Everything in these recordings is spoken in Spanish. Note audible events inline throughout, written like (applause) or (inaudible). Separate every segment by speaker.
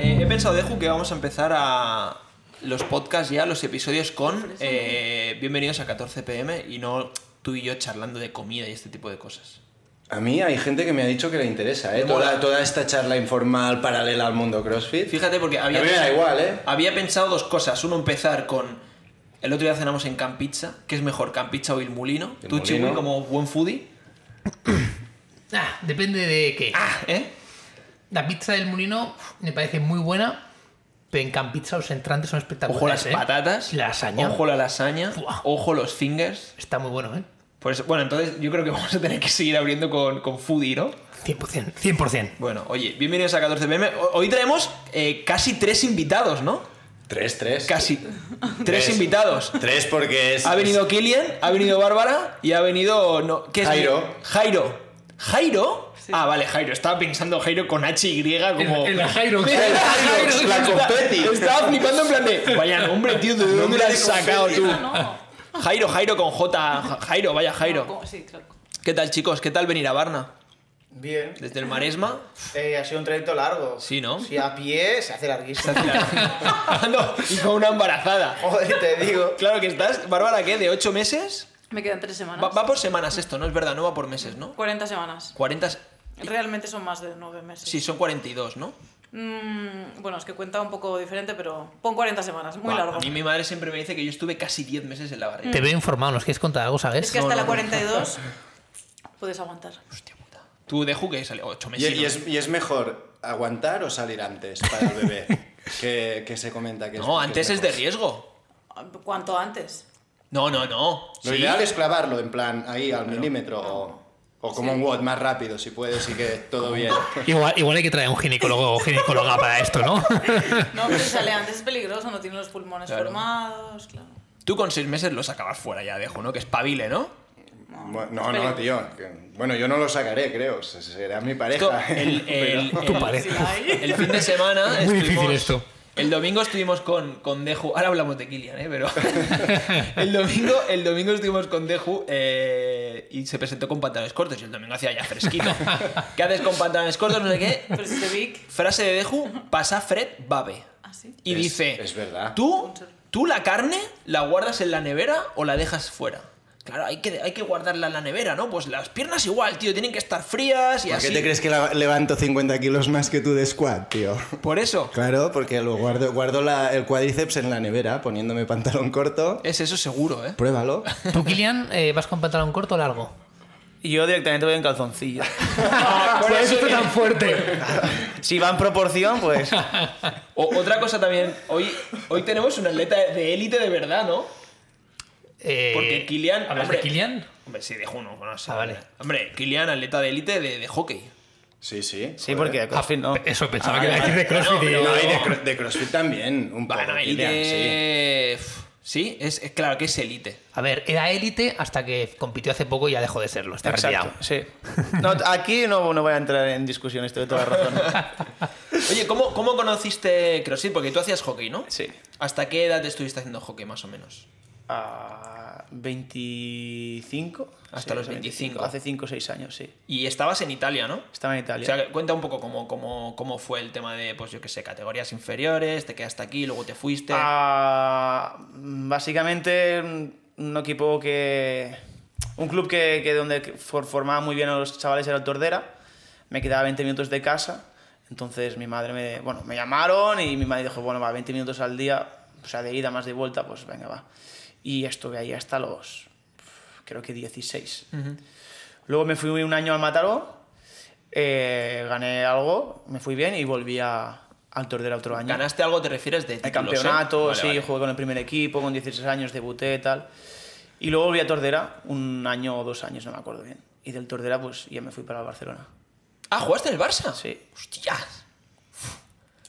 Speaker 1: Eh, pensado, Deju, que vamos a empezar a los podcasts ya, los episodios con eh, bienvenidos a 14 pm y no tú y yo charlando de comida y este tipo de cosas.
Speaker 2: A mí hay gente que me ha dicho que le interesa, ¿eh? Toda, toda esta charla informal paralela al mundo CrossFit.
Speaker 1: Fíjate, porque había,
Speaker 2: A mí me da igual, ¿eh?
Speaker 1: había pensado dos cosas. Uno, empezar con. El otro día cenamos en Can Pizza. ¿Qué es mejor, Can Pizza o Il Mulino?
Speaker 2: Il
Speaker 1: Tú, Chiwi,
Speaker 2: Mulino.
Speaker 1: como buen foodie.
Speaker 3: Ah, depende de qué.
Speaker 1: Ah, ¿eh?
Speaker 3: La pizza del Mulino uf, me parece muy buena, pero en Can Pizza los entrantes son espectaculares.
Speaker 1: Ojo a las
Speaker 3: ¿eh?
Speaker 1: patatas.
Speaker 3: La lasaña.
Speaker 1: Ojo a la lasaña.
Speaker 3: Buah.
Speaker 1: Ojo a los fingers.
Speaker 3: Está muy bueno, ¿eh?
Speaker 1: Por eso- bueno, entonces yo creo que (laughs) vamos a tener que seguir abriendo con, con foodie, ¿no?
Speaker 3: 100%. 100%.
Speaker 1: Bueno, oye, bienvenidos a 14 pm. Ho- Hoy traemos eh, casi tres invitados, ¿no?
Speaker 2: Tres, tres.
Speaker 1: Casi. tres invitados.
Speaker 2: Tres porque es...
Speaker 1: Ha venido Killian, ha venido Bárbara y ha venido. No, ¿qué es?
Speaker 2: Jairo.
Speaker 1: Jairo. ¿Jairo? Ah, vale, Jairo. Estaba pensando Jairo con H y como.
Speaker 3: El, el
Speaker 1: (laughs)
Speaker 3: Jairo.
Speaker 1: El Jairo,
Speaker 2: la
Speaker 1: Estaba-
Speaker 2: confeti.
Speaker 1: Estaba flipando en plan de. Vaya nombre, tío, ¿de dónde
Speaker 2: Nombre
Speaker 1: lo
Speaker 2: de
Speaker 1: has sacado tú?
Speaker 4: No,
Speaker 1: Jairo, Jairo con J. Ja- Jairo, vaya Jairo.
Speaker 4: como- Sí, claro.
Speaker 1: ¿Qué tal, chicos? ¿Qué tal venir a Barna?
Speaker 5: Bien.
Speaker 1: Desde el Maresma.
Speaker 5: Eh, ha sido un trayecto largo.
Speaker 1: Sí, ¿no?
Speaker 5: Si a pie se hace larguísimo.
Speaker 1: (laughs) Ando, y con una embarazada.
Speaker 5: (laughs) Joder, te digo.
Speaker 1: Claro que estás. Bárbara, ¿qué? ¿De 8 meses?
Speaker 4: Me quedan tres semanas.
Speaker 1: Va, va por semanas esto, ¿no? Es verdad, no va por meses, ¿no?
Speaker 4: 40 semanas.
Speaker 1: 40.
Speaker 4: Realmente son más de nueve meses.
Speaker 1: Sí, son 42, ¿no?
Speaker 4: Mm, bueno, es que cuenta un poco diferente, pero pon 40 semanas, muy
Speaker 1: Va,
Speaker 4: largo.
Speaker 1: A mí mi madre siempre me dice que yo estuve casi 10 meses en la barriga.
Speaker 3: Te veo informado, nos quieres contar algo, ¿sabes?
Speaker 4: Es que
Speaker 1: No,
Speaker 4: hasta
Speaker 1: no,
Speaker 4: la
Speaker 1: no.
Speaker 4: 42 puedes aguantar.
Speaker 1: Hostia puta. Tú de Ju que salió 8
Speaker 2: Y,
Speaker 1: meses.
Speaker 2: y es, y es mejor aguantar o salir antes para
Speaker 1: (laughs)
Speaker 2: el bebé. que, que se comenta que es...
Speaker 1: No,
Speaker 2: que
Speaker 1: antes es de
Speaker 2: mejor.
Speaker 1: riesgo.
Speaker 4: Cuanto antes.
Speaker 1: No, no, no.
Speaker 2: Lo
Speaker 1: Sí.
Speaker 2: ideal es clavarlo, en plan, ahí, al milímetro. O, o como un WOD, más rápido, si puedes, y que todo bien.
Speaker 3: Igual, igual hay que traer un ginecólogo o ginecóloga para esto, ¿no?
Speaker 4: No, pero si sale antes es peligroso, no tiene los pulmones
Speaker 1: Claro.
Speaker 4: formados, claro.
Speaker 1: Tú con 6 meses lo sacabas fuera ya de Ju, ¿no? Que espabile, ¿no?
Speaker 2: Bueno, no, no, tío. que- Bueno, yo no lo sacaré, creo. se- Será mi
Speaker 1: Esto,
Speaker 2: pareja.
Speaker 1: el, el-
Speaker 2: (laughs) Pero-
Speaker 3: Tu
Speaker 1: el-
Speaker 3: pareja.
Speaker 4: Si la hay.
Speaker 1: El fin de semana.
Speaker 3: Muy difícil
Speaker 1: estuvimos-
Speaker 3: esto.
Speaker 1: El domingo estuvimos con, con Deju. Ahora hablamos de Kilian, ¿eh? Pero. (laughs) el, domingo, el domingo estuvimos con Deju eh, y se presentó con pantalones cortos. Y el domingo hacía ya
Speaker 2: (laughs)
Speaker 1: fresquito. ¿Qué haces con pantalones cortos? No sé qué.
Speaker 4: Pero si te Vic,
Speaker 1: Frase de Deju: pasa Fred Babe.
Speaker 4: así.
Speaker 1: Y
Speaker 2: Es-
Speaker 1: dice:
Speaker 2: es verdad.
Speaker 1: ¿tú, ¿Tú la carne la guardas en la nevera o la dejas fuera? Claro, hay que, hay que guardarla en la nevera, ¿no? Pues las piernas igual, tío, tienen que estar frías y
Speaker 2: ¿Por
Speaker 1: así.
Speaker 2: qué te crees que la- levanto 50 kilos más que tú de squat, tío?
Speaker 1: Por eso.
Speaker 2: Claro, porque lo guardo, guardo la- el cuádriceps en la nevera poniéndome pantalón corto.
Speaker 1: Es eso seguro, ¿eh?
Speaker 2: Pruébalo.
Speaker 3: (laughs) ¿Tú, Kilian, eh, vas con pantalón corto o largo?
Speaker 5: Y yo directamente voy en (laughs) calzoncillo.
Speaker 3: Por eso Pues está tan fuerte.
Speaker 5: Si va en proporción, (laughs) pues.
Speaker 1: O- otra cosa también, hoy, hoy tenemos un atleta de élite de verdad, ¿no?
Speaker 3: Eh,
Speaker 1: Porque Kilian.
Speaker 3: ¿Hablas
Speaker 1: hombre,
Speaker 3: de Kilian?
Speaker 1: Hombre, sí, de Juno, bueno, no sé.
Speaker 3: Ah, vale.
Speaker 1: Hombre, Kilian, atleta de élite de, de hockey.
Speaker 2: Sí, sí.
Speaker 5: Sí,
Speaker 2: joder.
Speaker 5: porque
Speaker 3: Ah,
Speaker 5: CrossFit no.
Speaker 3: Eso pensaba
Speaker 2: Ah,
Speaker 3: que iba a decir de
Speaker 1: vale.
Speaker 3: CrossFit.
Speaker 1: No,
Speaker 3: y-
Speaker 2: No, y de, cro- de CrossFit también, un poco.
Speaker 1: Bueno,
Speaker 2: Kilian, sí.
Speaker 1: élite. f- Sí, es, es claro que es élite.
Speaker 3: A ver, era élite hasta que compitió hace poco y ya dejó de serlo. Está
Speaker 5: Exacto,
Speaker 3: retirado.
Speaker 5: sí. (laughs) No, aquí no, no voy a entrar en discusión, estoy de toda la razón. (laughs)
Speaker 1: Oye, ¿cómo, ¿cómo conociste CrossFit? Porque tú hacías hockey, ¿no?
Speaker 5: Sí.
Speaker 1: ¿Hasta qué edad estuviste haciendo hockey, más o menos?
Speaker 5: Ah, 25.
Speaker 1: Hasta los 25.
Speaker 5: Hace 5 o 6 años, sí.
Speaker 1: Y estabas en Italia, ¿no?
Speaker 5: Estaba en Italia.
Speaker 1: O sea, cuenta un poco cómo, cómo, cómo fue el tema de, pues yo qué sé, categorías inferiores, te quedaste aquí, luego te fuiste.
Speaker 5: Ah, básicamente un un equipo que... Un club que, que donde for- formaba muy bien a los chavales era el Tordera. Me quedaba 20 minutos de casa. Entonces mi madre me... Bueno, me llamaron y mi madre dijo, bueno, va, 20 minutos al día. O sea, de ida más de vuelta, pues venga, va. Y estuve ahí hasta los... Creo que 16. Luego me fui un año al Mataró. eh, gané algo, me fui bien y volví a, al Tordera otro año.
Speaker 1: ¿Ganaste algo? ¿Te refieres de
Speaker 5: El
Speaker 1: títulos, eh?
Speaker 5: campeonato,
Speaker 1: Vale,
Speaker 5: sí,
Speaker 1: vale.
Speaker 5: jugué con el primer equipo, con 16 años, debuté y tal. Y luego volví a Tordera, un año o dos años, no me acuerdo bien. Y del Tordera, pues ya me fui para el Barcelona.
Speaker 1: Ah, ¿jugaste en el Barça?
Speaker 5: Sí.
Speaker 1: ¡Hostias!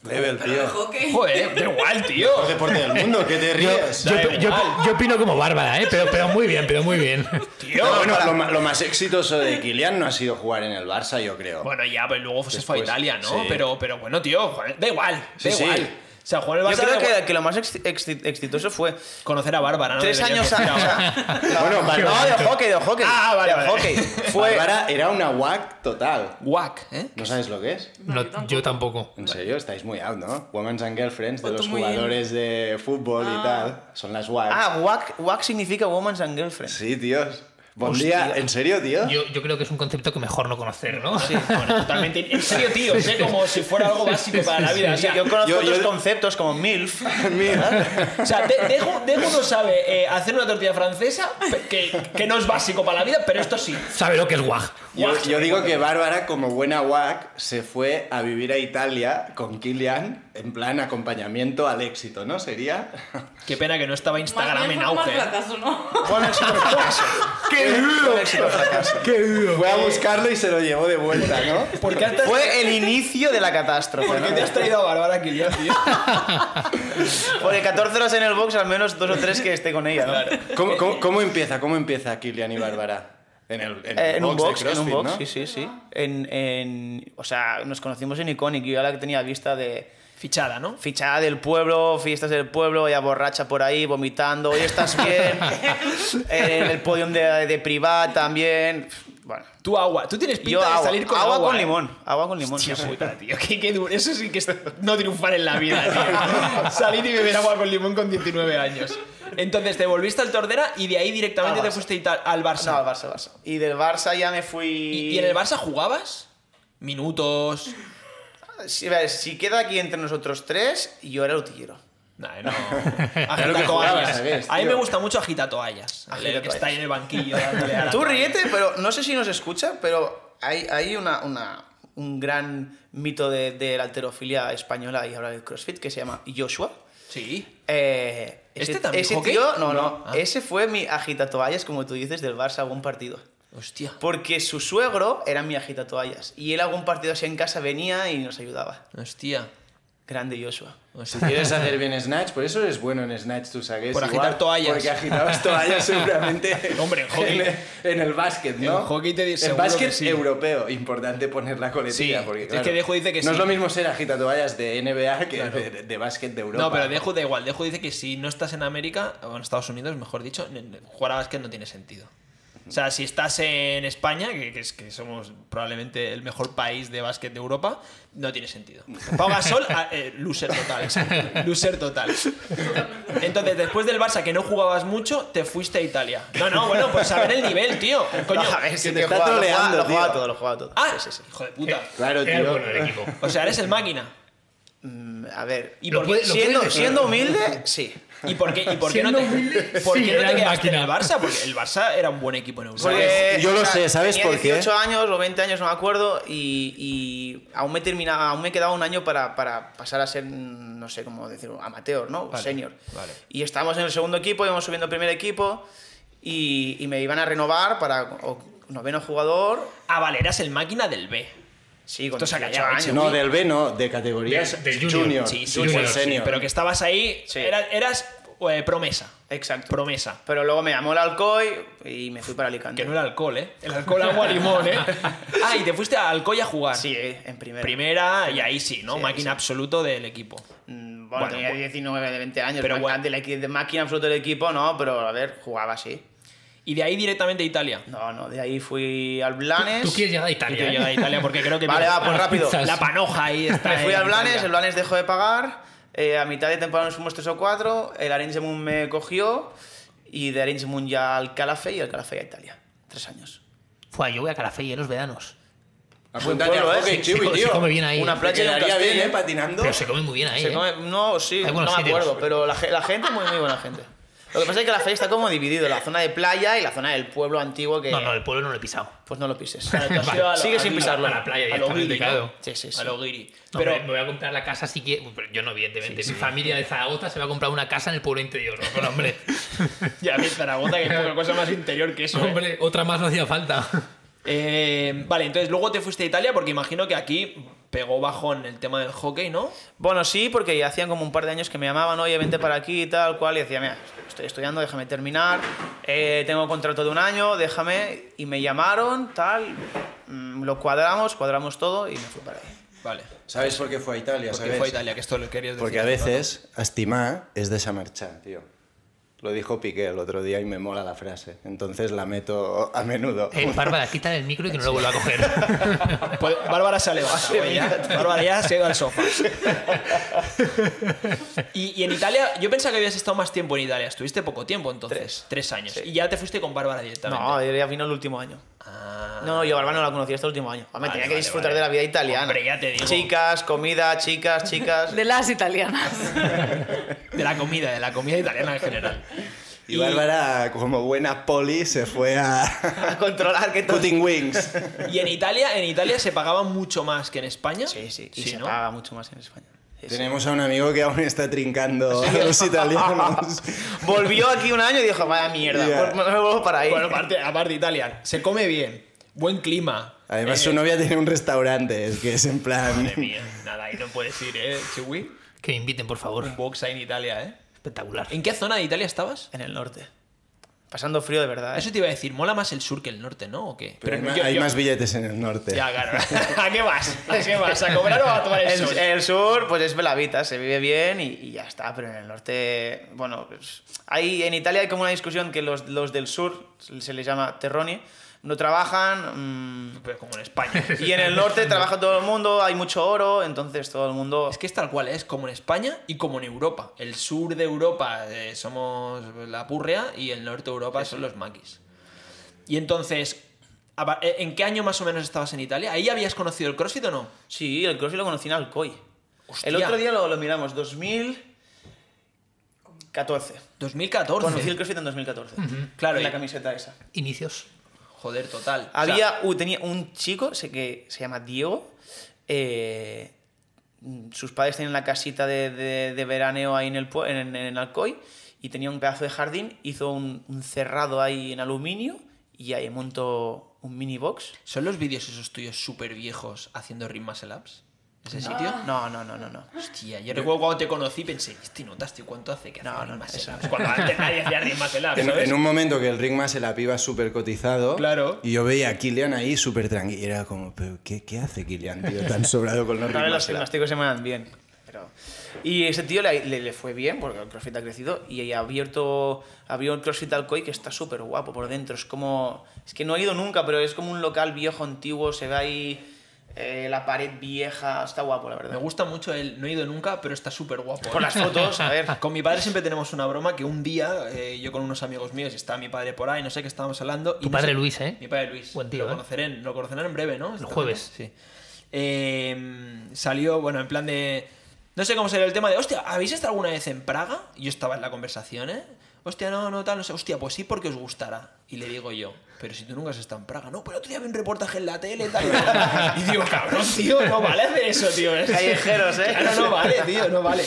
Speaker 2: Level, tío.
Speaker 4: Hockey.
Speaker 1: Joder, da igual, tío.
Speaker 2: Mejor deporte del mundo, que te ríes.
Speaker 3: Yo, yo- yo opino como Bárbara, ¿eh? pero, pero muy bien, pero muy bien.
Speaker 1: Tío.
Speaker 2: No, bueno, lo, ma- lo más exitoso de Kilian no ha sido jugar en el Barça, yo creo.
Speaker 1: Bueno, ya, pues luego se fue a
Speaker 2: Después,
Speaker 1: Italia, ¿no?
Speaker 2: sí.
Speaker 1: Pero, pero bueno, tío, joder, da igual,
Speaker 2: Sí,
Speaker 1: da
Speaker 2: sí.
Speaker 1: igual. sea, jugar en el
Speaker 5: Yo
Speaker 1: Barça
Speaker 5: creo
Speaker 1: era guay.
Speaker 5: que, que lo más ex- exci- exitoso fue
Speaker 1: conocer a Bárbara, Ah, ¿no?
Speaker 5: tres
Speaker 1: Deberías
Speaker 5: años
Speaker 1: conocer a
Speaker 5: antes.
Speaker 1: Bárbara.
Speaker 5: (laughs) bueno, no, de hockey, de hockey.
Speaker 1: Ah, vale,
Speaker 5: de
Speaker 1: vale. (laughs)
Speaker 5: hockey.
Speaker 2: Fue...
Speaker 5: Fue,
Speaker 2: Bárbara era una WAC total.
Speaker 1: Guac, ¿eh?
Speaker 2: ¿No sabes lo que es?
Speaker 3: (laughs) No,
Speaker 4: No, yo tampoco.
Speaker 3: yo tampoco.
Speaker 2: En serio, estáis muy out, ¿no? Women's and Girlfriends, de
Speaker 4: Pues tú
Speaker 2: los
Speaker 4: muy bien. Ah.
Speaker 2: jugadores de fútbol y tal. Son las WAC.
Speaker 5: Ah, WAC, WAC significa Woman's and Girlfriend.
Speaker 2: Sí, tíos. Buen día. ¿En serio, tío?
Speaker 3: Yo, yo creo que es un concepto que mejor no conocer, ¿no?
Speaker 1: Sí, bueno, totalmente. En serio, tío, sé como si fuera algo básico para la vida. O sea,
Speaker 5: Yo conozco
Speaker 2: Yo- yo-
Speaker 5: otros conceptos
Speaker 1: (laughs)
Speaker 5: como MILF.
Speaker 1: o sea, de- Dejo, Dejo no sabe eh, hacer una tortilla francesa, pe- que, que no es básico para la vida, pero esto sí.
Speaker 3: Sabe lo que es guaj.
Speaker 2: Yo, yo digo que Bárbara, como buena WAC, se fue a vivir a Italia con Kilian en plan acompañamiento al éxito, ¿no? Sería.
Speaker 1: Qué pena que no estaba
Speaker 4: Más
Speaker 1: Instagram
Speaker 4: bien
Speaker 1: en
Speaker 4: fue un mal
Speaker 1: auge. ¿eh?
Speaker 4: fracaso, ¿no?
Speaker 5: Fue un éxito fracaso.
Speaker 3: ¡Qué
Speaker 5: Fue un éxito fracaso.
Speaker 2: Fue a buscarlo y se lo llevó de vuelta,
Speaker 5: (laughs)
Speaker 2: ¿no?
Speaker 1: ¿Por qué, has,
Speaker 5: (laughs) Fue el inicio de la catástrofe.
Speaker 1: por qué
Speaker 5: ¿no?
Speaker 1: te has traído a Bárbara Kilian, tío?
Speaker 5: Porque 14 horas en el box, al menos dos o tres que esté con ella. ¿no?
Speaker 2: ¿Cómo, cómo- cómo empieza? ¿Cómo empieza Kilian y Bárbara? En, el, en,
Speaker 5: Eh, en un box,
Speaker 2: de
Speaker 5: en un
Speaker 2: CrossFit,
Speaker 5: box,
Speaker 2: ¿no?
Speaker 5: sí, sí, sí. En, en- o sea, nos conocimos en Iconic. Yo era la que tenía vista de
Speaker 1: Fichada, ¿no?
Speaker 5: fichada del pueblo, fiestas del pueblo, ya borracha por ahí, vomitando. Hoy
Speaker 1: (laughs)
Speaker 5: estás bien. en el podium de, de Privat también. Bueno,
Speaker 1: Tú agua. Tú tienes pinta
Speaker 5: yo
Speaker 1: de
Speaker 5: agua,
Speaker 1: salir con agua.
Speaker 5: agua, con
Speaker 1: ¿eh?
Speaker 5: limón. Agua con limón.
Speaker 1: Hostia
Speaker 5: sí, sí.
Speaker 1: puta, tío. Qué, qué duro. Eso sí que es no triunfar en la vida,
Speaker 5: (laughs)
Speaker 1: tío. Salir y beber agua con limón con 19 años. Entonces te volviste al Tordera y de ahí directamente
Speaker 5: Al
Speaker 1: te
Speaker 5: Barça.
Speaker 1: fuiste a Ita- al Barça.
Speaker 5: No, al Barça, Barça. Y del Barça ya me fui.
Speaker 1: ¿Y, y en el Barça jugabas? Minutos.
Speaker 5: Si, a ver, si queda aquí entre nosotros tres, yo era el utillero.
Speaker 1: Nah,
Speaker 5: (laughs)
Speaker 1: no.
Speaker 2: lo
Speaker 1: Agita
Speaker 2: que jugabas,
Speaker 1: toallas.
Speaker 2: ¿sabes,
Speaker 1: A mí
Speaker 2: tío?
Speaker 1: me gusta mucho agita toallas. El
Speaker 5: Agita
Speaker 1: que está ahí
Speaker 5: toallas.
Speaker 1: en el banquillo dándole a la
Speaker 5: Tú
Speaker 1: toalla.
Speaker 5: ríete, pero no sé si nos escucha, pero hay, hay una, una- un gran mito de, de la alterofilia española y ahora del CrossFit que se llama Joshua.
Speaker 1: Sí.
Speaker 5: Eh,
Speaker 1: ¿Este también
Speaker 5: ese
Speaker 1: hockey?
Speaker 5: tío- no, no.
Speaker 1: No, ah.
Speaker 5: Ese fue mi agitatoallas, como tú dices, del Barça algún partido.
Speaker 1: Hostia.
Speaker 5: Porque su suegro era mi agitatoallas. Y él algún partido así en casa venía y nos ayudaba.
Speaker 1: Hostia.
Speaker 5: Grande Joshua.
Speaker 2: Si
Speaker 1: Hostia.
Speaker 2: quieres hacer bien Snatch, por eso eres bueno en Snatch, tú sabes.
Speaker 1: Por agitar toallas.
Speaker 2: Porque agitabas toallas seguramente.
Speaker 1: (laughs) Hombre, en hockey.
Speaker 2: En, en el básquet, ¿no?
Speaker 1: En hockey te di-
Speaker 2: En
Speaker 1: seguro
Speaker 2: básquet
Speaker 1: que sí.
Speaker 2: europeo, importante poner la coletilla.
Speaker 1: Sí,
Speaker 2: porque,
Speaker 1: es
Speaker 2: claro,
Speaker 1: que Dejo dice que
Speaker 2: No
Speaker 1: sí.
Speaker 2: es lo mismo ser agitatoallas de NBA que de, de básquet de Europa.
Speaker 1: No, pero Dejo da igual. Dejo dice que si no estás en América, o en Estados Unidos, mejor dicho, n- n- jugar a básquet no tiene sentido. O sea, si estás en España, que, que es, que somos probablemente el mejor país de básquet de Europa, no tiene sentido. Pau Gasol, a- eh, loser total. exacto. Loser total. Entonces, después del Barça, que no jugabas mucho, te fuiste a Italia. No, no, bueno, pues a ver el nivel, tío. Coño.
Speaker 5: (laughs) No, a ver, sí
Speaker 2: te
Speaker 5: que
Speaker 2: está
Speaker 5: jugaba, lo
Speaker 2: troleando,
Speaker 5: jugaba- lo
Speaker 2: tío.
Speaker 5: jugaba todo, lo jugaba todo.
Speaker 1: Ah,
Speaker 5: Sí, sí, sí.
Speaker 1: hijo de puta.
Speaker 2: Claro,
Speaker 3: Era el
Speaker 2: tío.
Speaker 3: bueno del (laughs) equipo.
Speaker 1: O sea, eres el máquina.
Speaker 5: Mm, A ver.
Speaker 1: ¿Y
Speaker 3: Lo
Speaker 1: por
Speaker 3: puede-
Speaker 1: qué,
Speaker 3: lo
Speaker 5: siendo,
Speaker 3: puedes decir.
Speaker 5: siendo humilde, sí.
Speaker 1: y por qué, y por qué no
Speaker 3: Siendo
Speaker 1: te,
Speaker 3: humilde,
Speaker 1: por
Speaker 3: sí,
Speaker 1: qué no
Speaker 3: era
Speaker 1: te
Speaker 3: el
Speaker 1: quedaste en el
Speaker 3: máquina.
Speaker 1: Barça? Porque el Barça era un buen equipo en Europa.
Speaker 5: Porque,
Speaker 2: yo lo
Speaker 5: o sea,
Speaker 2: sé, ¿sabes
Speaker 5: tenía
Speaker 2: por qué?
Speaker 5: 18 años o 20 años, no me acuerdo, y, y aún me terminaba, aún me quedaba un año para, para pasar a ser, mm, no sé cómo decirlo, amateur, ¿no? O
Speaker 1: Vale,
Speaker 5: senior.
Speaker 1: vale.
Speaker 5: Y estábamos en el segundo equipo, íbamos subiendo al primer equipo, y, y me iban a renovar para o- noveno jugador,
Speaker 1: Ah, vale, eras el máquina del B.
Speaker 5: sí, con
Speaker 1: Esto se ha
Speaker 5: 18
Speaker 1: callado,
Speaker 5: años.
Speaker 2: No, del B no, de categorías
Speaker 3: Del- del junior.
Speaker 2: junior.
Speaker 1: Sí, sí,
Speaker 2: junior,
Speaker 1: sí, sí,
Speaker 2: senior.
Speaker 1: Pero que estabas ahí,
Speaker 5: Sí.
Speaker 1: era- eras eh, promesa.
Speaker 5: Exacto.
Speaker 1: Promesa.
Speaker 5: Pero luego me llamó el Alcoy y me fui para Alicante.
Speaker 1: Que no era alcohol, ¿eh? El alcohol, agua, limón, ¿eh? Ah, y te fuiste a Alcoy a jugar.
Speaker 5: Sí, eh, en primera.
Speaker 1: Primera, y ahí sí, ¿no?
Speaker 5: Sí,
Speaker 1: máquina
Speaker 5: sí.
Speaker 1: absoluto del equipo.
Speaker 5: Mm, Bueno,
Speaker 1: Bueno,
Speaker 5: tenía
Speaker 1: bu-
Speaker 5: 19, de 20 años,
Speaker 1: pero
Speaker 5: pero
Speaker 1: bueno.
Speaker 5: de, la, de máquina absoluta del equipo, no, pero a ver, jugaba así.
Speaker 1: Y de ahí directamente a Italia.
Speaker 5: No, no, de ahí fui al Blanes.
Speaker 3: Tú quieres llegar a
Speaker 1: Yo
Speaker 3: Italia.
Speaker 1: llegué a
Speaker 3: ¿eh?
Speaker 1: Italia porque creo que...
Speaker 5: (laughs) Vale, va, pues rápido.
Speaker 3: pizzas.
Speaker 1: La panoja ahí está.
Speaker 5: Me fui
Speaker 1: en
Speaker 5: al Blanes,
Speaker 1: Italia.
Speaker 5: el Blanes dejó de pagar. eh, a mitad de temporada nos fuimos 3 o 4. El Arense Moon me cogió. Y de Arense Moon ya al Calafé y al Calafé a Italia. Tres años.
Speaker 3: Fua, yo voy a Calafell en los veranos.
Speaker 2: Apúntate
Speaker 5: Buen
Speaker 2: al
Speaker 5: pueblo,
Speaker 2: hockey,
Speaker 5: ¿eh?
Speaker 3: Se,
Speaker 2: Chiwi,
Speaker 3: co- se
Speaker 2: tío.
Speaker 3: come bien ahí.
Speaker 5: Una
Speaker 3: ¿eh?
Speaker 5: pla-
Speaker 2: Te quedaría
Speaker 5: Castillo.
Speaker 2: bien, ¿eh? Patinando.
Speaker 3: Pero se come muy bien ahí.
Speaker 5: Se
Speaker 3: ¿eh?
Speaker 5: come- no, sí,
Speaker 3: Hay
Speaker 5: no me
Speaker 3: buenos sitios.
Speaker 5: acuerdo, pero la, ge- la gente es muy, muy buena gente. Lo que pasa es que Calafé está como dividido: la zona de playa y la zona del pueblo antiguo que.
Speaker 3: No, no, el pueblo no lo he pisado.
Speaker 5: Pues no lo pises.
Speaker 1: Claro, tú has
Speaker 3: (laughs) Vale.
Speaker 1: ido a lo-
Speaker 5: Sigue
Speaker 1: a
Speaker 5: sin
Speaker 1: lo-
Speaker 5: pisarlo.
Speaker 1: a
Speaker 5: A
Speaker 1: la
Speaker 5: la
Speaker 1: playa
Speaker 3: directamente, claro.
Speaker 5: Sí, sí, sí.
Speaker 1: A lo guiri.
Speaker 3: pero
Speaker 1: Pero
Speaker 3: me voy a comprar la casa sí que. pero Yo no, evidentemente. Mi familia de Zaragoza se va a comprar una casa en el pueblo interior. ¿no? Pero, hombre,
Speaker 1: ya ves Zaragoza que es poca cosa más interior que eso. ¿eh?
Speaker 3: (laughs) hombre, otra más no hacía falta.
Speaker 1: Eh, vale, entonces luego te fuiste a Italia porque imagino que aquí pegó bajón el tema del hockey, ¿no?
Speaker 5: Bueno, sí, porque ya hacían como un par de años que me llamaban, oye, vente para aquí y tal, cual, y decía, mira, estoy estudiando, déjame terminar, eh, tengo contrato de un año, déjame, y me llamaron, tal, mm, lo cuadramos, cuadramos todo y me fui para ahí.
Speaker 1: Vale.
Speaker 2: ¿Sabes por qué fue a Italia?
Speaker 1: Porque
Speaker 2: sabes?
Speaker 1: fue a Italia, que esto lo querías decir.
Speaker 2: Porque a
Speaker 1: hace rato.
Speaker 2: veces estimar es desamarchar, tío. Lo dijo Piqué el otro día y me mola la frase. Entonces la meto a menudo.
Speaker 3: Eh, Bárbara, quítale el micro y que no lo vuelva a coger.
Speaker 1: Pues Bárbara se ha elevado, güey, ya. Bárbara ya se ha ido al sofá. y, y en Italia, yo pensaba que habías estado más tiempo en Italia. Estuviste poco tiempo entonces. Tres,
Speaker 5: Tres.
Speaker 1: años.
Speaker 5: Sí.
Speaker 1: Y ya te fuiste con Bárbara directamente.
Speaker 5: No, yo ya vino el último año.
Speaker 1: Ah.
Speaker 5: No, yo a Barba no la conocí hasta el último año. Hombre,
Speaker 1: Vale,
Speaker 5: tenía que
Speaker 1: vale,
Speaker 5: disfrutar
Speaker 1: vale.
Speaker 5: de la vida italiana.
Speaker 1: Hombre, ya te digo.
Speaker 5: Chicas, comida,
Speaker 1: (laughs)
Speaker 5: chicas, chicas.
Speaker 4: De las italianas.
Speaker 1: De la comida, de la comida italiana en general.
Speaker 2: Y Bárbara, como buena poli, se
Speaker 1: (laughs)
Speaker 2: fue a
Speaker 5: a controlar que todo.
Speaker 2: Putting Wings.
Speaker 1: Y en Italia, en Italia se pagaba mucho más que en España.
Speaker 5: Sí, sí, y
Speaker 1: Sí,
Speaker 5: se
Speaker 1: ¿no?
Speaker 5: paga mucho más en España. Sí, sí.
Speaker 2: Tenemos a un amigo que aún está trincando a
Speaker 1: (laughs)
Speaker 2: los italianos.
Speaker 5: (laughs) Volvió aquí un año y dijo, vaya mierda,
Speaker 2: Ya.
Speaker 5: pues me vuelvo para ahí.
Speaker 1: Bueno, aparte, aparte de Italia, se come bien, buen clima.
Speaker 2: Además,
Speaker 1: Eh,
Speaker 2: su novia tiene un restaurante, es que es en plan. (laughs)
Speaker 1: Madre mía, nada, ahí no puedes ir, ¿eh, Chiwi?
Speaker 3: (laughs) que me inviten, por favor.
Speaker 1: Un box ahí en Italia, ¿eh?
Speaker 3: Espectacular.
Speaker 1: ¿En qué zona de Italia estabas? Ah,
Speaker 5: En el norte. Pasando frío de verdad. ¿eh?
Speaker 1: Eso te iba a decir, mola más el sur que el norte, ¿no? ¿O qué?
Speaker 2: Pero hay,
Speaker 1: no,
Speaker 2: ma-
Speaker 1: yo-
Speaker 2: hay
Speaker 1: yo-
Speaker 2: más billetes en el norte.
Speaker 1: Ya, claro. (laughs) ¿A qué vas? ¿A qué vas? ¿A cobrar o a tomar el sol?
Speaker 5: (laughs) El, el sur, pues es velavita, se vive bien y, y ya está. Pero en el norte, bueno, pues, hay, en Italia hay como una discusión que los, los del sur, se les llama terroni, no trabajan. mm,
Speaker 1: Pero como en España.
Speaker 5: y en
Speaker 1: (laughs)
Speaker 5: el norte trabaja todo el mundo, hay mucho oro, entonces todo el mundo.
Speaker 1: Es que es tal cual, ¿eh? es como en España y como en Europa. El sur de Europa eh, somos la purrea y el norte de Europa son los maquis. Y entonces, a pa- eh, ¿en qué año más o menos estabas en Italia? ¿Ahí habías conocido el CrossFit o no?
Speaker 5: Sí, el crossfit lo conocí en Alcoy.
Speaker 1: Hostia.
Speaker 5: El otro día lo, lo miramos, 2014.
Speaker 1: 2014.
Speaker 5: Conocí el crossfit en 2014.
Speaker 1: Claro,
Speaker 5: En la
Speaker 1: y-
Speaker 5: camiseta esa.
Speaker 3: Inicios.
Speaker 1: Joder, total. O sea,
Speaker 5: Había, uh, tenía un chico sé que se llama Diego. eh, mm, sus padres tenían la casita de, de- de veraneo ahí en el, pue- en, en- en Alcoy y tenía un pedazo de jardín. Hizo un, un cerrado ahí en aluminio y ahí montó un mini box.
Speaker 1: ¿Son los vídeos esos tuyos súper viejos haciendo Rim Muscle Ups? ¿Ese sitio?
Speaker 5: No, no, no, no, no.
Speaker 1: Hostia, yo recuerdo cuando te conocí pensé, este notas, tío, ¿cuánto hace que hace
Speaker 5: No, no,
Speaker 1: Rim Muscle
Speaker 5: eso
Speaker 1: Ups?". Cuando antes nadie hacía Rim Muscle Ups,
Speaker 2: En,
Speaker 1: ¿sabes?
Speaker 2: en un momento que el ring más se la piba súper cotizado.
Speaker 1: Claro.
Speaker 2: Y yo veía a Kilian ahí súper tranquilo. Y era como, ¿pero qué, qué hace Kilian, tío?
Speaker 1: (laughs)
Speaker 2: Tan sobrado con los
Speaker 5: Tal vez
Speaker 2: ring
Speaker 5: los
Speaker 2: muscle up?
Speaker 5: gimnásticos se me dan bien. Pero... Y ese tío le, le- le fue bien porque el CrossFit ha crecido y ha abierto, abrió el CrossFit Alcoy que está súper guapo por dentro. Es como... Es que no he ido nunca, pero es como un local viejo, antiguo, se ve ahí eh, la pared vieja. Está guapo, la
Speaker 1: Me
Speaker 5: verdad.
Speaker 1: gusta mucho el no he ido nunca, pero está ¿eh? súper guapo.
Speaker 5: Por las fotos,
Speaker 1: (laughs)
Speaker 5: a ver.
Speaker 1: Con mi padre siempre tenemos una broma que un día eh, yo con unos amigos míos, y estaba mi padre por ahí, no sé qué estábamos hablando. y
Speaker 3: Tu
Speaker 1: no
Speaker 3: padre
Speaker 1: sé-
Speaker 3: Luis, ¿eh?
Speaker 1: Mi padre Luis.
Speaker 3: Buen tío,
Speaker 1: Lo,
Speaker 3: ¿eh?
Speaker 1: conocerán, lo conocerán en breve, ¿no? El
Speaker 3: jueves.
Speaker 1: Sí. Eh, salió, bueno, en plan de. No sé cómo sería el tema de, hostia, ¿habéis estado alguna vez en Praga? Y Yo estaba en la conversación, ¿eh? Hostia, no, no, tal, no sé. Hostia, pues sí, porque os gustará. Y le digo yo, pero si tú nunca has estado en Praga, no, pero otro día vi un reportaje en la tele, tal. (laughs) Y digo, cabrón, tío, no vale hacer eso, tío. Es-
Speaker 5: (laughs) Callejeros, ¿eh?
Speaker 1: Claro, no vale, tío, no vale.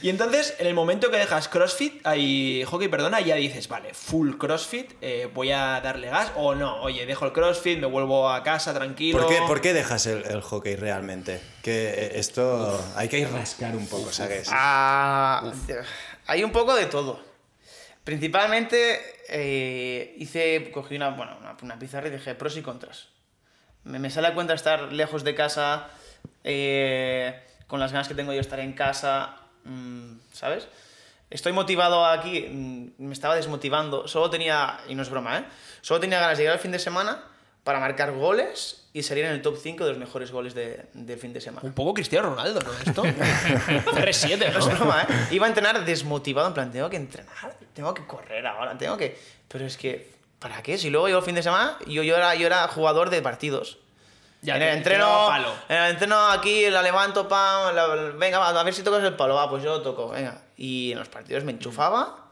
Speaker 1: Y entonces, en el momento que dejas CrossFit, ahí, hockey, perdona, ya dices, vale, full CrossFit, eh, voy a darle gas, o no, oye, dejo el CrossFit, me vuelvo a casa tranquilo.
Speaker 2: ¿Por qué, por qué dejas el, el hockey realmente? Que eh, esto hay que ir rascar un poco, ¿sabes?
Speaker 5: Ah, hay un poco de todo. Principalmente eh, hice, cogí una, bueno, una, una pizarra y dije pros y contras. Me, me sale a cuenta estar lejos de casa, eh, con las ganas que tengo yo de estar en casa, mm, ¿sabes? Estoy motivado aquí, mm, me estaba desmotivando, solo tenía, y no es broma, ¿eh? Solo tenía ganas de llegar al fin de semana para marcar goles y salir en el top 5 de los mejores goles de- del fin de semana.
Speaker 1: Un poco Cristiano Ronaldo, ¿no?
Speaker 2: (laughs)
Speaker 1: Esto. 3-7,
Speaker 5: No (laughs) es
Speaker 1: ¿no?
Speaker 5: broma, ¿eh? Iba a entrenar desmotivado, en plan, tengo que entrenar, tengo que correr ahora, tengo que... Pero es que, ¿para qué? Si luego yo el fin de semana, yo, yo, era, yo era jugador de partidos.
Speaker 1: Ya,
Speaker 5: en
Speaker 1: te-
Speaker 5: el
Speaker 1: te
Speaker 5: entreno,
Speaker 1: daba palo.
Speaker 5: en el entreno aquí, la levanto, pam, la- venga, va, a ver si tocas el palo, va, pues yo lo toco, venga. Y en los partidos me enchufaba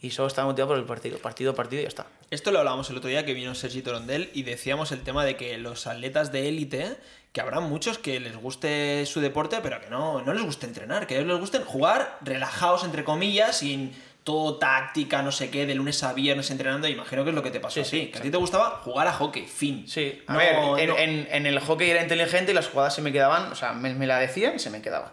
Speaker 5: y solo estaba motivado por el partido, partido, partido y ya está.
Speaker 1: Esto lo hablábamos el otro día que vino Sergi Torondel y decíamos el tema de que los atletas de élite, que habrá muchos que les guste su deporte, pero que no, no les guste entrenar, que a ellos les gusten jugar relajados, entre comillas, sin todo táctica, no sé qué, de lunes a viernes entrenando. Imagino que es lo que te pasó
Speaker 5: Sí,
Speaker 1: a ti,
Speaker 5: sí,
Speaker 1: que a ti te gustaba jugar a hockey, fin.
Speaker 5: Sí, a
Speaker 1: No,
Speaker 5: ver, en,
Speaker 1: no.
Speaker 5: en- en el hockey era inteligente y las jugadas se me quedaban, o sea, me, me la decían y se me quedaba.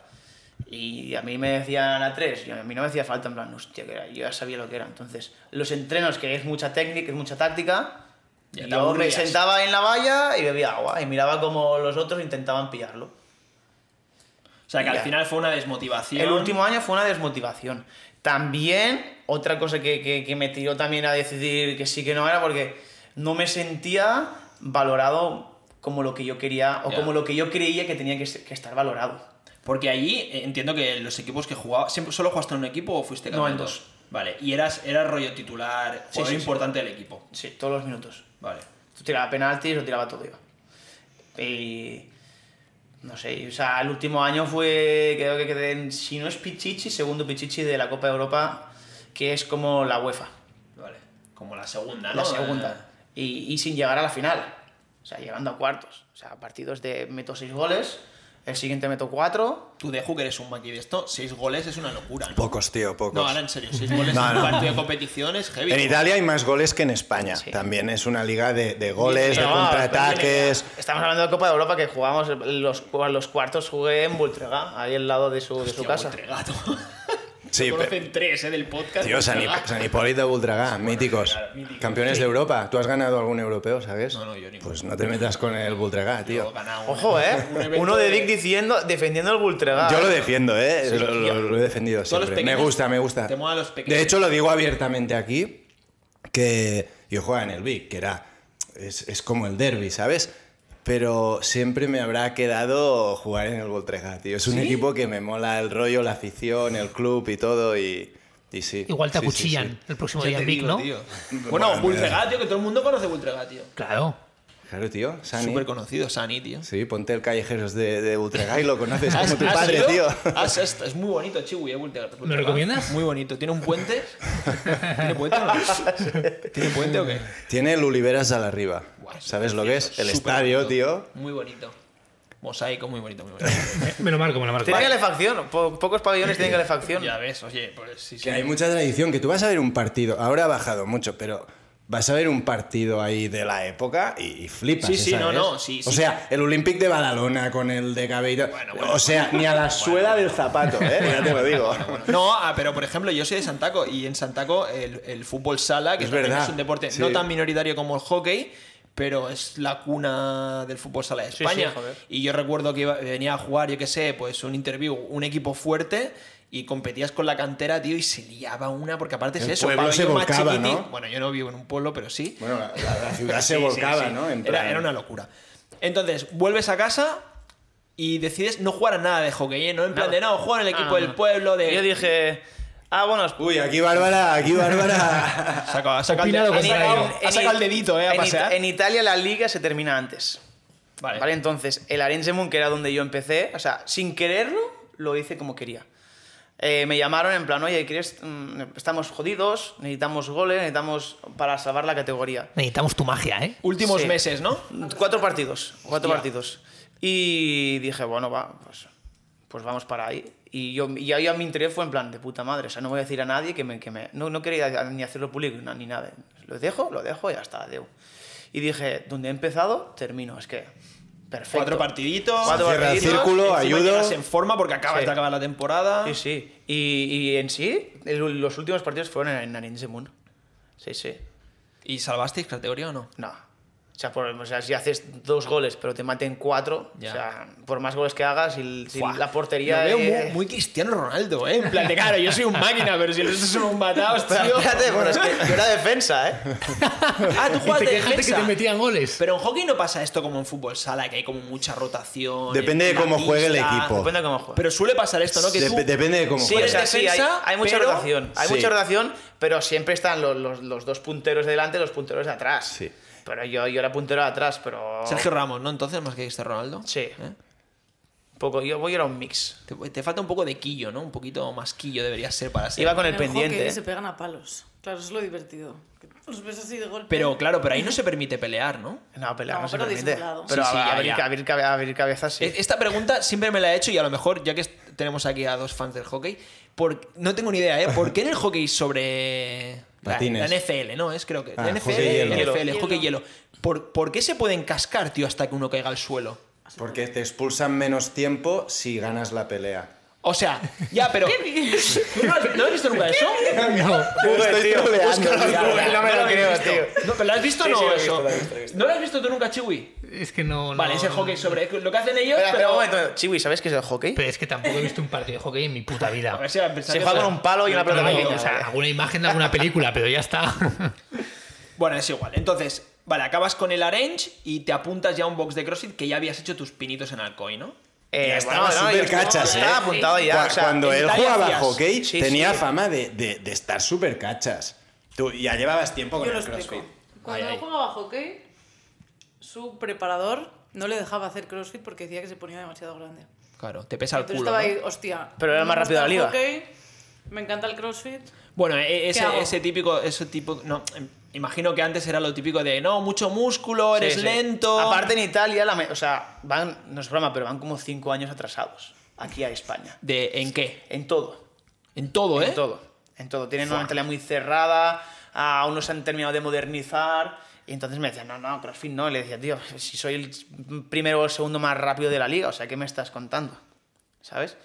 Speaker 5: Y a mí me decían a tres, y a mí no me hacía falta, en plan, hostia, que era, yo ya sabía lo que era. Entonces, los entrenos, que es mucha técnica, es mucha táctica,
Speaker 1: Ya te
Speaker 5: yo me
Speaker 1: aburrías.
Speaker 5: sentaba en la valla y bebía agua y miraba como los otros intentaban pillarlo.
Speaker 1: sea, que al
Speaker 5: Ya.
Speaker 1: final fue una desmotivación.
Speaker 5: El último año fue una desmotivación. También, otra cosa que, que- que me tiró también a decidir que sí que no era porque no me sentía valorado como lo que yo quería o
Speaker 1: Ya.
Speaker 5: como lo que yo creía que tenía que, ser- que estar valorado.
Speaker 1: Porque allí eh, entiendo que los equipos que jugabas. ¿siempre- ¿Solo jugaste en un equipo o fuiste
Speaker 5: No,
Speaker 1: cambiando?
Speaker 5: en dos.
Speaker 1: Vale, y eras, eras rollo titular,
Speaker 5: Sí,
Speaker 1: jugador
Speaker 5: sí, sí.
Speaker 1: importante del equipo.
Speaker 5: Sí, todos los minutos.
Speaker 1: Vale.
Speaker 5: Tú tiraba penaltis, lo tiraba todo yo. Y. No sé, o sea, el último año fue. Creo que quedé en. Si no es Pichichi, segundo Pichichi de la Copa de Europa, que es como la UEFA,
Speaker 1: Vale. Como la segunda, ¿no? Eh,
Speaker 5: la segunda. Ah, eh, Y, y sin llegar a la final. O sea, llegando a cuartos. O sea, partidos de meto seis goles, el siguiente meto cuatro.
Speaker 1: Tú dejo que eres un maqui de esto. Seis goles es una locura. ¿no?
Speaker 2: Pocos, tío, pocos.
Speaker 1: No, ahora en serio, seis goles
Speaker 2: No,
Speaker 1: en
Speaker 2: no.
Speaker 1: un partido de competición es heavy.
Speaker 2: En
Speaker 1: ¿no?
Speaker 2: Italia hay más goles que en España.
Speaker 5: Sí.
Speaker 2: También es una liga de, de goles, de
Speaker 5: Pero vamos,
Speaker 2: contraataques.
Speaker 5: ¿eh? Estamos hablando de Copa de Europa que jugamos los, cua- los cuartos, jugué en Voltrega, ahí al lado de su, de su
Speaker 1: Hostia,
Speaker 5: casa.
Speaker 1: Voltregato.
Speaker 2: (laughs) Sí,
Speaker 1: Lo
Speaker 2: pe-
Speaker 1: (laughs) conocen tres, ¿eh? Del podcast.
Speaker 2: Tío, San, Hip-
Speaker 1: Voltregato.
Speaker 2: San Hipólito Buldragá, míticos.
Speaker 1: claro, míticos.
Speaker 2: Campeones de Europa. ¿Tú has ganado algún europeo, sabes?
Speaker 1: No, no, yo ninguno.
Speaker 2: Pues no te metas con el Buldragá, tío.
Speaker 1: Yo ganaba un-
Speaker 5: Ojo, ¿eh?
Speaker 1: un evento
Speaker 5: Uno de Dick diciendo, defendiendo el Voltregá.
Speaker 2: Yo lo
Speaker 1: Ah,
Speaker 2: defiendo, ¿eh? lo, lo-
Speaker 1: tío.
Speaker 2: lo he defendido
Speaker 1: Tú a los
Speaker 2: siempre. Me
Speaker 1: pequeños-
Speaker 2: gusta, me gusta.
Speaker 1: te mola a los pequeños.
Speaker 2: De hecho, lo digo abiertamente aquí, que yo jugaba en el Big, que era... Es, es como el derby, ¿sabes? Pero siempre me habrá quedado jugar en el Voltregá, tío. Es un equipo que me mola el rollo, la afición, el club y todo, y, y sí.
Speaker 3: Igual te
Speaker 2: Sí, sí, sí.
Speaker 3: acuchillan el próximo
Speaker 1: Ya
Speaker 3: día
Speaker 1: te
Speaker 3: en Vic,
Speaker 1: digo,
Speaker 3: ¿no?
Speaker 1: tío. Bueno,
Speaker 2: Bueno,
Speaker 1: Bultregat, tío, que todo el mundo conoce Bultregat, tío.
Speaker 3: Claro.
Speaker 2: Claro, tío. Sani.
Speaker 1: Súper conocido, Sani, tío.
Speaker 2: Sí, ponte el Callejeros de, de Utrecht y
Speaker 1: (laughs)
Speaker 2: lo conoces
Speaker 1: ¿Has-
Speaker 2: como tu
Speaker 1: Ah, has
Speaker 2: padre,
Speaker 1: ido?
Speaker 2: tío.
Speaker 1: Has- has- ah, es muy bonito, Chiwi, eh, Bultregat.
Speaker 3: ¿Me lo recomiendas?
Speaker 1: Muy bonito. ¿Tiene un puente? ¿Tiene puente
Speaker 2: (laughs)
Speaker 1: o no? ¿Tiene puente o qué?
Speaker 2: Tiene el Oliveras a la arriba.
Speaker 1: Guau, es
Speaker 2: ¿Sabes lo que es? El
Speaker 1: Súper
Speaker 2: estadio,
Speaker 1: bonito.
Speaker 2: tío.
Speaker 1: Muy bonito. Mosaico, muy bonito,
Speaker 2: (laughs)
Speaker 1: muy bonito.
Speaker 3: Me lo marco, me lo marco.
Speaker 5: Tiene calefacción, po- pocos pabellones tienen calefacción.
Speaker 1: ya ves, oye, pues sí, sí.
Speaker 2: Que hay mucha tradición, que tú vas a ver un partido. Ahora ha bajado mucho, pero vas a ver un partido ahí de la época y, y flipas.
Speaker 1: Sí, sí,
Speaker 2: ¿sabes?
Speaker 1: no, no, sí,
Speaker 2: O
Speaker 1: sí.
Speaker 2: sea, el Olympic de Badalona con el de Cabeira.
Speaker 1: Bueno, bueno,
Speaker 2: o sea, ni a la suela del zapato, ¿eh? Ya te
Speaker 1: (laughs)
Speaker 2: lo digo.
Speaker 1: No, ah, pero por ejemplo, yo soy de Santaco y en Santaco el, el fútbol sala, que
Speaker 2: Es
Speaker 1: también
Speaker 2: verdad,
Speaker 1: es un deporte
Speaker 2: sí.
Speaker 1: no tan minoritario como el hockey, pero es la cuna del fútbol sala de
Speaker 5: Sí,
Speaker 1: España.
Speaker 5: sí, joder.
Speaker 1: y yo recuerdo que iba- venía a jugar, yo qué sé, pues un interview, un equipo fuerte. Y competías con la cantera, tío, y se liaba una, porque aparte es
Speaker 2: El
Speaker 1: eso,
Speaker 2: pueblo se
Speaker 1: pabellón más
Speaker 2: volcaba,
Speaker 1: chiquitín.
Speaker 2: ¿no?
Speaker 1: Bueno, yo no vivo en un pueblo, pero sí.
Speaker 2: Bueno, la, la- la ciudad
Speaker 1: Sí,
Speaker 2: se
Speaker 1: sí,
Speaker 2: volcaba,
Speaker 1: sí.
Speaker 2: ¿no? En
Speaker 1: Era,
Speaker 2: plan-
Speaker 1: era una locura. Entonces, vuelves a casa y decides no jugar a nada de hockey, ¿eh? ¿no? En plan
Speaker 5: Nada.
Speaker 1: de, no, jugar en el
Speaker 5: Ah,
Speaker 1: equipo
Speaker 5: no.
Speaker 1: del pueblo, de...
Speaker 5: Yo dije, ah, bueno,
Speaker 2: Uy, aquí Bárbara, aquí Bárbara.
Speaker 1: (laughs) Saca, saca el,
Speaker 3: Opina lo
Speaker 1: ha
Speaker 3: contrario.
Speaker 1: sacado- ha
Speaker 5: en
Speaker 1: sacado el
Speaker 5: It-
Speaker 1: dedito, eh, a
Speaker 5: en It-
Speaker 1: pasear.
Speaker 5: En Italia la liga se termina antes.
Speaker 1: vale.
Speaker 5: Vale. entonces, el Arensemon, que era donde yo empecé, o sea, sin quererlo, lo hice como quería. Eh, me llamaron en plan, oye, ¿quieres, mm, estamos jodidos, necesitamos goles, necesitamos para salvar la categoría.
Speaker 3: Necesitamos tu magia, ¿eh?
Speaker 1: Últimos
Speaker 5: Sí.
Speaker 1: meses, ¿no?
Speaker 5: Cuatro partidos, cuatro
Speaker 1: Hostia.
Speaker 5: partidos. Y dije, bueno, va, pues, pues vamos para ahí. Y yo y ahí a mi interés fue en plan, de puta madre, o sea, no voy a decir a nadie que me... Que me no, no quería ni hacerlo público na- ni nada. Lo dejo, lo dejo y ya está, adeu. Y dije, donde he empezado, termino, es que... Perfecto.
Speaker 1: Cuatro partiditos.
Speaker 5: Cuatro
Speaker 2: Cierra el
Speaker 5: partiditos,
Speaker 2: círculo,
Speaker 1: encima
Speaker 2: ayudo.
Speaker 1: llegas en forma porque acabas
Speaker 5: Sí.
Speaker 1: de acabar la temporada.
Speaker 5: Sí, sí. Y, y en sí, el- los últimos partidos fueron en Arense Moon. Sí, sí.
Speaker 1: ¿Y salvasteis categoría o no?
Speaker 5: No. O sea, por- o sea, si haces dos goles pero te maten cuatro,
Speaker 1: Ya.
Speaker 5: o sea, por más goles que hagas, y, si
Speaker 1: Buah,
Speaker 5: la portería...
Speaker 1: Lo veo
Speaker 5: eh,
Speaker 1: muy, muy Cristiano Ronaldo, ¿eh? En plan de, claro, yo soy un máquina, pero si el resto son un matados,
Speaker 5: Pero
Speaker 1: tío.
Speaker 5: (laughs) espérate, bueno, es que yo era defensa, ¿eh?
Speaker 1: Ah, tú
Speaker 3: Y
Speaker 1: juegas
Speaker 3: te
Speaker 1: de
Speaker 3: quejaste que
Speaker 1: defensa.
Speaker 3: te metían goles.
Speaker 1: Pero en hockey no pasa esto como en fútbol sala, que hay como mucha rotación.
Speaker 2: Depende de
Speaker 1: una
Speaker 2: cómo juegue el
Speaker 1: pista.
Speaker 2: equipo.
Speaker 5: Depende de cómo juegues.
Speaker 1: Pero suele pasar esto, (laughs) ¿no? Que tú-
Speaker 2: Dep- depende de cómo
Speaker 1: Sí,
Speaker 2: juegues.
Speaker 5: o sea, sí, hay,
Speaker 1: defensa,
Speaker 5: hay mucha
Speaker 1: pero-
Speaker 5: rotación. Hay
Speaker 2: Sí.
Speaker 5: mucha rotación, pero siempre están los, los- los dos punteros de delante y los punteros de atrás.
Speaker 2: Sí.
Speaker 5: Pero yo, yo era puntero de atrás, pero...
Speaker 1: Sergio Ramos, ¿no? Entonces, más que Cristiano Ronaldo.
Speaker 5: Sí.
Speaker 1: ¿Eh?
Speaker 5: Poco, yo, yo era un mix.
Speaker 1: Te, te falta un poco de quillo, ¿no? Un poquito más quillo debería ser para ser.
Speaker 5: Iba con el,
Speaker 4: En
Speaker 5: pendiente.
Speaker 4: hockey
Speaker 5: ¿eh?
Speaker 4: se pegan a palos. Claro, eso es lo divertido. Que Los ves así de golpe.
Speaker 1: Pero claro, pero ahí no se permite pelear, ¿no?
Speaker 5: No, pero
Speaker 4: No,
Speaker 5: no se
Speaker 4: pero
Speaker 5: permite.
Speaker 4: disimulado.
Speaker 5: Pero
Speaker 1: Sí, sí,
Speaker 5: a-
Speaker 1: ya,
Speaker 5: abrir,
Speaker 1: ya.
Speaker 5: abrir cabe- abrir cabezas sí.
Speaker 1: E- Esta pregunta siempre me la he hecho y a lo mejor, ya que est- tenemos aquí a dos fans del hockey, por, no tengo ni idea, ¿eh? ¿Por qué en el hockey sobre. la-
Speaker 2: Patines.
Speaker 1: La, NFL, ¿no? Es creo que.
Speaker 2: Ah,
Speaker 1: la NFL,
Speaker 2: hockey hielo.
Speaker 1: NFL,
Speaker 4: Hielo.
Speaker 1: hockey hielo. ¿Por, por qué se pueden cascar, tío, hasta que uno caiga al suelo?
Speaker 2: Porque te expulsan menos tiempo si ganas la pelea.
Speaker 1: O sea, ya,
Speaker 4: (laughs)
Speaker 1: pero. ¿Tú no, has, ¿No has visto nunca eso?
Speaker 3: No.
Speaker 2: estoy troleando.
Speaker 1: Ya,
Speaker 5: no
Speaker 1: ya,
Speaker 5: me lo
Speaker 1: has
Speaker 5: creo,
Speaker 1: visto.
Speaker 5: tío.
Speaker 1: No, ¿Pero lo has visto o
Speaker 5: Sí,
Speaker 1: no
Speaker 5: sí, lo he
Speaker 1: eso?
Speaker 5: visto, lo he visto, lo he visto.
Speaker 1: ¿No lo has visto tú nunca, Chiwi?
Speaker 3: Es que no.
Speaker 1: Vale,
Speaker 3: no-
Speaker 1: ese hockey sobre lo que hacen ellos,
Speaker 5: Espera, espera
Speaker 1: pero.
Speaker 5: un momento. Chiwi, ¿sabes qué es el hockey? Eh,
Speaker 3: Pero es que tampoco he visto un partido de hockey en mi puta vida.
Speaker 1: A ver si la empresa-
Speaker 5: Se juega con un palo y una
Speaker 3: Pero
Speaker 5: pelota
Speaker 3: no,
Speaker 5: pequeña.
Speaker 3: o
Speaker 1: eh.
Speaker 3: sea, alguna imagen de alguna película, pero ya está. (laughs)
Speaker 1: Bueno, es igual. Entonces, vale, acabas con el arrange y te apuntas ya a un box de CrossFit que ya habías hecho tus pinitos en Alcoy, ¿no?
Speaker 5: Eh,
Speaker 2: Ya estaba súper
Speaker 5: yo-
Speaker 2: cachas,
Speaker 5: Estaba
Speaker 2: ¿eh?
Speaker 5: apuntado ya.
Speaker 2: Cua-
Speaker 5: o sea,
Speaker 2: cuando
Speaker 1: en
Speaker 2: él
Speaker 1: Italia
Speaker 2: jugaba
Speaker 1: hacías-
Speaker 2: hockey,
Speaker 5: Sí,
Speaker 2: tenía
Speaker 5: sí.
Speaker 2: fama de, de- de estar súper cachas. Tú ya llevabas tiempo con
Speaker 4: Yo lo
Speaker 2: el
Speaker 4: explico.
Speaker 2: crossfit.
Speaker 4: Cuando
Speaker 2: Ay, ay.
Speaker 4: yo jugaba a hockey, su preparador no le dejaba hacer crossfit porque decía que se ponía demasiado grande.
Speaker 1: Claro, te pesa el
Speaker 4: Entonces
Speaker 1: culo.
Speaker 4: estaba
Speaker 1: ¿no?
Speaker 4: ahí, hostia.
Speaker 5: Pero era
Speaker 4: me
Speaker 5: más rápido
Speaker 4: gusta
Speaker 5: la liga.
Speaker 4: el hockey, me encanta el crossfit.
Speaker 1: Bueno, e- ese,
Speaker 4: hago?
Speaker 1: ese típico, ese tipo, no, em, imagino que antes era lo típico de no, mucho músculo,
Speaker 5: Sí,
Speaker 1: eres
Speaker 5: sí.
Speaker 1: lento.
Speaker 5: Aparte en Italia, la me- o sea, van, no es broma, pero van como cinco años atrasados aquí a España.
Speaker 1: de en qué,
Speaker 5: En todo.
Speaker 1: en todo, ¿eh?
Speaker 5: En todo. En todo. Tienen una mentalidad muy cerrada, ah, aún no se han terminado de modernizar. Y entonces me decían, no, no, CrossFit no. Y le decía, tío, si soy el primero o el segundo más rápido de la liga, o sea, ¿qué me estás contando? ¿Sabes?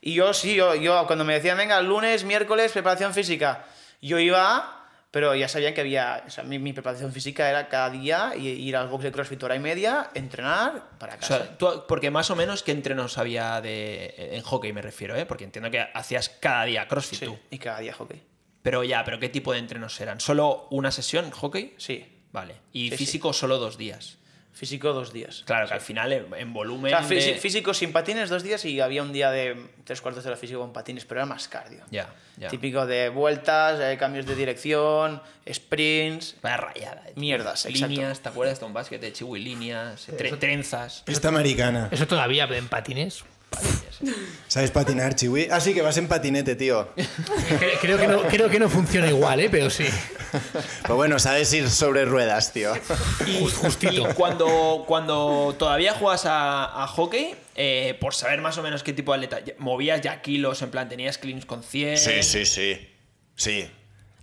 Speaker 5: Y yo sí, yo, yo cuando me decían, venga, lunes, miércoles, preparación física, yo iba, pero ya sabía que había, o sea, mi, mi preparación física era cada día i- ir al box de CrossFit hora y media, entrenar para
Speaker 1: O
Speaker 5: casa.
Speaker 1: sea, tú- porque más o menos qué entrenos había de en hockey me refiero, ¿eh? Porque entiendo que hacías cada día CrossFit
Speaker 5: sí,
Speaker 1: tú.
Speaker 5: y cada día hockey.
Speaker 1: Pero ya, pero qué tipo de entrenos eran? Solo una sesión hockey?
Speaker 5: Sí,
Speaker 1: Vale. Y
Speaker 5: Sí, sí.
Speaker 1: físico solo dos días.
Speaker 5: físico dos días.
Speaker 1: Claro, que al final en, en
Speaker 5: O
Speaker 1: volumen
Speaker 5: sea, físi-
Speaker 1: de-
Speaker 5: físico sin patines dos días y había un día de tres cuartos de la físico con patines, pero era más cardio.
Speaker 1: Ya, ya.
Speaker 5: Típico de vueltas, eh, cambios de dirección, sprints,
Speaker 1: Vaya rayada. eh.
Speaker 5: mierdas, exacto.
Speaker 1: Líneas, ¿te acuerdas de un básquet de chihuahua? Líneas, tre- trenzas.
Speaker 2: Esta americana.
Speaker 3: Eso todavía en patines.
Speaker 2: ¿Sabes patinar, Chiwi? Así que vas en patinete, tío.
Speaker 3: Cre- Creo que, no, creo que no funciona igual, ¿eh? pero sí.
Speaker 2: Pero Pues bueno, sabes ir sobre ruedas, tío.
Speaker 1: Y,
Speaker 3: Just- justito.
Speaker 1: y cuando, cuando todavía juegas a, a hockey, eh, por saber más o menos qué tipo de atleta, ya- movías ya kilos, en plan, tenías cleans con 100.
Speaker 2: Sí, sí, sí. Sí.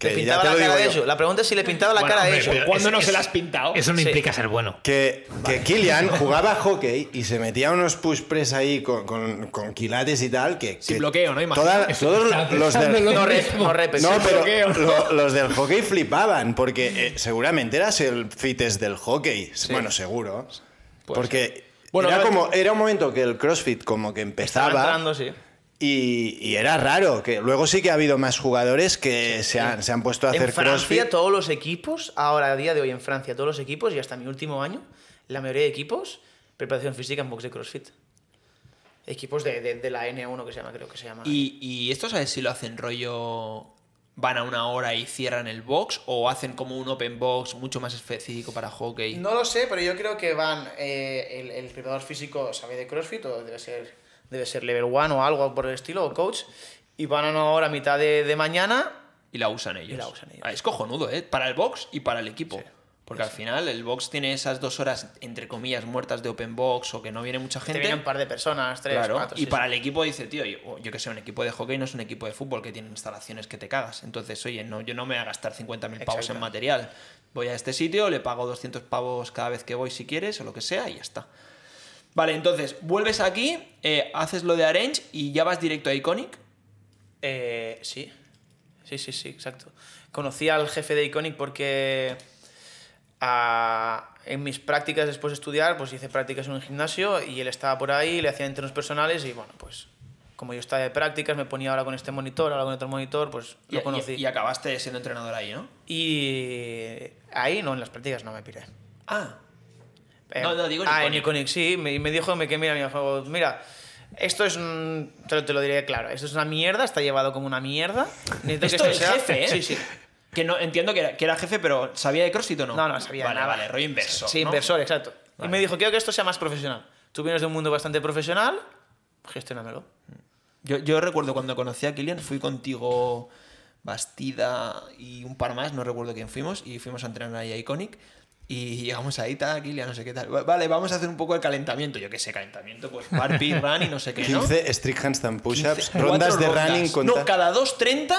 Speaker 5: Le
Speaker 2: Que ya
Speaker 5: pintaba
Speaker 2: te
Speaker 5: la
Speaker 2: lo
Speaker 5: cara
Speaker 2: digo
Speaker 5: de
Speaker 2: yo.
Speaker 5: eso. La pregunta es si le pintaba la
Speaker 1: Bueno,
Speaker 5: cara de
Speaker 1: hombre,
Speaker 5: eso.
Speaker 1: pero- ¿Cuándo no se la has pintado?
Speaker 3: Eso no
Speaker 5: Sí.
Speaker 3: implica ser bueno.
Speaker 2: Que, que
Speaker 5: (laughs)
Speaker 2: Kilian jugaba hockey y se metía unos push press ahí con, con- con quilates y tal. Que,
Speaker 1: Sin
Speaker 2: que
Speaker 1: bloqueo, ¿no? Imagino.
Speaker 2: toda-
Speaker 3: Eso
Speaker 2: todos
Speaker 3: está
Speaker 2: los
Speaker 3: pensando
Speaker 2: del,
Speaker 3: lo
Speaker 5: No, re,
Speaker 3: mismo.
Speaker 5: no repes.
Speaker 1: Pues
Speaker 2: no,
Speaker 5: sí.
Speaker 2: pero lo- los del hockey flipaban porque eh, seguramente eras el fites del hockey. Bueno, seguro. porque
Speaker 1: Pues, Bueno,
Speaker 2: era,
Speaker 1: a ver-
Speaker 2: como, era un momento que el CrossFit como que
Speaker 5: Estaba
Speaker 2: empezaba.
Speaker 5: entrando, sí.
Speaker 2: Y, y era raro, que luego sí que ha habido más jugadores que se, han, se han puesto a hacer
Speaker 5: En Francia,
Speaker 2: crossfit.
Speaker 5: todos los equipos, ahora a día de hoy en Francia, todos los equipos, y hasta mi último año, la mayoría de equipos, preparación física en box de CrossFit. Equipos de, de- de la N1 que se llama, creo que se llama.
Speaker 1: Y, y esto, ¿sabes si lo hacen rollo... Van a una hora y cierran el box o hacen como un open box mucho más específico para hockey?
Speaker 5: No lo sé, pero yo creo que van. eh, el, el preparador físico sabe de CrossFit o debe ser, debe ser level 1 o algo por el estilo, o coach. Y van a una hora a mitad de, de mañana.
Speaker 1: Y la usan ellos.
Speaker 5: Y la usan ellos.
Speaker 1: Ah, Es cojonudo, ¿eh? Para el box y para el equipo. Porque al final el box tiene esas dos horas, entre comillas, muertas de open box o que no viene mucha
Speaker 5: Te
Speaker 1: gente.
Speaker 5: vienen un par de personas, tres,
Speaker 1: Claro,
Speaker 5: cuatro.
Speaker 1: y
Speaker 5: sí,
Speaker 1: para
Speaker 5: sí.
Speaker 1: el equipo dice, tío, yo, yo que sé, un equipo de hockey no es un equipo de fútbol que tiene instalaciones que te cagas. Entonces, oye, no, yo no me voy a gastar 50.000 pavos en
Speaker 5: Exacto.
Speaker 1: material. Voy a este sitio, le pago 200 pavos cada vez que voy si quieres o lo que sea y ya está. Vale, entonces, vuelves aquí, eh, haces lo de Arrange y ya vas directo a Iconic.
Speaker 5: Eh, sí. Sí, sí, sí, exacto. Conocí al jefe de Iconic porque ah, en mis prácticas después de estudiar, pues hice prácticas en un gimnasio y él estaba por ahí, le hacía entrenos personales y bueno, pues como yo estaba de prácticas, me ponía ahora con este monitor, ahora con otro monitor, pues
Speaker 1: Y-
Speaker 5: lo conocí.
Speaker 1: Y, y acabaste siendo entrenador ahí, ¿no?
Speaker 5: Y ahí no, en las prácticas no me piré.
Speaker 1: Ah,
Speaker 5: Eh,
Speaker 1: No, no, digo en
Speaker 5: Ah, en
Speaker 1: Iconic.
Speaker 5: Iconic sí, me, me dijo me que mira, mira, Fabo, mira, esto es un- te lo, te lo diré claro, esto es una mierda, está llevado como una mierda. Necesito
Speaker 1: esto es jefe, ¿eh?
Speaker 5: Sí, sí.
Speaker 1: Que no, entiendo que era, que era jefe, pero ¿sabía de CrossFit o no?
Speaker 5: No, no sabía
Speaker 1: Vale,
Speaker 5: nada.
Speaker 1: vale, rollo inversor.
Speaker 5: Sí,
Speaker 1: ¿no?
Speaker 5: inversor, exacto.
Speaker 1: Vale.
Speaker 5: Y me dijo, quiero que esto sea más profesional. Tú vienes de un mundo bastante profesional, gestionamelo.
Speaker 1: Yo, yo recuerdo cuando conocí a Kilian, fui contigo Bastida y un par más, no recuerdo quién fuimos, y fuimos a entrenar ahí a Iconic. Y llegamos ahí, tal, Kilian, no sé qué tal. Va- Vale, vamos a hacer un poco el calentamiento. Yo qué sé, calentamiento, pues
Speaker 2: (laughs)
Speaker 1: burpee, run y no sé qué, ¿no?
Speaker 2: 15 strict handstand push-ups,
Speaker 1: 15,
Speaker 2: rondas
Speaker 1: cuatro
Speaker 2: de
Speaker 1: rondas.
Speaker 2: running con
Speaker 1: No, cada 2.30,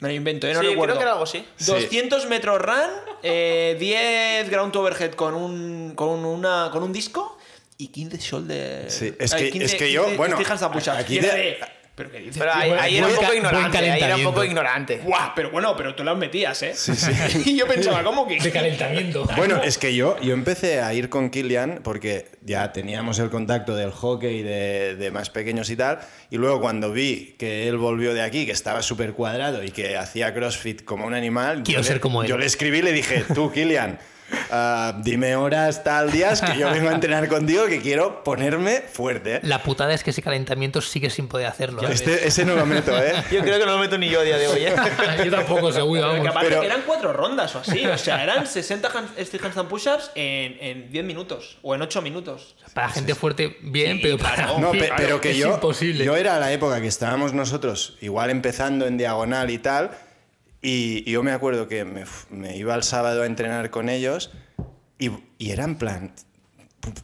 Speaker 1: me lo invento, ¿eh? no
Speaker 5: sí,
Speaker 1: recuerdo.
Speaker 5: creo que era algo así.
Speaker 2: Sí.
Speaker 1: 200 metros run, eh, 10 ground to overhead con un, con, una, con un disco y 15 shoulder. Ah,
Speaker 2: Sí, es
Speaker 1: ay,
Speaker 2: que, es que yo, bueno,
Speaker 1: stick hands and push-ups.
Speaker 2: aquí
Speaker 1: Y era
Speaker 2: de-
Speaker 1: de, Pero que dices,
Speaker 5: Pero
Speaker 1: tío,
Speaker 5: ahí,
Speaker 1: bueno,
Speaker 5: ahí era un
Speaker 3: buen
Speaker 5: poco
Speaker 3: ca-
Speaker 5: ignorante.
Speaker 3: buen
Speaker 5: Ahí era un poco
Speaker 3: calentamiento.
Speaker 5: ignorante.
Speaker 1: Guau, pero bueno, pero tú las metías, ¿eh? (laughs) y yo pensaba, ¿cómo que?
Speaker 3: De calentamiento.
Speaker 2: Bueno, es que yo, yo empecé a ir con Kilian porque ya teníamos el contacto del hockey de, de más pequeños y tal. Y luego cuando vi que él volvió de aquí, que estaba súper cuadrado y que hacía CrossFit como un animal, yo
Speaker 3: Quiero
Speaker 2: le-
Speaker 3: ser como él.
Speaker 2: Yo le escribí y le dije, tú, Kilian. ah, dime horas tal días que yo vengo a entrenar contigo que quiero ponerme fuerte. ¿eh?".
Speaker 3: La putada es que ese calentamiento sigue sin poder hacerlo. ¿eh?
Speaker 2: Este, ese no lo meto,
Speaker 3: (laughs)
Speaker 2: ¿eh?
Speaker 5: Yo creo que no lo meto ni yo a día de hoy. ¿eh?
Speaker 3: Yo tampoco,
Speaker 1: (laughs)
Speaker 3: seguro,
Speaker 1: Pero que
Speaker 3: vamos.
Speaker 1: aparte
Speaker 2: Pero-
Speaker 1: eran cuatro rondas o así. O sea, eran 60 hand, este handstand push-ups en, en 10 minutos o en 8 minutos.
Speaker 3: Para gente fuerte, bien,
Speaker 1: Sí,
Speaker 3: pero para.
Speaker 1: claro.
Speaker 2: No,
Speaker 3: mí
Speaker 2: pe- pero que
Speaker 3: Ah, es
Speaker 2: yo,
Speaker 3: imposible.
Speaker 2: yo era la época que estábamos nosotros igual empezando en diagonal y tal, y, y yo me acuerdo que me, f- me iba el sábado a entrenar con ellos y, y era en plan,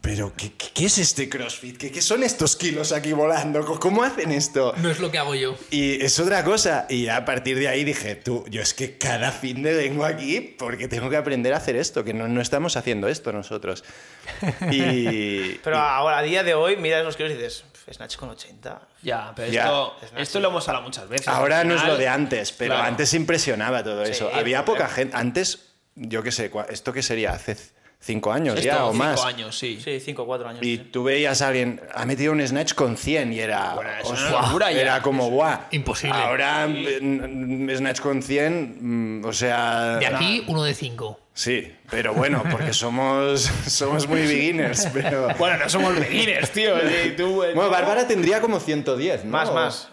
Speaker 2: pero ¿qué, qué- qué es este CrossFit? ¿Qué, qué son estos kilos aquí volando? ¿Cómo- ¿Cómo hacen esto?
Speaker 3: No es lo que hago yo.
Speaker 2: Y es otra cosa, y a partir de ahí dije, tú, yo es que cada fin de vengo aquí porque tengo que aprender a hacer esto, que no, no estamos haciendo esto nosotros.
Speaker 5: (laughs)
Speaker 2: Y,
Speaker 5: Pero ahora, a día de hoy, miras los kilos y dices, Snatch con 80.
Speaker 1: Ya, pero
Speaker 2: Ya.
Speaker 1: esto,
Speaker 5: Es
Speaker 1: esto lo hemos hablado muchas veces.
Speaker 2: Ahora
Speaker 1: Al
Speaker 2: no es
Speaker 1: final-
Speaker 2: lo de antes, pero
Speaker 1: Claro.
Speaker 2: antes impresionaba todo
Speaker 5: Sí,
Speaker 2: eso. Había
Speaker 5: joder.
Speaker 2: poca gente. Antes, yo qué sé, cua- ¿esto qué sería? Hace c- cinco años
Speaker 1: Esto,
Speaker 2: ya o
Speaker 1: cinco
Speaker 2: más.
Speaker 1: años, sí.
Speaker 5: Sí, 5 o 4 años.
Speaker 2: Y
Speaker 5: sí.
Speaker 2: tú veías a alguien, ha metido un snatch con 100 y era.
Speaker 1: Bueno, es una
Speaker 2: "Ostras",
Speaker 1: locura ya.
Speaker 2: Era como, guau.
Speaker 3: imposible.
Speaker 2: Ahora, eh, n- n- snatch con 100, mm, o sea.
Speaker 3: De aquí, uno de cinco.
Speaker 2: Sí, pero bueno, porque somos, (laughs) somos muy
Speaker 1: (laughs)
Speaker 2: beginners. Pero...
Speaker 1: Bueno, no somos beginners, tío. Sí, tú, eh,
Speaker 2: Bueno,
Speaker 1: no.
Speaker 2: Bárbara tendría como 110, ¿no?
Speaker 5: Más, más.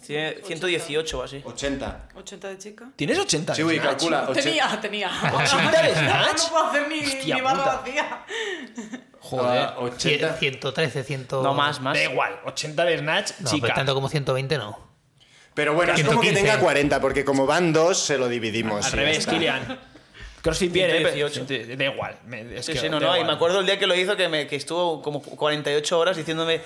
Speaker 5: Cien- 118 o así.
Speaker 2: 80.
Speaker 4: 80 de chica.
Speaker 1: ¿Tienes 80?
Speaker 2: Sí, uy,
Speaker 1: snatch?
Speaker 2: calcula. 80.
Speaker 1: (laughs)
Speaker 4: Tenía, tenía.
Speaker 1: ¿80 de
Speaker 4: Ahora
Speaker 1: snatch?
Speaker 4: (laughs) No puedo hacer ni,
Speaker 1: Hostia
Speaker 4: ni barra
Speaker 1: puta.
Speaker 4: vacía.
Speaker 1: Joder.
Speaker 2: Ah, 80.
Speaker 3: Cien- 113, 100.
Speaker 5: No más, más.
Speaker 1: Da igual, 80 de Snatch,
Speaker 3: No, pero
Speaker 1: chica.
Speaker 3: tanto como 120 no.
Speaker 2: Pero bueno, es como que
Speaker 3: 115.
Speaker 2: tenga 40, porque como van dos, se lo dividimos.
Speaker 1: Al
Speaker 2: y ya
Speaker 1: revés,
Speaker 2: está.
Speaker 1: Kilian. CrossFit bien, eh,
Speaker 5: 118.
Speaker 1: pero- Da igual. me- es
Speaker 5: Sí,
Speaker 1: que
Speaker 5: sí, no,
Speaker 1: da
Speaker 5: no. Y
Speaker 1: igual.
Speaker 5: me acuerdo el día que lo hizo que, me, que estuvo como 48 horas diciéndome,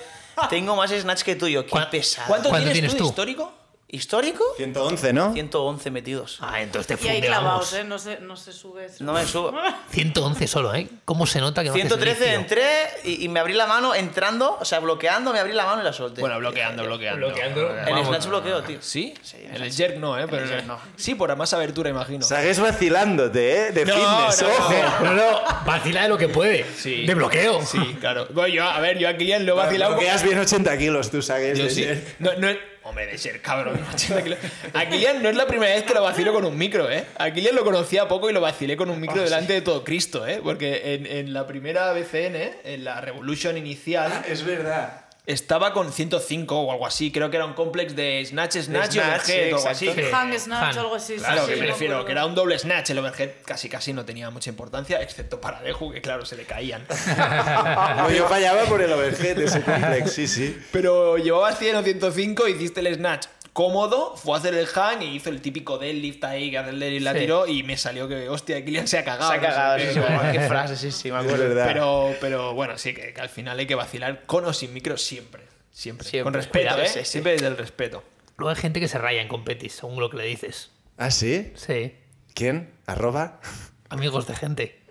Speaker 5: tengo más snatch que tú. Y yo, qué
Speaker 3: ¿Cuán-
Speaker 5: pesado.
Speaker 1: ¿Cuánto,
Speaker 3: ¿Cuánto
Speaker 1: tienes,
Speaker 3: tienes
Speaker 1: tú,
Speaker 3: tú?
Speaker 1: de histórico?
Speaker 5: ¿Histórico?
Speaker 2: 111, ¿no?
Speaker 5: 111 metidos.
Speaker 3: Ah, entonces te
Speaker 4: Y ahí
Speaker 3: funde,
Speaker 4: clavados,
Speaker 3: vamos.
Speaker 4: ¿eh? No se, no se sube eso.
Speaker 5: No me subo.
Speaker 1: (laughs)
Speaker 3: 111 solo, ¿eh? ¿Cómo se nota que no haces
Speaker 5: 113
Speaker 3: ni, tío?
Speaker 5: entré y, y me abrí la mano entrando, o sea, bloqueando, me abrí la mano y la solté.
Speaker 1: Bueno, bloqueando, bloqueando.
Speaker 3: Bloqueando.
Speaker 5: El
Speaker 3: Vamos.
Speaker 5: snatch bloqueo, tío.
Speaker 1: ¿Sí?
Speaker 5: Sí,
Speaker 1: en el jerk no, ¿eh? Pero
Speaker 5: el jerk no.
Speaker 1: Sí, por más abertura, imagino.
Speaker 2: Sagues vacilándote, ¿eh? De
Speaker 1: No,
Speaker 2: fitness,
Speaker 1: no,
Speaker 2: ojo.
Speaker 3: No, no, vacila de lo que puede.
Speaker 1: Sí.
Speaker 3: De bloqueo.
Speaker 1: Sí, claro. Bueno, yo, a ver, yo a Kilian lo he vacilado.
Speaker 2: Lo quedas bien 80 kilos, tú sagues.
Speaker 1: Yo
Speaker 2: de (laughs)
Speaker 1: sí.
Speaker 2: ser.
Speaker 1: No, no es- Hombre, de ser cabrón, (laughs) 80 kilos. A Kilian no es la primera vez que lo vacilo con un micro, ¿eh? A Kilian lo conocía poco y lo vacilé con un micro delante de todo Cristo, ¿eh? Porque en, en la primera BCN, en la Revolution inicial,
Speaker 2: Es verdad.
Speaker 1: estaba con 105 o algo así. Creo que era un complex de Snatch, Snatch, y
Speaker 5: snatch,
Speaker 1: Overhead
Speaker 5: sí,
Speaker 1: o algo así.
Speaker 5: exacto.
Speaker 4: Hang, snatch,
Speaker 3: Han.
Speaker 4: algo así. sí,
Speaker 1: Claro,
Speaker 4: sí,
Speaker 1: que
Speaker 4: sí,
Speaker 1: me
Speaker 4: me
Speaker 1: refiero,
Speaker 4: acuerdo.
Speaker 1: que era un doble snatch, el overhead casi casi no tenía mucha importancia, excepto para Deju, que claro, se le caían.
Speaker 2: yo fallaba por el overhead ese complex, sí, sí.
Speaker 1: Pero llevabas 100 o 105, hiciste el snatch cómodo, fue a hacer el hang y hizo el típico deadlift ahí, que hace el deadlift la
Speaker 3: Sí.
Speaker 1: tiró y me salió que, hostia, Kilian se ha cagado.
Speaker 5: Se ha
Speaker 1: no sé
Speaker 5: cagado,
Speaker 1: qué,
Speaker 5: sí, sí,
Speaker 1: ¿no?
Speaker 5: qué frase, sí, sí, me
Speaker 2: Es (laughs)
Speaker 5: acuerdo.
Speaker 2: verdad.
Speaker 1: Pero, pero bueno, sí, que, que al final hay que vacilar con o sin micro siempre. Siempre.
Speaker 5: Siempre.
Speaker 1: Con respeto,
Speaker 5: Cuidado,
Speaker 1: ¿eh?
Speaker 5: sí, sí.
Speaker 1: Siempre desde el respeto.
Speaker 3: (laughs) Luego hay gente que se raya en competis, según lo que le dices.
Speaker 2: ¿Ah, sí?
Speaker 3: Sí.
Speaker 2: ¿Quién? ¿Arroba?
Speaker 3: Amigos de gente.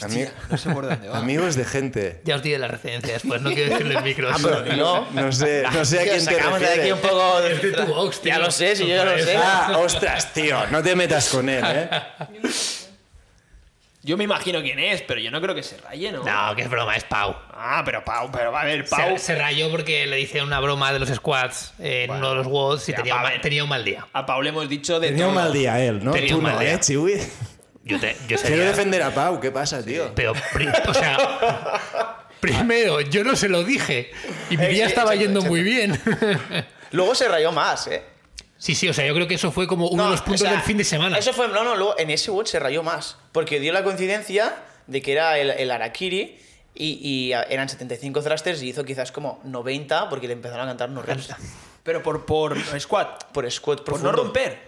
Speaker 2: Ami-
Speaker 1: No sé por dónde va.
Speaker 2: Amigos de gente.
Speaker 3: Ya os diré la referencia después, no quiero decirlo
Speaker 2: (laughs)
Speaker 3: en micro.
Speaker 5: No,
Speaker 2: Ah, No sé, no sé a
Speaker 5: Tío,
Speaker 2: quién te
Speaker 5: sacamos de aquí un
Speaker 2: refieres.
Speaker 5: poco de-
Speaker 3: Es de tu box, tío.
Speaker 5: Ya lo sé, si yo ya lo sé.
Speaker 2: Ah, ostras, tío, no te metas con él, ¿eh?
Speaker 1: Yo me imagino quién es, pero yo no creo que se raye, ¿no?
Speaker 3: No, que es broma, es Pau.
Speaker 1: Ah, pero Pau, pero a ver, Pau.
Speaker 3: Se, se rayó porque le hice una broma de los squats en uno de los WODs y
Speaker 1: ya,
Speaker 3: tenía, un
Speaker 1: va a
Speaker 3: mal,
Speaker 1: ver.
Speaker 3: tenía un mal día.
Speaker 1: A Pau le hemos dicho de
Speaker 2: Tenía un
Speaker 1: todo.
Speaker 2: mal día él, ¿no?
Speaker 3: Tenía
Speaker 2: Tú
Speaker 3: un mal
Speaker 2: no,
Speaker 3: día.
Speaker 2: ¿eh, Chiwi?
Speaker 3: Yo, te, yo
Speaker 2: Quiero
Speaker 3: sería-
Speaker 2: defender a Pau, ¿qué pasa, tío?
Speaker 3: Pero, pri- o sea, (laughs) primero, yo no se lo dije y mi día estaba yendo muy bien. (laughs)
Speaker 5: Luego se rayó más, ¿eh?
Speaker 3: Sí, sí, o sea, yo creo que eso fue como uno de los puntos
Speaker 5: o sea,
Speaker 3: del fin de semana.
Speaker 5: Eso fue, no, no, luego en ese WOD se rayó más. Porque dio la coincidencia de que era el, el Arakiri y, y a- eran 75 thrusters y hizo quizás como 90 porque le empezaron a cantar no reps.
Speaker 1: Pero por, por squat.
Speaker 5: Por squat
Speaker 1: Por no
Speaker 5: profundo.
Speaker 1: romper.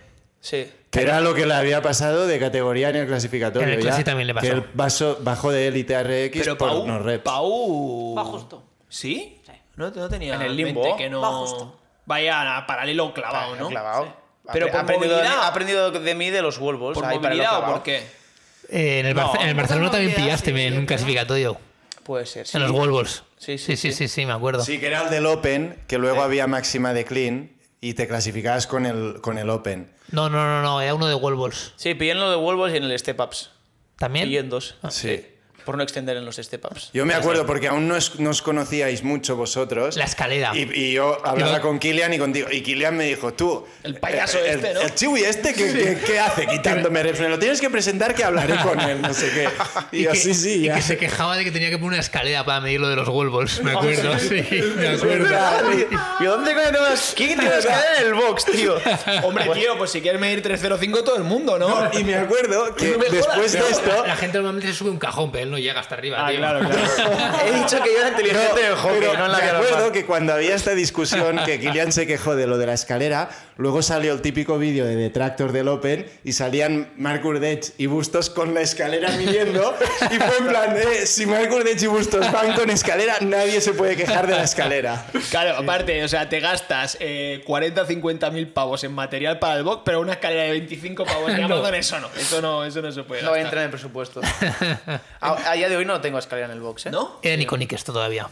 Speaker 5: Sí.
Speaker 2: Que era lo que le había pasado de categoría en el clasificatorio.
Speaker 3: En el
Speaker 2: ya,
Speaker 3: clasi también le pasó.
Speaker 2: Que él baso- bajó de élite a RX
Speaker 1: Pero
Speaker 2: por
Speaker 1: Pau.
Speaker 2: no reps.
Speaker 1: Pau.
Speaker 4: Va justo.
Speaker 1: ¿Sí?
Speaker 4: Sí.
Speaker 1: No, no tenía.
Speaker 5: En el
Speaker 1: mente
Speaker 5: limbo.
Speaker 1: Que no...
Speaker 4: Va justo.
Speaker 1: Vaya a paralelo clavado, Ah, ¿no?
Speaker 5: Ah, Clavado. Ha
Speaker 1: Pero
Speaker 5: apre-
Speaker 1: por
Speaker 5: ha aprendido, de mí,
Speaker 1: movilidad.
Speaker 5: ha aprendido de mí de los wall balls.
Speaker 1: ¿Por
Speaker 5: ahí, para el
Speaker 1: movilidad o
Speaker 5: clavado.
Speaker 1: por qué?
Speaker 3: Eh, en, el Barce-
Speaker 5: No,
Speaker 3: en el Barcelona
Speaker 4: no
Speaker 3: también
Speaker 4: queda
Speaker 3: pillaste
Speaker 4: así,
Speaker 3: men, en un
Speaker 4: ¿verdad?
Speaker 3: clasificatorio.
Speaker 5: Puede ser. sí.
Speaker 3: En los Wolves.
Speaker 5: Sí,
Speaker 3: sí,
Speaker 5: sí,
Speaker 3: sí,
Speaker 5: sí.
Speaker 3: sí, me acuerdo.
Speaker 2: Sí, que era el del Open, que luego había máxima de clean y te clasificabas con el, con el Open.
Speaker 3: No, no, no, no, era uno de Wolves.
Speaker 5: Sí, pillé en lo de Wolves y en el Step Ups.
Speaker 3: ¿También?
Speaker 5: Pillé en dos.
Speaker 3: Ah.
Speaker 2: Sí.
Speaker 5: Por no extender en los Step Ups.
Speaker 2: Yo me acuerdo porque aún no os, no os conocíais mucho vosotros.
Speaker 3: La escalera.
Speaker 2: Y, y yo hablaba
Speaker 3: Yo-
Speaker 2: con Kilian y contigo. Y Kilian me dijo, tú.
Speaker 1: El payaso
Speaker 2: eh,
Speaker 1: este,
Speaker 2: el-
Speaker 1: ¿no?
Speaker 2: El chiwi este, ¿qué, qué- qué hace
Speaker 3: (laughs)
Speaker 2: quitándome reflejo? Me lo tienes que presentar que hablaré con él, no sé qué. Y, yo,
Speaker 3: que,
Speaker 2: sí, sí,
Speaker 3: y
Speaker 2: ya.
Speaker 3: que se quejaba de que tenía que poner una escalera para medir lo de los Wolves. Me acuerdo, sí,
Speaker 2: (laughs)
Speaker 3: me
Speaker 2: Es
Speaker 3: acuerdo.
Speaker 2: verdad.
Speaker 5: ¿Y dónde coño
Speaker 1: (laughs)
Speaker 5: te vas? ¿Quién (laughs) te vas a quedar en el box, tío? (laughs)
Speaker 1: Hombre, tío, pues si quieres medir 305 todo el mundo, ¿no?
Speaker 2: No, y me acuerdo que
Speaker 1: No me jodas.
Speaker 2: después de esto.
Speaker 3: La gente normalmente se sube un cajón, pero él no llega hasta arriba.
Speaker 5: Ah,
Speaker 1: Ah,
Speaker 3: tío. (laughs)
Speaker 5: (laughs) He dicho que yo era inteligente en el hockey,
Speaker 2: pero
Speaker 5: no en la
Speaker 2: me
Speaker 5: vida
Speaker 2: acuerdo
Speaker 5: normal.
Speaker 2: que cuando había esta discusión
Speaker 5: (laughs)
Speaker 2: que Kilian se quejó de lo de la escalera, luego salió el típico vídeo de Detractor del Open y salían Marc Urdech y Bustos con la escalera midiendo y fue en plan, eh, si Marc Urdech y Bustos van con escalera, nadie se puede quejar de la escalera.
Speaker 1: Claro, aparte, o sea, te gastas eh, 40 o 50 mil pavos en material para el box, pero una escalera de 25 pavos de
Speaker 5: (laughs)
Speaker 3: No.
Speaker 1: Amazon, eso no. Eso no, eso no se puede.
Speaker 5: No
Speaker 1: gastar.
Speaker 5: entra en el presupuesto. (laughs) A, a día de hoy no tengo escalera en el box, ¿eh?
Speaker 1: ¿No?
Speaker 3: Era Nico Niques todavía.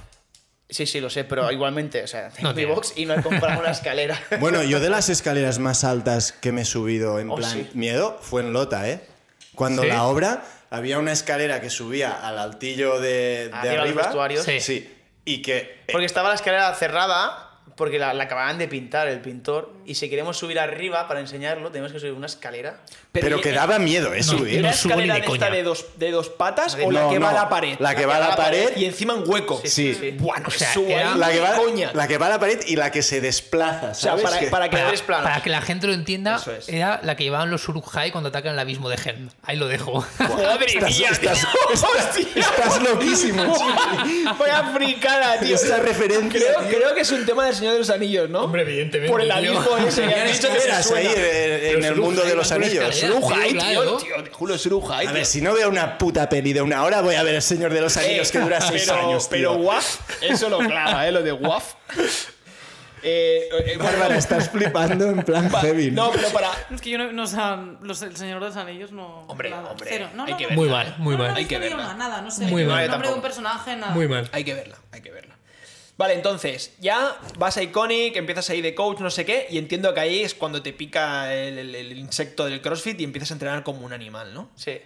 Speaker 5: Sí, sí, lo sé,
Speaker 1: Mm.
Speaker 5: pero igualmente, o sea,
Speaker 3: No
Speaker 5: tengo mi
Speaker 3: tiene.
Speaker 5: box y no he
Speaker 1: (laughs)
Speaker 5: comprado una escalera.
Speaker 2: Bueno, yo de las escaleras más altas que me he subido en
Speaker 5: Oh,
Speaker 2: plan
Speaker 5: sí.
Speaker 2: miedo fue en Lota, ¿eh? Cuando
Speaker 3: ¿Sí?
Speaker 2: la obra había una escalera que subía al altillo de, de
Speaker 5: Arriba los
Speaker 2: arriba.
Speaker 5: vestuarios.
Speaker 3: Sí.
Speaker 2: Sí. Y que eh,
Speaker 5: Porque estaba la escalera cerrada, porque la, la acababan de pintar el pintor, y si queremos subir arriba para enseñarlo, tenemos que subir una escalera.
Speaker 2: Pero, que daba miedo, ¿eh?
Speaker 3: No,
Speaker 2: subir.
Speaker 1: ¿Era
Speaker 3: no subo ni
Speaker 1: escalera
Speaker 3: de
Speaker 1: de esta
Speaker 3: coña.
Speaker 1: de dos, de dos patas o
Speaker 2: No,
Speaker 1: la que va a
Speaker 2: no,
Speaker 1: la pared?
Speaker 2: la que va a la pared.
Speaker 1: Y encima en hueco.
Speaker 2: Sí.
Speaker 1: Bueno,
Speaker 3: sea,
Speaker 1: subo
Speaker 3: era-
Speaker 1: ahí,
Speaker 2: La que, va,
Speaker 1: coña.
Speaker 2: la que va a la pared y la que se desplaza,
Speaker 1: o sea,
Speaker 2: ¿sabes?
Speaker 1: para,
Speaker 2: Que-
Speaker 1: para que
Speaker 5: Para-
Speaker 1: des-
Speaker 5: planos.
Speaker 3: Para que la gente lo entienda,
Speaker 1: Eso es.
Speaker 3: era la que llevaban los Surukhai cuando atacan el abismo de Helm. Ahí lo dejo.
Speaker 1: ¡Madre
Speaker 2: Estás-
Speaker 1: mía,
Speaker 2: estás-
Speaker 1: tío! (laughs)
Speaker 2: Estás loquísimo, chico.
Speaker 1: ¡Hostia! Vaya fricada,
Speaker 2: (laughs)
Speaker 1: tío.
Speaker 2: Esta referencia,
Speaker 1: Creo,
Speaker 2: tío.
Speaker 1: creo que es un tema del Señor de los Anillos, ¿no?
Speaker 3: Hombre, evidentemente,
Speaker 1: Por el
Speaker 3: tío.
Speaker 1: abismo ese
Speaker 3: (laughs)
Speaker 1: que han dicho que se
Speaker 2: Escaleras ahí
Speaker 1: suena.
Speaker 2: eh, en,
Speaker 3: Pero
Speaker 2: el
Speaker 3: Suruja,
Speaker 2: mundo de
Speaker 3: iban
Speaker 2: los
Speaker 3: con
Speaker 2: anillos.
Speaker 3: escaleras.
Speaker 1: Suruja, eh,
Speaker 3: Claro.
Speaker 1: tío, tío. Te juro, Suruja, eh,
Speaker 2: A
Speaker 1: tío.
Speaker 2: ver, si no veo una puta peli de una hora, voy a ver El Señor de los Anillos,
Speaker 1: Eh,
Speaker 2: que dura seis
Speaker 1: (laughs) pero,
Speaker 2: años, tío.
Speaker 1: Pero WAF, eso lo clava, ¿eh? Lo de WAF. Eh, eh, bueno,
Speaker 2: Bárbara, estás flipando en plan
Speaker 1: pa-
Speaker 2: heavy.
Speaker 1: No, pero para...
Speaker 4: Es que yo no, no o sea, los, el Señor de los Anillos no.
Speaker 1: Hombre,
Speaker 4: nada,
Speaker 1: hombre,
Speaker 4: Cero. No,
Speaker 1: hay
Speaker 4: no,
Speaker 1: que
Speaker 4: no,
Speaker 1: ver.
Speaker 3: (laughs) Muy mal, muy
Speaker 4: no, no, no,
Speaker 1: Hay
Speaker 3: mal.
Speaker 4: no
Speaker 1: que
Speaker 4: sabía
Speaker 1: verla.
Speaker 4: Nada, no sé.
Speaker 3: Muy
Speaker 4: el
Speaker 3: mal.
Speaker 4: nombre
Speaker 5: No,
Speaker 4: de
Speaker 5: yo
Speaker 4: un
Speaker 5: tampoco.
Speaker 4: personaje, nada.
Speaker 3: Muy mal.
Speaker 1: Hay que verla, hay que verla. Vale, entonces, ya vas a Iconic, empiezas ahí de coach, no sé qué, y entiendo que ahí es cuando te pica el, el- el insecto del CrossFit y empiezas a entrenar como un animal, ¿no?
Speaker 5: Sí.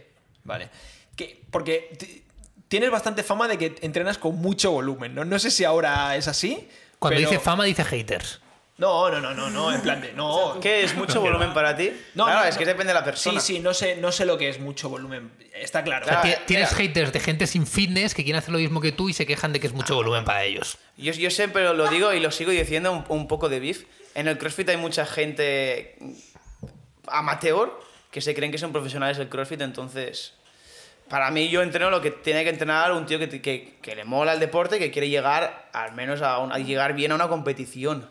Speaker 1: Vale. Que, porque t- tienes bastante fama de que entrenas con mucho volumen, ¿no? No sé si ahora es así.
Speaker 3: Cuando
Speaker 1: pero-
Speaker 3: dice fama, dice haters.
Speaker 1: No, no, no, no, no, en plan de. No.
Speaker 5: ¿Qué es
Speaker 1: (laughs)
Speaker 5: mucho volumen para ti?
Speaker 1: No,
Speaker 5: claro,
Speaker 1: no,
Speaker 5: es
Speaker 1: no.
Speaker 5: que depende de la
Speaker 1: Sí,
Speaker 5: persona.
Speaker 1: sí, no sé, no sé lo que es mucho volumen. Está claro.
Speaker 5: Claro. Ah,
Speaker 3: Ti-
Speaker 5: eh,
Speaker 3: Tienes
Speaker 5: mira.
Speaker 3: haters de gente sin fitness que quieren hacer lo mismo que tú y se quejan de que es
Speaker 5: Ah.
Speaker 3: mucho volumen para ellos.
Speaker 5: Yo, yo siempre lo digo y lo sigo diciendo un, un poco de beef. En el CrossFit hay mucha gente amateur que se creen que son profesionales del CrossFit, entonces... Para mí yo entreno lo que tiene que entrenar un tío que, te- que- que le mola el deporte, que quiere llegar al menos a, un- a llegar bien a una competición.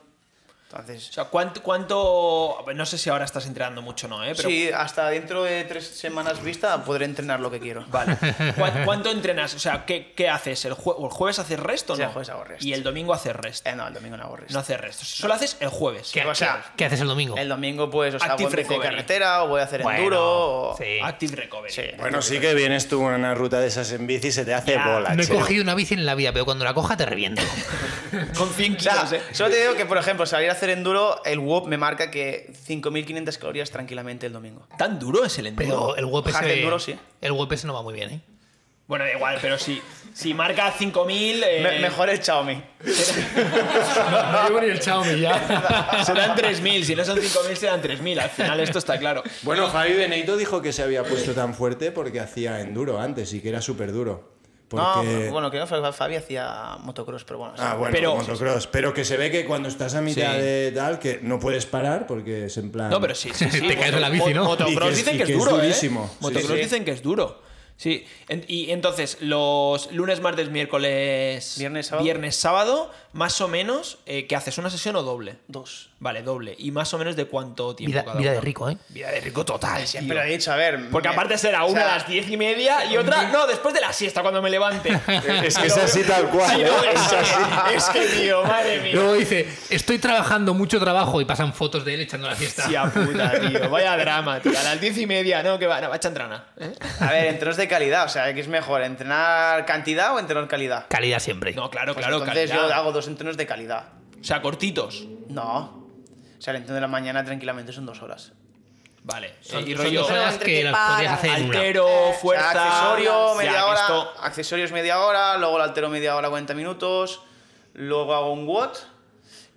Speaker 5: Entonces,
Speaker 1: O sea, ¿cuánto, cuánto. No sé si ahora estás entrenando mucho, ¿no? ¿Eh? Pero
Speaker 5: sí, hasta dentro de tres semanas vista podré entrenar lo que quiero.
Speaker 1: Vale. ¿Cuán- ¿Cuánto entrenas? O sea, ¿qué, qué haces? ¿El, jue- ¿El jueves haces resto o
Speaker 5: Sí,
Speaker 1: no?
Speaker 5: el jueves hago resto.
Speaker 1: Y el domingo haces resto.
Speaker 5: Eh, no, el domingo no hago rest.
Speaker 1: No haces resto. Solo haces el jueves.
Speaker 3: ¿Qué,
Speaker 5: O sea,
Speaker 3: qué- qué haces el domingo?
Speaker 5: El domingo, pues, o sea,
Speaker 1: Active
Speaker 5: voy a hacer
Speaker 1: recovery.
Speaker 5: carretera o voy a hacer
Speaker 3: Bueno,
Speaker 5: enduro. ah, o-
Speaker 3: sí.
Speaker 1: Active Recovery.
Speaker 5: Sí.
Speaker 2: Bueno, sí que vienes tú en una ruta de esas en bici y se te hace
Speaker 1: Ya,
Speaker 2: bola,
Speaker 3: No he
Speaker 2: che.
Speaker 3: cogido una bici en la vida, pero cuando la coja te
Speaker 5: (laughs)
Speaker 3: reviento.
Speaker 1: Con 100
Speaker 5: O sea,
Speaker 1: kilos, ¿eh?
Speaker 5: solo te digo que, por ejemplo, salir a hacer enduro, el WOP me marca que 5.500 calorías tranquilamente el domingo.
Speaker 1: Tan duro es el enduro.
Speaker 3: Pero el WPS.
Speaker 5: Hack enduro, sí.
Speaker 3: El WPS no va muy
Speaker 5: (laughs)
Speaker 3: bien, ¿eh?
Speaker 1: Bueno, da igual, pero si, si marca 5000. eh,
Speaker 5: Me- mejor el Xiaomi.
Speaker 3: No, llevo ni el Xiaomi ya.
Speaker 1: Serán 3000. Si no son 5000, serán 3000. Al final, esto está claro.
Speaker 2: Bueno, Javi Benito dijo que se había puesto tan fuerte porque hacía enduro antes y que era súper duro. Porque...
Speaker 5: No, bueno, creo que Fa- Fabi hacía motocross, pero bueno. o sea,
Speaker 2: Ah, bueno,
Speaker 1: Pero-
Speaker 2: motocross. Pero que se ve que cuando estás a mitad
Speaker 1: Sí.
Speaker 2: de tal, que no puedes parar porque es en plan...
Speaker 1: No, pero sí, sí, sí.
Speaker 3: Te caes de la
Speaker 1: Mot-
Speaker 3: bici, ¿no?
Speaker 2: Y que
Speaker 1: Motocross
Speaker 2: es-
Speaker 1: dicen
Speaker 2: y
Speaker 1: que es
Speaker 2: que es
Speaker 1: duro, ¿eh?
Speaker 2: durísimo. Sí,
Speaker 1: Motocross
Speaker 5: sí.
Speaker 1: dicen que es duro. Sí. En- y entonces, los lunes, martes, miércoles...
Speaker 5: Viernes, sábado.
Speaker 1: viernes, sábado, más o menos, eh, ¿qué haces? ¿Una sesión o doble?
Speaker 5: Dos.
Speaker 1: Vale, doble. ¿Y más o menos de cuánto tiempo
Speaker 3: Vida,
Speaker 1: cada
Speaker 3: vida de
Speaker 1: una?
Speaker 3: rico, ¿eh?
Speaker 1: Vida de rico total,
Speaker 5: Siempre lo he
Speaker 1: tío.
Speaker 5: dicho, a ver.
Speaker 1: Porque
Speaker 5: me-
Speaker 1: aparte será
Speaker 5: o
Speaker 1: una
Speaker 5: sea,
Speaker 1: a
Speaker 5: (laughs)
Speaker 1: las diez y media y otra... No, después de la siesta, cuando me
Speaker 3: (laughs)
Speaker 1: levante.
Speaker 2: Es que es así
Speaker 5: (laughs)
Speaker 1: (laughs)
Speaker 2: tal cual,
Speaker 1: Sí,
Speaker 2: ¿eh?
Speaker 1: Ah, no, es, que, es que, tío, madre mía.
Speaker 3: Luego dice, estoy trabajando mucho trabajo y pasan fotos de él echando la fiesta.
Speaker 1: Hostia puta, tío. Vaya drama, tío. A las diez y media, no, que va, no, va a chantrana. ¿eh?
Speaker 5: A ver, entrenos de de calidad. O sea, que es mejor? ¿Entrenar cantidad o entrenar calidad?
Speaker 3: Calidad siempre.
Speaker 1: No, claro,
Speaker 5: Pues
Speaker 1: claro,
Speaker 5: entonces
Speaker 1: calidad.
Speaker 5: yo hago dos entrenos de calidad.
Speaker 1: O sea, cortitos.
Speaker 5: No. O sea, el entreno de la mañana tranquilamente son dos horas.
Speaker 1: Vale. eh,
Speaker 3: Son,
Speaker 1: y
Speaker 3: son
Speaker 1: rollo
Speaker 3: dos horas
Speaker 4: Entre
Speaker 3: que
Speaker 4: que
Speaker 3: las podrías
Speaker 4: paras,
Speaker 3: hacer en una.
Speaker 1: altero,
Speaker 5: O sea,
Speaker 1: fuerza...
Speaker 5: Eh, accesorio,
Speaker 1: Ya,
Speaker 5: media
Speaker 1: que
Speaker 5: hora.
Speaker 1: esto-
Speaker 5: Accesorios media hora, luego el altero media hora, 40 minutos. Luego hago un WOT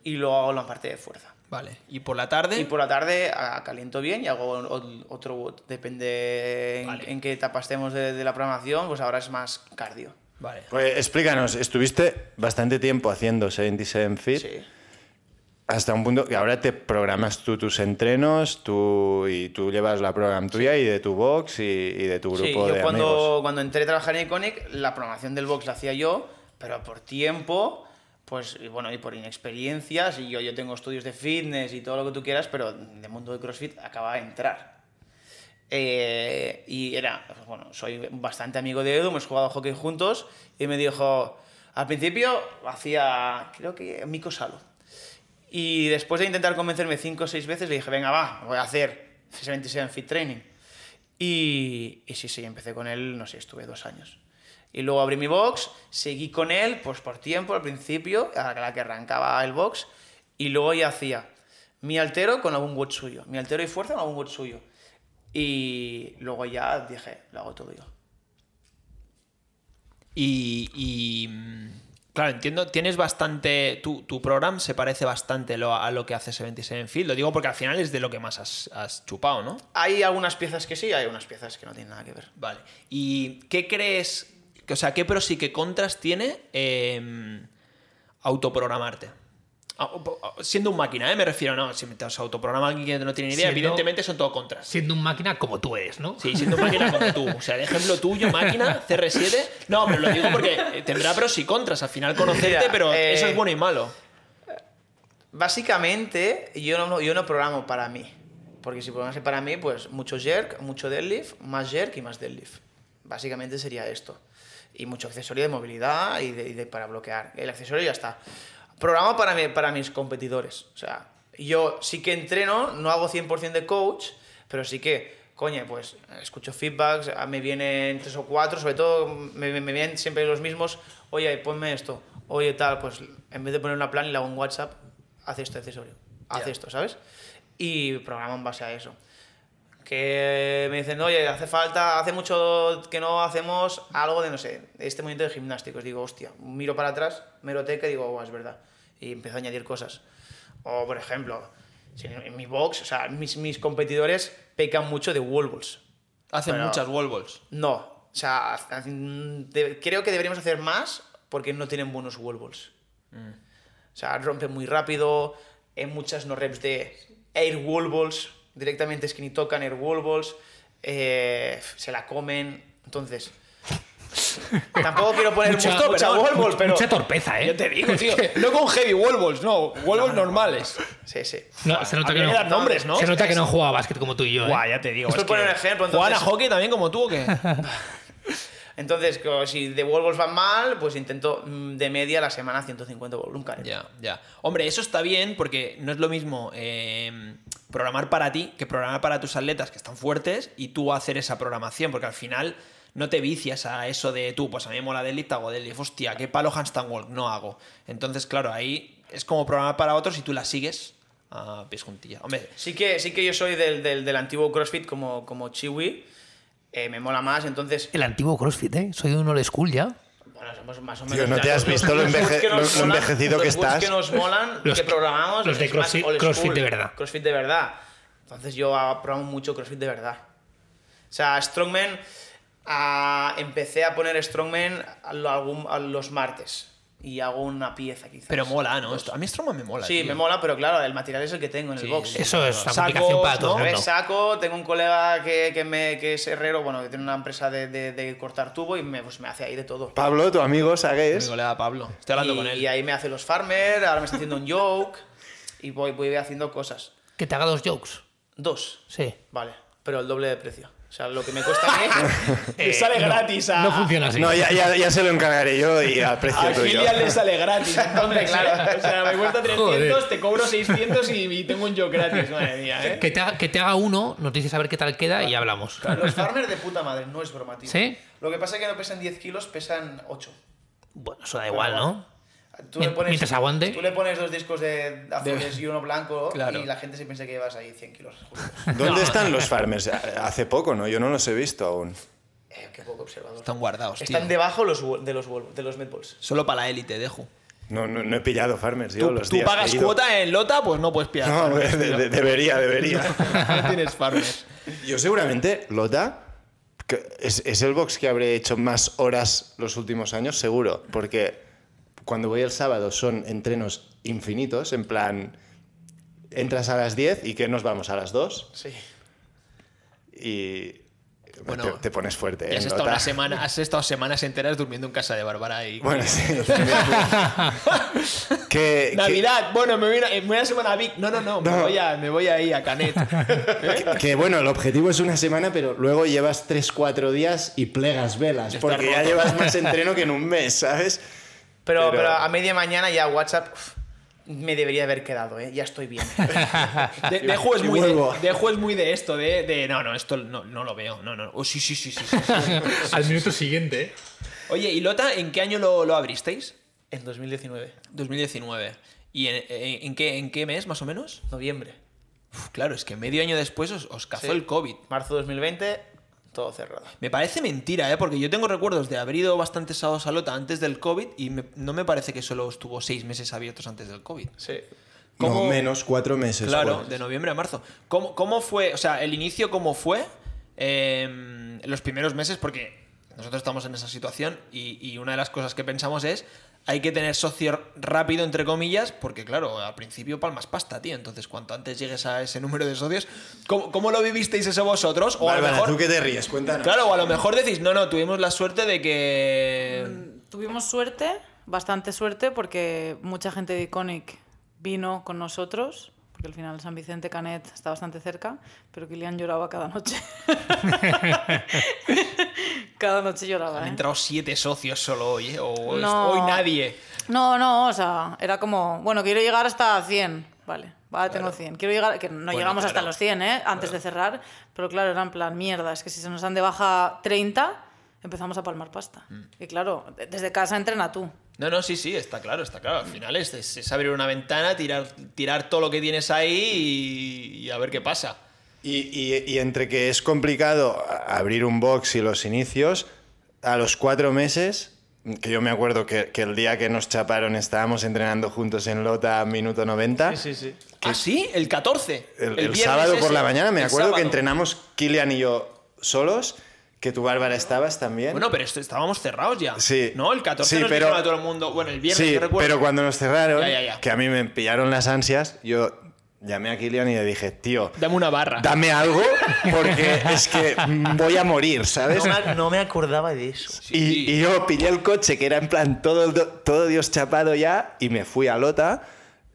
Speaker 5: y luego hago la parte de fuerza.
Speaker 1: Vale. Y por la tarde...
Speaker 5: Y por la tarde ah, caliento bien y hago o- otro WOT. Depende en-
Speaker 1: Vale.
Speaker 5: en, qué etapa estemos de, de la programación, pues ahora es más cardio.
Speaker 1: Vale.
Speaker 2: Oye, Pues explícanos, estuviste bastante tiempo haciendo 77 feet
Speaker 5: Sí.
Speaker 2: hasta un punto que ahora te programas tú tus entrenos tú, y tú llevas la program tuya y de tu box y, y de tu grupo
Speaker 5: Sí, yo
Speaker 2: de amigos.
Speaker 5: cuando, cuando entré a trabajar en Iconic, la programación del box la hacía yo, pero por tiempo, pues y bueno, y por inexperiencias, y yo, yo tengo estudios de fitness y todo lo que tú quieras, pero de mundo de CrossFit acababa de entrar. Eh, y era, pues, bueno, soy bastante amigo de Edu, hemos jugado a hockey juntos, y me dijo, al principio hacía, creo que Mico Salo. Y después de intentar convencerme cinco o seis veces, le dije, venga, va, voy a hacer 77 Fit Training. Y, y sí, sí, empecé con él, no sé, estuve dos años. Y luego abrí mi box, seguí con él, pues por tiempo al principio, a la que arrancaba el box, y luego ya hacía mi altero con algún WOD suyo, mi altero y fuerza con algún WOD suyo. Y luego ya dije, lo hago todo yo.
Speaker 1: Y, y, mm, claro, entiendo, tienes bastante. Tu, tu programa se parece bastante lo- a lo que hace 77 Field. Lo digo porque al final es de lo que más has, has chupado, ¿no?
Speaker 5: Hay algunas piezas que sí, hay unas piezas que no tienen nada que ver.
Speaker 1: Vale. ¿Y qué crees? que- O sea, ¿qué pros y qué contras tiene eh, autoprogramarte? Ah, po- ah, Siendo un máquina, ¿eh? me refiero, no, si te has autoprograma alguien que no tiene ni idea,
Speaker 3: Siendo-
Speaker 1: evidentemente son todo contras.
Speaker 3: Siendo un máquina como tú eres, ¿no?
Speaker 1: Sí, siendo máquina como tú. O sea, el ejemplo tuyo, máquina, CR7. No, pero lo digo porque eh, tendrá pros y contras. Al final conocerte,
Speaker 5: Mira,
Speaker 1: pero
Speaker 5: eh,
Speaker 1: eso es bueno y malo.
Speaker 5: Básicamente, yo no- no, yo no programo para mí. Porque si programase para mí, pues mucho jerk, mucho deadlift, más jerk y más deadlift. Básicamente sería esto. Y mucho accesorio de movilidad y de, y de- para bloquear. El accesorio ya está. Programa para, mí- para mis competidores. O sea, yo sí que entreno, no hago 100% de coach, pero sí que, coño, pues escucho feedbacks, a- me vienen tres o cuatro, sobre todo me, me- me vienen siempre los mismos, oye, ponme esto, oye, tal, pues en vez de poner una plan y le hago un WhatsApp, hace esto accesorio, hace
Speaker 1: Ya.
Speaker 5: esto, ¿sabes? Y programa en base a eso. Que me dicen, oye, hace falta, hace mucho que no hacemos algo de, no sé, este movimiento de gimnásticos. Digo, hostia, miro para atrás, meroteca y digo, "Buah, es verdad. Y empiezo a añadir cosas. O, por ejemplo, si en en mi box, o sea, mis, mis competidores pecan mucho de wall balls.
Speaker 1: Hacen
Speaker 5: Pero-
Speaker 1: muchas wall balls.
Speaker 5: No, o sea, hacen- de- creo que deberíamos hacer más porque no tienen buenos wall balls. O sea, rompen muy rápido, en muchas no reps de air wall balls, directamente es que ni tocan air wall balls, eh, se la comen, entonces... Tampoco quiero poner
Speaker 1: Mucha-
Speaker 5: mucha, mucha
Speaker 1: perdón,
Speaker 5: wall ball, pero...
Speaker 3: Mucha torpeza, ¿eh?
Speaker 1: Yo te digo, tío. No con heavy wall balls, no. Wall balls normales.
Speaker 5: Sí, sí.
Speaker 3: No, se nota que
Speaker 1: Habría que
Speaker 3: no,
Speaker 1: dar nombres, ¿no?
Speaker 3: se nota que no jugaba a básquet como tú y yo. ¿eh?
Speaker 1: Guau, ya te digo.
Speaker 5: Esto
Speaker 1: es
Speaker 5: pone
Speaker 1: que-
Speaker 5: un ejemplo,
Speaker 1: ¿Juegan a
Speaker 5: entonces-
Speaker 1: hockey también como tú o qué?
Speaker 5: Entonces, co- si de wall balls van mal, pues intento mm, de media la semana 150 wall balls.
Speaker 1: Ya, ya. Hombre, eso está bien porque no es lo mismo eh, programar para ti que programar para tus atletas que están fuertes y tú hacer esa programación, porque al final no te vicias a eso de tú, pues a mí me mola deadlift, hago deadlift, hostia, qué palo handstand walk, no hago. Entonces, claro, ahí es como programar para otros y tú la sigues a pies juntillas. Hombre,
Speaker 5: Sí que, sí que yo soy del, del, del antiguo CrossFit como, como Chiwi. Eh, me mola más, entonces...
Speaker 3: El antiguo CrossFit, ¿eh? Soy de un old school ya.
Speaker 5: Bueno, somos más o
Speaker 2: Tío,
Speaker 5: menos...
Speaker 2: ¿no
Speaker 5: ya
Speaker 2: te has
Speaker 5: los- los-
Speaker 2: visto lo
Speaker 5: (laughs) los
Speaker 2: enveje-
Speaker 5: woods que
Speaker 2: lo-
Speaker 5: nos
Speaker 2: lo
Speaker 5: molan-
Speaker 2: envejecido que
Speaker 5: los woods
Speaker 2: estás?
Speaker 5: que nos molan,
Speaker 3: Los-
Speaker 5: que programamos...
Speaker 3: los de
Speaker 5: es más
Speaker 3: CrossFit-
Speaker 5: old
Speaker 3: CrossFit
Speaker 5: school,
Speaker 3: de verdad.
Speaker 5: CrossFit de verdad. Entonces yo ah, programo mucho CrossFit de verdad. O sea, Strongman... ah, empecé a poner Strongman a lo- algún- a los martes. Y hago una pieza quizás.
Speaker 1: pero mola, ¿no? Esto- a mí Stroma me mola.
Speaker 5: Pues Sí,
Speaker 1: tío.
Speaker 5: me mola, pero claro, el material es el que tengo en el
Speaker 1: Sí,
Speaker 5: box.
Speaker 1: sí.
Speaker 3: Eso es una
Speaker 1: Sacos,
Speaker 3: complicación para todo
Speaker 1: ¿no?
Speaker 3: el
Speaker 5: A ver,
Speaker 3: mundo.
Speaker 5: saco, tengo un colega que, que me, que es herrero, bueno, que tiene una empresa de, de- de cortar tubo y me, pues me hace ahí de todo.
Speaker 2: Pablo, tu amigo,
Speaker 1: Mi
Speaker 2: ¿sabes?
Speaker 1: colega Pablo. Estoy hablando
Speaker 5: y,
Speaker 1: con él. (laughs)
Speaker 5: y ahí me hace los farmer, ahora me está haciendo un joke y voy, voy haciendo cosas.
Speaker 3: Que te haga dos jokes.
Speaker 5: Dos.
Speaker 3: Sí.
Speaker 5: Vale. pero al doble de precio. O sea, lo que me cuesta
Speaker 3: (laughs)
Speaker 5: a mí le
Speaker 3: Eh,
Speaker 5: sale
Speaker 3: no,
Speaker 5: gratis a...
Speaker 3: No funciona así.
Speaker 2: No, ya, ya, ya se lo encargaré yo y al
Speaker 1: A
Speaker 2: precio tuyo.
Speaker 1: Gilian le sale
Speaker 2: (laughs)
Speaker 1: gratis, entonces, claro. O sea, me cuesta 300,
Speaker 3: Joder.
Speaker 1: te cobro 600 y, y tengo un yo gratis, madre mía, ¿eh?
Speaker 3: Que te, haga, que te haga uno, nos dices a ver qué tal queda y hablamos.
Speaker 5: Los farmers de puta madre, no es broma, tío.
Speaker 3: ¿Sí?
Speaker 5: Lo que pasa es que no pesan 10 kilos, pesan 8.
Speaker 3: Bueno, eso da igual, ¿no?
Speaker 5: Tú le
Speaker 3: Mien- mientras aguante.
Speaker 5: Tú le pones dos discos de azules y uno blanco
Speaker 1: Claro.
Speaker 5: y la gente se piensa que llevas ahí 100 kilos.
Speaker 1: (laughs)
Speaker 5: Joder,
Speaker 2: ¿Dónde están los farmers? Hace poco, ¿no? Yo no los he visto aún.
Speaker 5: eh, qué poco observador.
Speaker 1: Están guardados,
Speaker 5: Están
Speaker 1: tío.
Speaker 5: debajo los, wo- de los, wol- de los medballs.
Speaker 1: Solo para la élite, dejo.
Speaker 2: No, no, no he pillado farmers. Yo
Speaker 1: Tú,
Speaker 2: los
Speaker 1: tú
Speaker 2: días que
Speaker 1: pagas
Speaker 2: he ido-
Speaker 1: cuota en Lota, pues no puedes pillar.
Speaker 2: No,
Speaker 1: farmers,
Speaker 2: de-
Speaker 1: tío.
Speaker 2: de- debería, debería.
Speaker 1: No tienes (laughs) farmers.
Speaker 2: Yo seguramente, Lota, que es, es el box que habré hecho más horas los últimos años, seguro, porque cuando voy el sábado son entrenos infinitos, en plan, entras a las 10 y que nos vamos a las 2
Speaker 5: Sí.
Speaker 2: y
Speaker 1: Bueno,
Speaker 2: te, te pones fuerte.
Speaker 1: Y
Speaker 2: ¿eh,
Speaker 1: has,
Speaker 2: en
Speaker 1: estado
Speaker 2: Lota?
Speaker 1: una semana, has estado semanas enteras durmiendo en casa de Bárbara y...
Speaker 2: (laughs) Bueno,
Speaker 1: (laughs)
Speaker 2: sí. que, que-
Speaker 1: Navidad, bueno, me voy, a, me voy a semana a Vic. No, no, no, Me,
Speaker 2: No.
Speaker 1: voy a, me voy ahí a
Speaker 2: (laughs)
Speaker 1: Canet.
Speaker 2: que, bueno, el objetivo es una semana, pero luego llevas 3-4 días y plegas velas,
Speaker 1: Estás
Speaker 2: porque ya
Speaker 1: roto.
Speaker 2: llevas más entreno que en un mes, ¿sabes?
Speaker 5: Pero,
Speaker 2: Pero-
Speaker 5: pero a media mañana ya WhatsApp uf, me debería haber quedado, ¿eh? Ya
Speaker 1: (laughs)
Speaker 5: estoy bien.
Speaker 1: De- Dejo es,
Speaker 2: Y
Speaker 1: muy
Speaker 2: vuelvo.
Speaker 1: de, Dejo es muy de esto, de, de, no, no, esto no, no lo veo. No, no. Oh, sí, sí, sí, sí, sí.
Speaker 2: (laughs)
Speaker 3: Al minuto siguiente, ¿eh?
Speaker 1: Oye, ¿y Lota en qué año lo, lo abristeis?
Speaker 5: en 2019,
Speaker 1: 2019. ¿Y en, en- en qué, en qué mes, más o menos?
Speaker 5: noviembre,
Speaker 1: Uf, claro, es que medio año después os, os cazó
Speaker 5: Sí.
Speaker 1: el COVID.
Speaker 5: marzo 2020, todo cerrado.
Speaker 1: Me parece mentira, ¿eh? Porque yo tengo recuerdos de haber ido bastantes sábados a Lota antes del COVID y me- no me parece que solo estuvo seis meses abiertos antes del COVID.
Speaker 5: Sí.
Speaker 1: ¿Cómo?
Speaker 2: No, menos cuatro meses.
Speaker 1: Claro,
Speaker 2: pues.
Speaker 1: de noviembre a marzo. ¿Cómo, cómo fue, o sea, el inicio cómo fue eh, los primeros meses? Porque nosotros estamos en esa situación y, y una de las cosas que pensamos es hay que tener socio r- rápido, entre comillas, porque claro, al principio palmas pasta, tío. Entonces, cuanto antes llegues a ese número de socios, ¿cómo, cómo lo vivisteis eso vosotros? O
Speaker 2: Bárbara,
Speaker 1: a lo
Speaker 2: ¿tú
Speaker 1: mejor...
Speaker 2: qué te ríes? Cuéntanos.
Speaker 1: Claro, o a lo mejor decís, no, no, tuvimos la suerte de que...
Speaker 4: Tuvimos suerte, bastante suerte, porque mucha gente de Iconic vino con nosotros, porque al final San Vicente Canet está bastante cerca, pero Kilian lloraba cada noche.
Speaker 3: (laughs)
Speaker 4: cada noche lloraba.
Speaker 1: Han
Speaker 4: ¿eh?
Speaker 1: entrado siete socios solo hoy, ¿eh? o
Speaker 4: No.
Speaker 1: hoy nadie.
Speaker 4: No, no, o sea, era como, bueno, quiero llegar hasta 100. Vale, vale, tengo 100. Quiero llegar, que no llegamos hasta
Speaker 1: claro.
Speaker 4: los 100, ¿eh? Antes de cerrar, pero claro, era en plan, mierda, es que si se nos dan de baja 30, empezamos a palmar pasta.
Speaker 1: Mm.
Speaker 4: Y claro, de- desde casa entrena tú.
Speaker 1: No, no, sí, sí, está claro, está claro. Al final es, es- es abrir una ventana, tirar, tirar todo lo que tienes ahí y, y a ver qué pasa.
Speaker 2: Y, y- y entre que es complicado a- abrir un box y los inicios, a los cuatro meses, que yo me acuerdo que, que el día que nos chaparon estábamos entrenando juntos en Lota, minuto 90.
Speaker 5: Sí, sí, sí.
Speaker 1: ¿Ah, sí? El 14.
Speaker 2: El, el
Speaker 1: viernes
Speaker 2: sábado por
Speaker 1: ese.
Speaker 2: la mañana, me
Speaker 1: El
Speaker 2: acuerdo que
Speaker 1: sábado.
Speaker 2: entrenamos Kilian y yo solos, que tú, Bárbara, estabas también.
Speaker 1: Bueno, pero esto- estábamos cerrados ya.
Speaker 2: Sí.
Speaker 1: ¿No? El 14
Speaker 2: Sí,
Speaker 1: nos
Speaker 2: pero-
Speaker 1: dijeron a todo el mundo. Bueno, el viernes,
Speaker 2: Sí,
Speaker 1: yo recuerdo.
Speaker 2: pero cuando nos cerraron,
Speaker 1: Ya, ya, ya.
Speaker 2: que a mí me pillaron las ansias, yo llamé a Kilian y le dije, tío,
Speaker 1: Dame una barra.
Speaker 2: dame algo porque es que mm, voy a morir, ¿sabes?
Speaker 5: No me, no me acordaba de eso.
Speaker 1: Sí, sí.
Speaker 2: Y, y yo pillé el coche que era en plan todo, el do- todo Dios chapado ya y me fui a Lota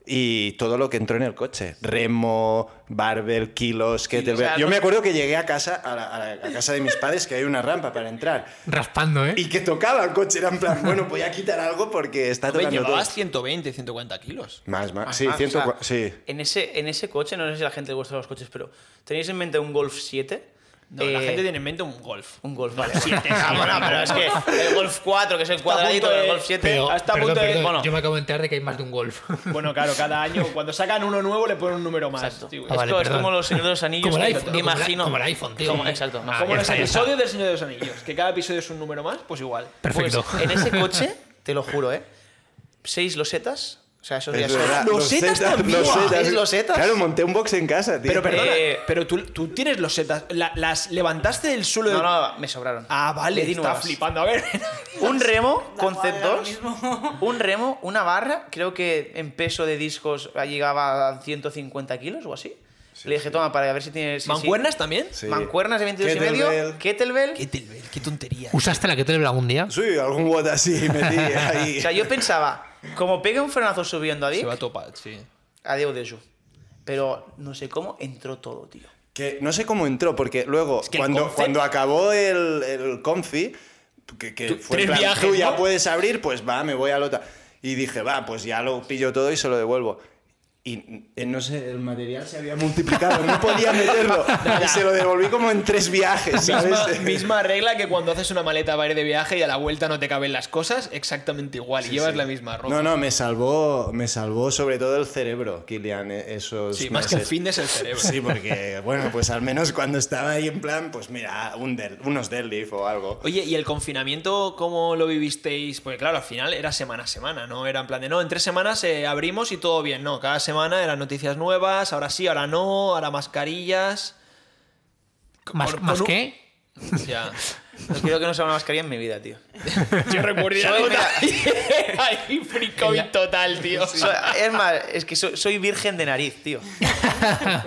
Speaker 2: y todo lo que entró en el coche. Remo, barber, kilos, que te-
Speaker 5: o sea,
Speaker 2: Yo
Speaker 5: no-
Speaker 2: me acuerdo que llegué a casa, a, la- a la- a casa de mis padres, que hay una rampa para entrar.
Speaker 3: Raspando, ¿eh?
Speaker 2: Y que tocaba el coche, era en plan, bueno, voy a quitar algo porque está
Speaker 1: Hombre,
Speaker 2: tocando todo.
Speaker 1: llevabas 120, 140 kilos.
Speaker 2: Más, más,
Speaker 5: Más,
Speaker 2: sí,
Speaker 5: más,
Speaker 2: 100
Speaker 5: o sea,
Speaker 2: sí.
Speaker 5: En ese, en ese coche, no sé si a la gente le gustan los coches, pero ¿tenéis en mente un Golf 7?
Speaker 1: No, la
Speaker 5: Eh,
Speaker 1: gente tiene en mente un golf.
Speaker 5: Un Golf, vale. Ah, bueno, pero es que el Golf 4, que es el
Speaker 1: a punto
Speaker 5: cuadradito
Speaker 1: de-
Speaker 5: del Golf 7,
Speaker 3: Pero,
Speaker 1: hasta
Speaker 3: perdón,
Speaker 1: punto de-
Speaker 3: perdón,
Speaker 1: bueno.
Speaker 3: yo me acabo de enterar de que hay más de un golf.
Speaker 1: Bueno, claro, cada año cuando sacan uno nuevo le ponen un número más.
Speaker 5: Exacto.
Speaker 1: tío.
Speaker 5: Es,
Speaker 3: Ah, vale,
Speaker 5: co- es
Speaker 3: perdón.
Speaker 5: como los señores de los anillos.
Speaker 3: Como el
Speaker 5: que
Speaker 3: iPhone, como el-
Speaker 5: imagino.
Speaker 3: como el iPhone, tío.
Speaker 5: Como- exacto.
Speaker 3: Ah,
Speaker 1: Como
Speaker 3: ya
Speaker 1: los
Speaker 3: está, ya está.
Speaker 1: episodios del Señor de los Anillos, que cada episodio es un número más, pues igual.
Speaker 3: Perfecto.
Speaker 5: (laughs) Pues,
Speaker 3: (laughs)
Speaker 5: en ese coche, te lo juro, ¿eh? Seis losetas. O sea, esos
Speaker 2: Es
Speaker 5: días son-
Speaker 2: verdad,
Speaker 1: los setas también.
Speaker 2: los setas.
Speaker 5: ¿Hacéis los setas?
Speaker 2: Claro, monté un box en casa, tío.
Speaker 1: Pero perdona,
Speaker 5: Eh,
Speaker 1: pero tú, tú tienes los setas. la- las levantaste del suelo.
Speaker 5: No,
Speaker 1: del-
Speaker 5: no, me sobraron.
Speaker 1: Ah, vale,
Speaker 5: Le di
Speaker 1: está
Speaker 5: nuevas.
Speaker 1: flipando. A ver.
Speaker 5: Un remo,
Speaker 4: Da
Speaker 5: concept
Speaker 4: igual, ahora
Speaker 5: 2. (laughs)
Speaker 4: mismo.
Speaker 5: Un remo, una barra. Creo que en peso de discos llegaba a 150 kilos o así. Le dije, toma, para ver si tienes. si-
Speaker 1: (laughs)
Speaker 5: si-
Speaker 1: ¿Mancuernas también?
Speaker 2: Sí.
Speaker 5: Mancuernas de 22 y
Speaker 2: Kettlebell.
Speaker 5: medio. Kettlebell.
Speaker 1: Qué, telbel, qué tontería.
Speaker 3: (laughs) ¿Usaste la que te le algún día?
Speaker 2: Sí, algún bot así metí ahí.
Speaker 1: (laughs)
Speaker 5: O sea, yo pensaba, como pegue un frenazo subiendo a
Speaker 1: Se
Speaker 5: Dick,
Speaker 1: va a topar, sí.
Speaker 5: Adiós de eso. Pero no sé cómo entró todo, tío.
Speaker 2: Que no sé cómo entró, porque luego,
Speaker 1: que el
Speaker 2: cuando,
Speaker 1: concepto-
Speaker 2: cuando acabó el, el confi, que, que
Speaker 1: Tú-
Speaker 2: fue
Speaker 1: tres
Speaker 2: en plan,
Speaker 1: viajes,
Speaker 2: tú ya
Speaker 1: ¿no?
Speaker 2: puedes abrir, pues va, me voy a Lota. Y dije, va, pues ya lo pillo todo y se lo devuelvo. Y eh, no sé, el material se había multiplicado, no
Speaker 1: (laughs)
Speaker 2: podía meterlo. Y se lo devolví como en tres viajes,
Speaker 1: Misma,
Speaker 2: ¿sabes?
Speaker 1: misma regla que cuando haces una maleta para ir de viaje y a la vuelta no te caben las cosas, exactamente igual. y llevas la misma ropa.
Speaker 2: No, no, me salvó, me salvó sobre todo el cerebro, Kilian, e- esos.
Speaker 1: Sí, más que el
Speaker 2: meses.
Speaker 1: fin es el cerebro.
Speaker 2: Sí, porque, bueno, pues al menos cuando estaba ahí en plan, pues mira, un del- unos deadlift o algo.
Speaker 1: Oye, ¿y el confinamiento cómo lo vivisteis? Porque claro, al final era semana a semana, ¿no? Era en plan de, no, en tres semanas eh, abrimos y todo bien, ¿no? Cada semana eran noticias nuevas, ahora sí, ahora no, ahora mascarillas.
Speaker 3: ¿Más,
Speaker 1: Por-
Speaker 3: más
Speaker 1: por un-
Speaker 3: qué?
Speaker 1: (laughs) Ya.
Speaker 5: No quiero que no sea una mascarilla en mi vida, tío.
Speaker 1: Yo recurrí a (laughs)
Speaker 5: Soy-
Speaker 1: una- Ahí fricoid total, tío.
Speaker 5: So- es más, es que so- soy virgen de nariz, tío.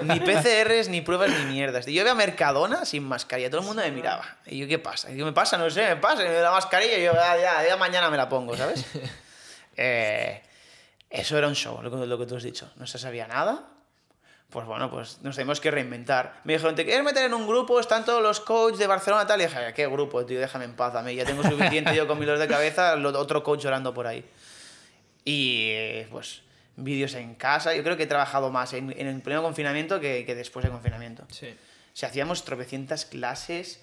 Speaker 5: Ni PCRs, ni pruebas, ni mierdas. tío. Yo iba a Mercadona sin mascarilla, todo el mundo me miraba. Y yo, ¿qué pasa? Y yo, me pasa, no sé, me pasa, me da la mascarilla y yo, "Ah, ya, ya mañana me la pongo, ¿sabes? Eh, eso era un show, lo que, lo que tú has dicho. No se sabía nada. Pues bueno, pues nos tenemos que reinventar. Me dijeron, ¿te quieres meter en un grupo? Están todos los coaches de Barcelona tal. Y dije, ¿qué grupo, tío? Déjame en paz a mí. Ya tengo suficiente yo con mi dolor de cabeza, lo- otro coach llorando por ahí. Y eh, pues vídeos en casa. Yo creo que he trabajado más en, en el primer confinamiento que, que después del confinamiento.
Speaker 1: Sí.
Speaker 5: O sea, hacíamos tropecientas clases.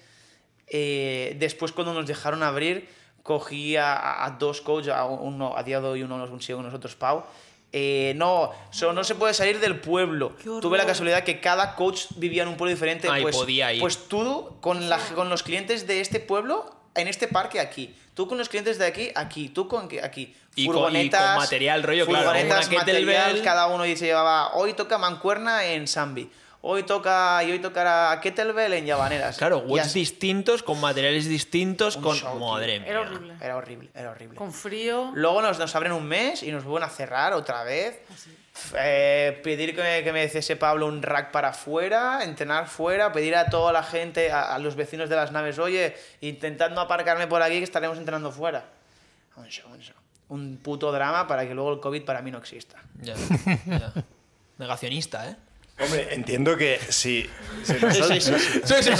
Speaker 5: Eh, después, cuando nos dejaron abrir, cogí a- a, a dos coaches, a uno a día de hoy, uno nos consigue con nosotros, Pau. Eh, no, so- no se puede salir del pueblo.
Speaker 4: Qué horror.
Speaker 5: Tuve la casualidad que cada coach vivía en un pueblo diferente.
Speaker 1: Ah, y
Speaker 5: pues,
Speaker 1: podía ir.
Speaker 5: pues tú con, la- con los clientes de este pueblo, en este parque aquí. Tú con los clientes de aquí, aquí. Tú con que- aquí.
Speaker 1: Y con- y con material, rollo, claro,
Speaker 5: furgonetas,
Speaker 1: una
Speaker 5: material,
Speaker 1: kettlebell.
Speaker 5: cada uno y se llevaba, hoy toca mancuerna en Zambi, hoy toca, y hoy tocará kettlebell en Llavaneras.
Speaker 1: Claro,
Speaker 5: Y
Speaker 1: webs
Speaker 5: así-
Speaker 1: distintos, con materiales distintos,
Speaker 5: Un
Speaker 1: con...
Speaker 5: show, tío.
Speaker 1: Madre mía.
Speaker 4: Era horrible.
Speaker 5: Era horrible, era horrible.
Speaker 4: Con frío.
Speaker 5: Luego nos, nos abren un mes y nos vuelven a cerrar otra vez. Eh, pedir que me, que me cese Pablo un rack para afuera, entrenar fuera, pedir a toda la gente, a, a los vecinos de las naves, oye, intentad no aparcarme por aquí que estaremos entrenando fuera. Un show, un show. Un puto drama para que luego el COVID para mí no exista.
Speaker 1: Ya, ya. Negacionista, ¿eh?
Speaker 2: Hombre, entiendo que si.
Speaker 1: Sí, sí, sí, sí, sí, sí, sí,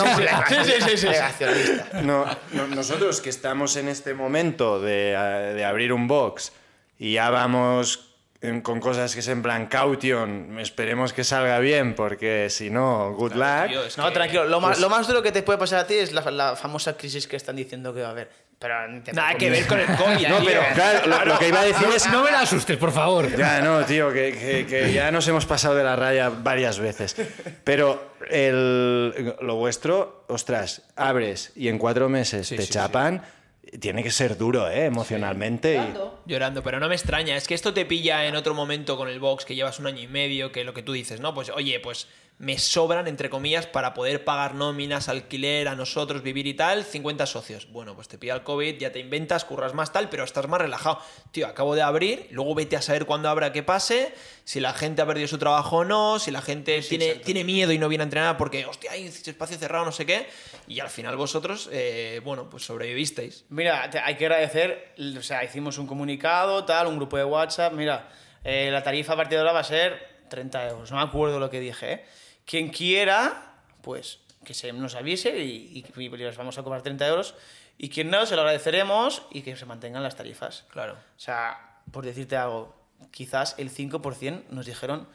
Speaker 1: sí.
Speaker 5: Negacionista.
Speaker 2: no, no- nosotros que estamos en este momento de, eh, de abrir un box y ya vamos en- con cosas que es en plan caution, esperemos que salga bien, porque si no, good luck.
Speaker 1: tío, es
Speaker 5: No,
Speaker 1: que-
Speaker 5: tranquilo. Lo, más, lo más duro que te puede pasar a ti es la, la famosa crisis que están diciendo que va a haber. Pero ni te
Speaker 1: Nada que ver
Speaker 5: preocupes. (laughs)
Speaker 1: con el COVID.
Speaker 2: No,
Speaker 1: tío.
Speaker 2: pero claro, lo, lo que iba a decir es.
Speaker 3: No me la asustes, por favor.
Speaker 2: Ya, no, tío, que, que- que ya nos hemos pasado de la raya varias veces. Pero el, lo vuestro, ostras, abres y en cuatro meses te
Speaker 1: sí,
Speaker 2: chapan, tiene que ser duro, ¿eh? Emocionalmente. y-
Speaker 4: Llorando.
Speaker 1: Llorando, pero no me extraña, es que esto te pilla en otro momento con el box que llevas un año y medio, que lo que tú dices, ¿no? Pues oye, pues me sobran, entre comillas, para poder pagar nóminas, alquiler, a nosotros, vivir y tal, 50 socios. Bueno, pues te pilla el COVID, ya te inventas, curras más tal, pero estás más relajado. Tío, acabo de abrir, luego vete a saber cuándo abra, qué pase, si la gente ha perdido su trabajo o no, si la gente tiene, tiene miedo y no viene a entrenar porque, hostia, hay espacio cerrado, no sé qué, y al final vosotros, eh, bueno, pues sobrevivisteis.
Speaker 5: Mira, te- hay que agradecer, o sea, hicimos un comunicado, tal, un grupo de WhatsApp, mira, eh, la tarifa a partir de ahora va a ser 30 euros, no me acuerdo lo que dije, ¿eh? Quien quiera, pues que se nos avise y, y, y les vamos a cobrar 30 euros, y quien no, se lo agradeceremos y que se mantengan las tarifas.
Speaker 1: Claro.
Speaker 5: O sea, por decirte algo, quizás el 5% nos dijeron,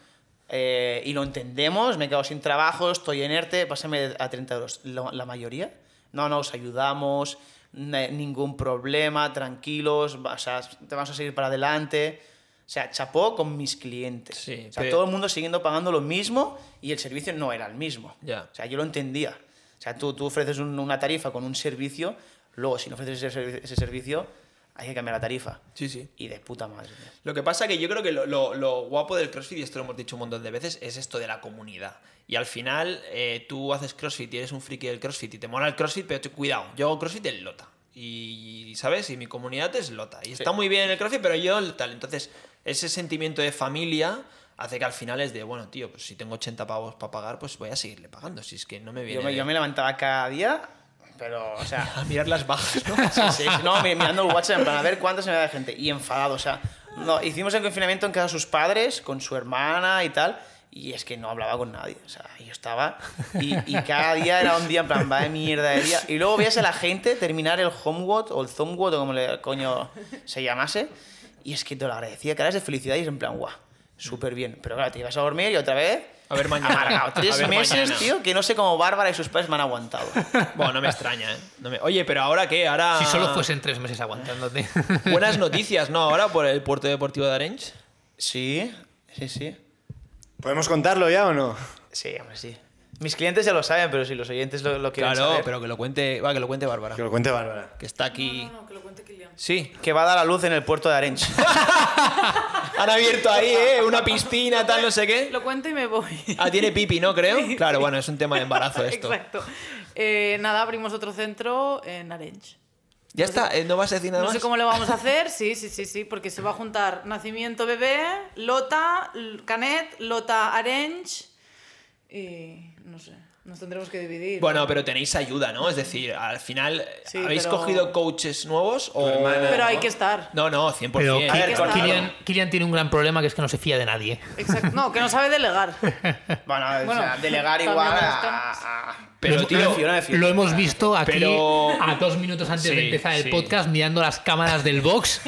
Speaker 5: eh, y lo entendemos, me he quedado sin trabajo, estoy en ERTE, pásame a 30 euros. Lo- la mayoría, no, no, os ayudamos, n- ningún problema, tranquilos, va- o sea, te vamos a seguir para adelante. O sea, chapó con mis clientes.
Speaker 1: Sí,
Speaker 5: o sea,
Speaker 1: pero-
Speaker 5: todo el mundo siguiendo pagando lo mismo y el servicio no era el mismo.
Speaker 1: Ya.
Speaker 5: O sea, yo lo entendía. O sea, tú, tú ofreces un- una tarifa con un servicio, luego si no ofreces ese, servi- ese servicio, hay que cambiar la tarifa.
Speaker 1: Sí, sí.
Speaker 5: Y de puta madre. tío.
Speaker 1: Lo que pasa que yo creo que lo, lo- lo guapo del CrossFit, y esto lo hemos dicho un montón de veces, es esto de la comunidad. Y al final eh, tú haces CrossFit y eres un friki del CrossFit y te mola el CrossFit, pero te- cuidado, yo hago CrossFit en Lota. Y, ¿sabes? Y mi comunidad es Lota. Y está muy bien el CrossFit, pero yo el tal. Entonces, ese sentimiento de familia hace que al final es de, bueno, tío, pues si tengo 80 pavos para pagar, pues voy a seguirle pagando. Si es que no me viene...
Speaker 5: Yo me,
Speaker 1: de-
Speaker 5: yo me levantaba cada día, pero, o (laughs) sea,
Speaker 1: A mirar las bajas, ¿no? (laughs)
Speaker 5: Sí, sí, sí. No, mi- mirando el WhatsApp en plan, a ver cuánto se me da de gente. Y enfadado, o sea. No, hicimos el confinamiento en casa de sus padres, con su hermana y tal. y es que no hablaba con nadie. O sea, yo estaba. Y, y cada día era un día en plan, va de mierda de día. Y luego veías a la gente terminar el homework o el homework o como le coño se llamase. Y es que te lo agradecía, caras de felicidad y es en plan, guau, súper bien. Pero claro, te ibas a dormir y otra vez.
Speaker 1: A ver mañana.
Speaker 5: Amargado. Tres
Speaker 1: A ver
Speaker 5: meses,
Speaker 1: mañana.
Speaker 5: tío, que no sé cómo Bárbara y sus padres me han aguantado.
Speaker 1: Bueno, no me extraña, ¿eh? No me- Oye, pero ahora qué? Ahora.
Speaker 3: Si solo fuesen tres
Speaker 1: (laughs)
Speaker 3: meses aguantándote.
Speaker 1: Buenas noticias, ¿no? Ahora por el puerto deportivo de Arenys.
Speaker 5: Sí, sí, sí.
Speaker 2: ¿Podemos contarlo ya o no?
Speaker 5: Sí, hombre, sí. Mis clientes ya lo saben, pero si los oyentes lo, lo quieren
Speaker 1: Claro,
Speaker 5: saber.
Speaker 1: pero que lo cuente. Va, que lo cuente Bárbara.
Speaker 2: Que lo cuente Bárbara.
Speaker 1: Que está aquí.
Speaker 4: No, que lo cuente Kilian.
Speaker 1: Sí.
Speaker 5: Que va a dar a luz en el puerto de Arench.
Speaker 1: Han abierto ahí, ¿eh? Una piscina, tal, no sé qué.
Speaker 4: Lo cuento y me voy.
Speaker 1: Ah, tiene pipi, ¿no? Creo. Claro, bueno, es un tema de embarazo esto.
Speaker 4: (laughs) Exacto. Eh, nada, abrimos otro centro en Arench.
Speaker 1: Ya está, eh, no vas a decir nada
Speaker 4: No
Speaker 1: más.
Speaker 4: sé cómo lo vamos a hacer, sí, sí, sí, sí, porque se va a juntar nacimiento bebé, Lota, L- Canet, Lota Arench y no sé, nos tendremos que dividir.
Speaker 1: Bueno, pero tenéis ayuda, ¿no? Es decir, al final,
Speaker 4: Sí,
Speaker 1: ¿habéis
Speaker 4: pero-
Speaker 1: cogido coaches nuevos o...?
Speaker 2: hermana.
Speaker 4: pero hay que estar.
Speaker 1: No, no, 100%.
Speaker 3: Pero
Speaker 1: A
Speaker 3: Ki-
Speaker 1: ver,
Speaker 4: claro.
Speaker 3: Kilian, Kilian tiene un gran problema que es que no se fía de nadie.
Speaker 4: Exacto. No, que no sabe delegar.
Speaker 5: Bueno, o
Speaker 4: Bueno,
Speaker 5: sea, delegar
Speaker 4: también
Speaker 5: igual
Speaker 4: está.
Speaker 5: a- a- a...
Speaker 1: Pero,
Speaker 3: lo,
Speaker 1: tío,
Speaker 5: no me fío, no me fío.
Speaker 3: lo hemos visto aquí
Speaker 1: Pero-
Speaker 3: a dos minutos antes
Speaker 1: Sí,
Speaker 3: de empezar el
Speaker 1: sí.
Speaker 3: podcast mirando las cámaras del box.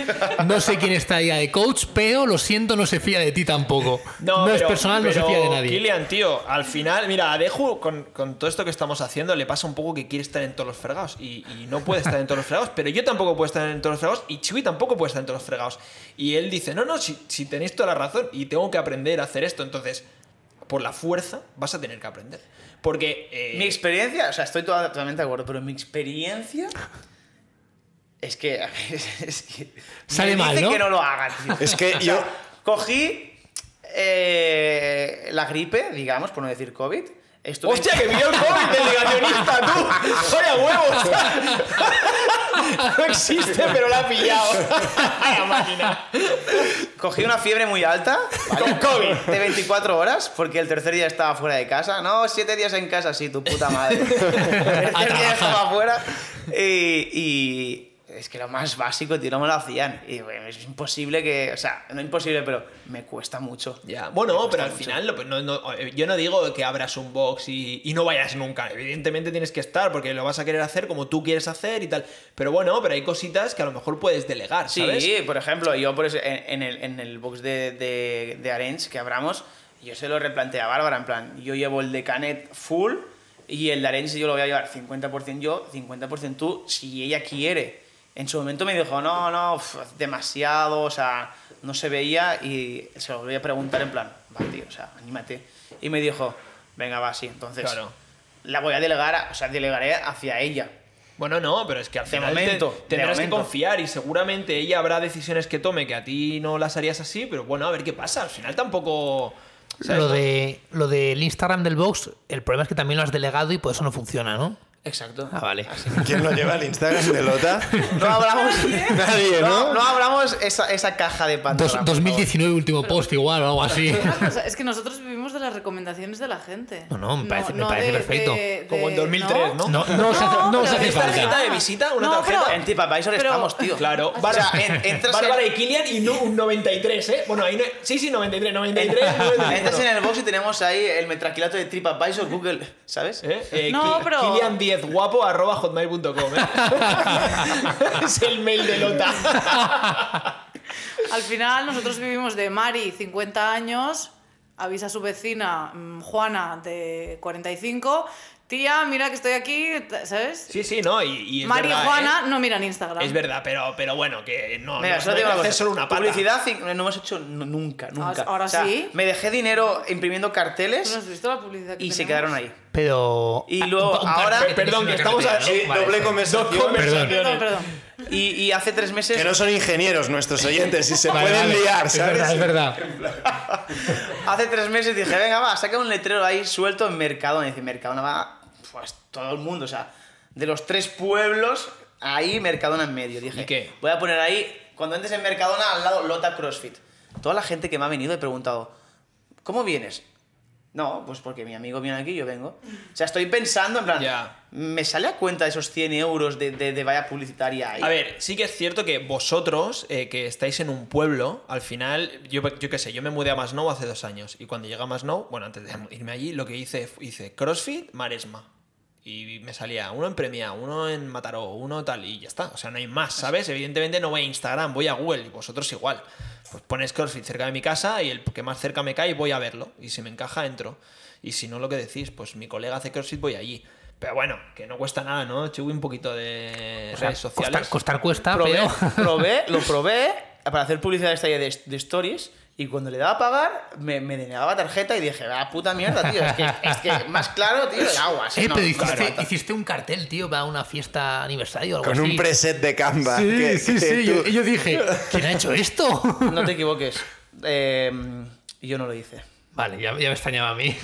Speaker 3: No sé quién está ahí de coach, pero lo siento, no se fía de ti tampoco. No, es
Speaker 1: pero-
Speaker 3: personal, no
Speaker 1: pero,
Speaker 3: se fía de nadie.
Speaker 1: Kilian, tío, al final, mira, a Deju, con, con todo esto que estamos haciendo, le pasa un poco que quiere estar en todos los fregados. Y, y no puede estar en todos los fregados, pero yo tampoco puedo estar en todos los fregados. Y Chiwi tampoco puede estar en todos los fregados. Y él dice: No, no, si, si tenéis toda la razón y tengo que aprender a hacer esto, entonces, por la fuerza, vas a tener que aprender. Porque. eh,
Speaker 5: Mi experiencia, o sea, estoy toda- totalmente de acuerdo, pero mi experiencia es que. (laughs) Es que
Speaker 3: Sale
Speaker 5: me
Speaker 3: mal,
Speaker 5: dicen
Speaker 3: ¿no?
Speaker 5: que no lo hagan, tío.
Speaker 2: Es que
Speaker 5: O sea,
Speaker 2: yo.
Speaker 5: Cogí eh, la gripe, digamos, por no decir COVID. Estuve en-
Speaker 1: ¡Hostia, que vino el COVID delegacionista, tú! ¡Vaya huevos! (laughs) No existe, pero la ha pillado. ¡Vaya máquina!
Speaker 5: Cogí una fiebre muy alta. Con COVID. De 24 horas, porque el tercer día estaba fuera de casa. No, siete días en casa, sí, tu puta madre. El tercer día
Speaker 3: trabajar.
Speaker 5: estaba fuera. Y, y Es que lo más básico, tío, no me lo hacían. Y bueno, es imposible que. O sea, no imposible, pero me cuesta mucho.
Speaker 1: Ya, bueno,
Speaker 5: Me
Speaker 1: pero
Speaker 5: cuesta
Speaker 1: al
Speaker 5: mucho.
Speaker 1: final, lo- no- no, eh, yo no digo que abras un box y, y no vayas nunca. Evidentemente tienes que estar porque lo vas a querer hacer como tú quieres hacer y tal. Pero bueno, pero hay cositas que a lo mejor puedes delegar,
Speaker 5: Sí,
Speaker 1: ¿sabes?
Speaker 5: por ejemplo, yo por eso- en, en el, en el box de, de, de Arenys que abramos, yo se lo replanteé a Bárbara, en plan, yo llevo el de Canet full y el de Arens yo lo voy a llevar 50% yo, 50% tú, si ella quiere. En su momento me dijo, no, no, uf, demasiado, o sea, no se veía y se lo volví a preguntar en plan, va, tío, o sea, anímate. Y me dijo, venga, va, sí, entonces
Speaker 1: Claro.
Speaker 5: la voy a delegar, a- o sea, delegaré hacia ella.
Speaker 1: Bueno, no, pero es que al final te-
Speaker 5: momento, de
Speaker 1: tendrás que
Speaker 5: momento.
Speaker 1: confiar y seguramente ella habrá decisiones que tome que a ti no las harías así, pero bueno, a ver qué pasa. Al final tampoco. ¿sabes?
Speaker 3: Lo, de, lo del Instagram del box, el problema es que también lo has delegado y por eso no funciona, ¿no?
Speaker 5: Exacto.
Speaker 3: Ah, vale.
Speaker 2: ¿Quién lo lleva al Instagram de Lota?
Speaker 3: (laughs)
Speaker 4: (laughs)
Speaker 5: No hablamos.
Speaker 2: Nadie, ¿no?
Speaker 5: (laughs) No, hablamos esa, esa caja de
Speaker 3: Dos-
Speaker 5: Pandora. por
Speaker 3: 2019 último post igual o algo
Speaker 5: (laughs)
Speaker 3: así.
Speaker 4: Una cosa, es que nosotros vivimos de las recomendaciones de la gente.
Speaker 3: No, no, me parece- me parece perfecto.
Speaker 1: Como en 2003, ¿no?
Speaker 3: No, no os hace, no os
Speaker 4: pero
Speaker 3: hace
Speaker 4: es
Speaker 1: ¿Tarjeta
Speaker 3: falta.
Speaker 1: de visita? ¿Una
Speaker 4: No,
Speaker 1: tarjeta?
Speaker 5: favor.
Speaker 4: pero-
Speaker 5: En TripAdvisor
Speaker 4: Pero-
Speaker 5: estamos, tío.
Speaker 1: Claro,
Speaker 5: O sea,
Speaker 1: Bárbara,
Speaker 5: en- entras,
Speaker 1: Bárbara
Speaker 5: en,
Speaker 1: y Kilian y no un 93, ¿eh? Bueno, ahí no. Sí, sí, 93,
Speaker 5: (laughs)
Speaker 1: 93. 93
Speaker 5: entras en el box y tenemos ahí el metraquilato de TripAdvisor, Google, ¿sabes?
Speaker 1: ¿Eh? Eh,
Speaker 4: No,
Speaker 1: Ki-
Speaker 4: pero-
Speaker 1: Kilian10 guapo arroba (laughs) hotmail.com. ¿eh? es el mail de Lota.
Speaker 4: Al final nosotros vivimos de Mari, 50 años, avisa a su vecina mm, Juana, de 45, tía, mira que estoy aquí, t- ¿sabes?
Speaker 1: Sí, sí, no. Y, y es
Speaker 4: Mari
Speaker 1: verdad,
Speaker 4: y
Speaker 1: ¿eh?
Speaker 4: Juana no miran Instagram.
Speaker 1: Es verdad, pero, pero bueno, que no.
Speaker 5: Mira,
Speaker 1: no, no
Speaker 5: solo te
Speaker 1: hay
Speaker 5: digo
Speaker 1: que
Speaker 5: una
Speaker 1: hacer
Speaker 5: cosa.
Speaker 1: solo una pata.
Speaker 5: Publicidad cin- no hemos hecho nu- nunca, nunca.
Speaker 4: ahora
Speaker 5: O sea,
Speaker 4: sí.
Speaker 5: Me dejé dinero
Speaker 4: ¿Tú
Speaker 5: imprimiendo
Speaker 4: no
Speaker 5: carteles
Speaker 4: has visto la publicidad que
Speaker 5: y se
Speaker 4: tenemos?
Speaker 5: quedaron ahí.
Speaker 3: Pero.
Speaker 5: Y luego, ahora-
Speaker 3: cartel
Speaker 1: Perdón,
Speaker 3: es una
Speaker 1: que estamos
Speaker 3: cartera,
Speaker 1: a-
Speaker 3: ¿no?
Speaker 1: sí,
Speaker 3: Vale.
Speaker 2: Doble conversación.
Speaker 3: Perdón.
Speaker 4: Perdón, perdón.
Speaker 5: Y, y hace tres meses.
Speaker 2: Que no son ingenieros nuestros oyentes y se
Speaker 3: Vale,
Speaker 2: pueden
Speaker 3: vale.
Speaker 2: liar,
Speaker 3: Es
Speaker 2: ¿sabes?
Speaker 3: verdad, es verdad.
Speaker 5: Hace tres meses dije, venga, va, saca un letrero ahí suelto en Mercadona. Y dice, Mercadona va, pues todo el mundo, o sea, de los tres pueblos, ahí Mercadona en medio. Dije,
Speaker 1: ¿Y qué?
Speaker 5: voy a poner ahí, cuando entres en Mercadona, al lado Lota CrossFit. Toda la gente que me ha venido he preguntado, ¿cómo vienes? No, pues porque mi amigo viene aquí, yo vengo. O sea, estoy pensando, en plan,
Speaker 1: Ya.
Speaker 5: ¿me sale a cuenta esos 100 euros de, de- de valla publicitaria? ahí?
Speaker 1: A ver, sí que es cierto que vosotros, eh, que estáis en un pueblo, al final, yo, yo qué sé, yo me mudé a Masnou hace dos años. Y cuando llegué a Masnou, bueno, antes de irme allí, lo que hice fue- hice CrossFit, Maresma. Y me salía uno en Premia, uno en Mataró, uno tal, y ya está. O sea, no hay más, ¿sabes? Evidentemente no voy a Instagram, voy a Google, y vosotros igual. Pues pones CrossFit cerca de mi casa y el que más cerca me cae, voy a verlo. Y si me encaja, entro. Y si no, lo que decís, pues mi colega hace CrossFit, voy allí. Pero bueno, que no cuesta nada, ¿no? Chuy, un poquito de
Speaker 3: O sea,
Speaker 1: redes sociales.
Speaker 3: Costar, costar cuesta,
Speaker 5: probé,
Speaker 3: pero.
Speaker 5: (laughs) probé, lo probé para hacer publicidad esta idea de, de stories y cuando le daba a pagar me, me denegaba tarjeta y dije, va, puta mierda, tío, es que, es que más claro, tío, el agua. si
Speaker 3: Eh,
Speaker 5: no,
Speaker 3: pero hiciste,
Speaker 5: claro.
Speaker 3: hiciste un cartel, tío, para una fiesta aniversario o algo
Speaker 2: Con
Speaker 3: así.
Speaker 2: un preset de Canva.
Speaker 3: Sí,
Speaker 2: que-
Speaker 3: sí,
Speaker 2: que
Speaker 3: sí.
Speaker 2: tú-
Speaker 3: Yo, yo dije, ¿quién ha hecho esto? (laughs)
Speaker 5: No te equivoques. Eh, yo no lo hice.
Speaker 3: vale, ya, ya me extrañaba a mí.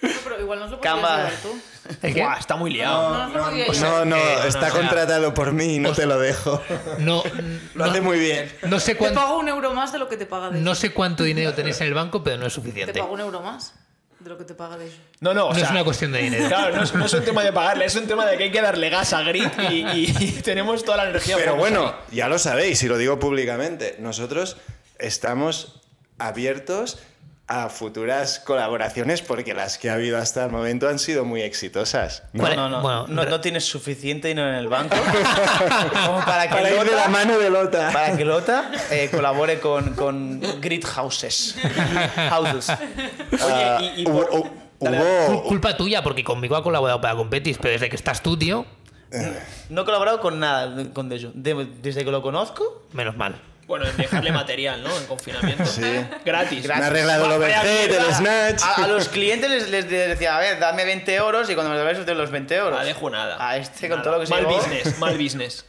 Speaker 4: No, pero igual nos lo podrías
Speaker 5: Camba.
Speaker 4: llevar tú.
Speaker 3: ¿El qué?
Speaker 1: Buah, está muy liado.
Speaker 4: No, no, no,
Speaker 2: No, no,
Speaker 3: Eh,
Speaker 1: que-
Speaker 2: está
Speaker 1: no, no,
Speaker 2: contratado por mí y no te lo dejo.
Speaker 3: No,
Speaker 2: Lo
Speaker 3: no,
Speaker 2: hace muy bien.
Speaker 3: no sé
Speaker 4: Te
Speaker 3: cuánto.
Speaker 4: pago un euro más de lo que te paga de
Speaker 3: No sé cuánto dinero tenéis en el banco, pero no es
Speaker 4: Te
Speaker 3: suficiente.
Speaker 4: pago un euro más de lo que te paga de eso.
Speaker 1: No, no, o
Speaker 3: No
Speaker 1: sea,
Speaker 3: es una cuestión de dinero.
Speaker 1: Claro, no es, no es un tema de pagarle, es un tema de que hay que darle gas a Grit y, y- (laughs) y tenemos toda la energía.
Speaker 2: Pero
Speaker 1: por-
Speaker 2: bueno, ya lo sabéis y lo digo públicamente. Nosotros estamos abiertos a futuras colaboraciones porque las que ha habido hasta el momento han sido muy exitosas. ¿no?
Speaker 3: Vale,
Speaker 5: No, no,
Speaker 3: bueno,
Speaker 5: no,
Speaker 3: re-
Speaker 5: no tienes suficiente dinero en el banco como para que
Speaker 2: (laughs) Para ir de la
Speaker 5: Lota,
Speaker 2: mano de Lota.
Speaker 5: para que Lota eh, colabore con, con Grid Houses. Houses.
Speaker 1: Oye, y, y
Speaker 2: Ah,
Speaker 1: por-
Speaker 2: hubo-
Speaker 1: Dale,
Speaker 3: Cul-
Speaker 2: hubo-
Speaker 3: Culpa tuya, porque conmigo ha colaborado para Competis, pero desde que estás tú, tío,
Speaker 5: No he colaborado con nada con Deju. De- desde que lo conozco,
Speaker 3: menos mal.
Speaker 1: Bueno, en dejarle material, ¿no? En confinamiento.
Speaker 2: Sí.
Speaker 1: Gratis.
Speaker 2: Me ha arreglado el
Speaker 1: Vaya
Speaker 2: overhead,
Speaker 1: mierda. Ah,
Speaker 2: el snatch.
Speaker 5: a, a los clientes les, les decía, a ver, dame 20 euros y cuando me los dabais os doy los 20 euros.
Speaker 1: A dejo nada.
Speaker 5: A este con
Speaker 1: Nada.
Speaker 5: todo lo que se
Speaker 1: Mal
Speaker 5: llevó.
Speaker 1: business, mal
Speaker 5: (laughs)
Speaker 1: business.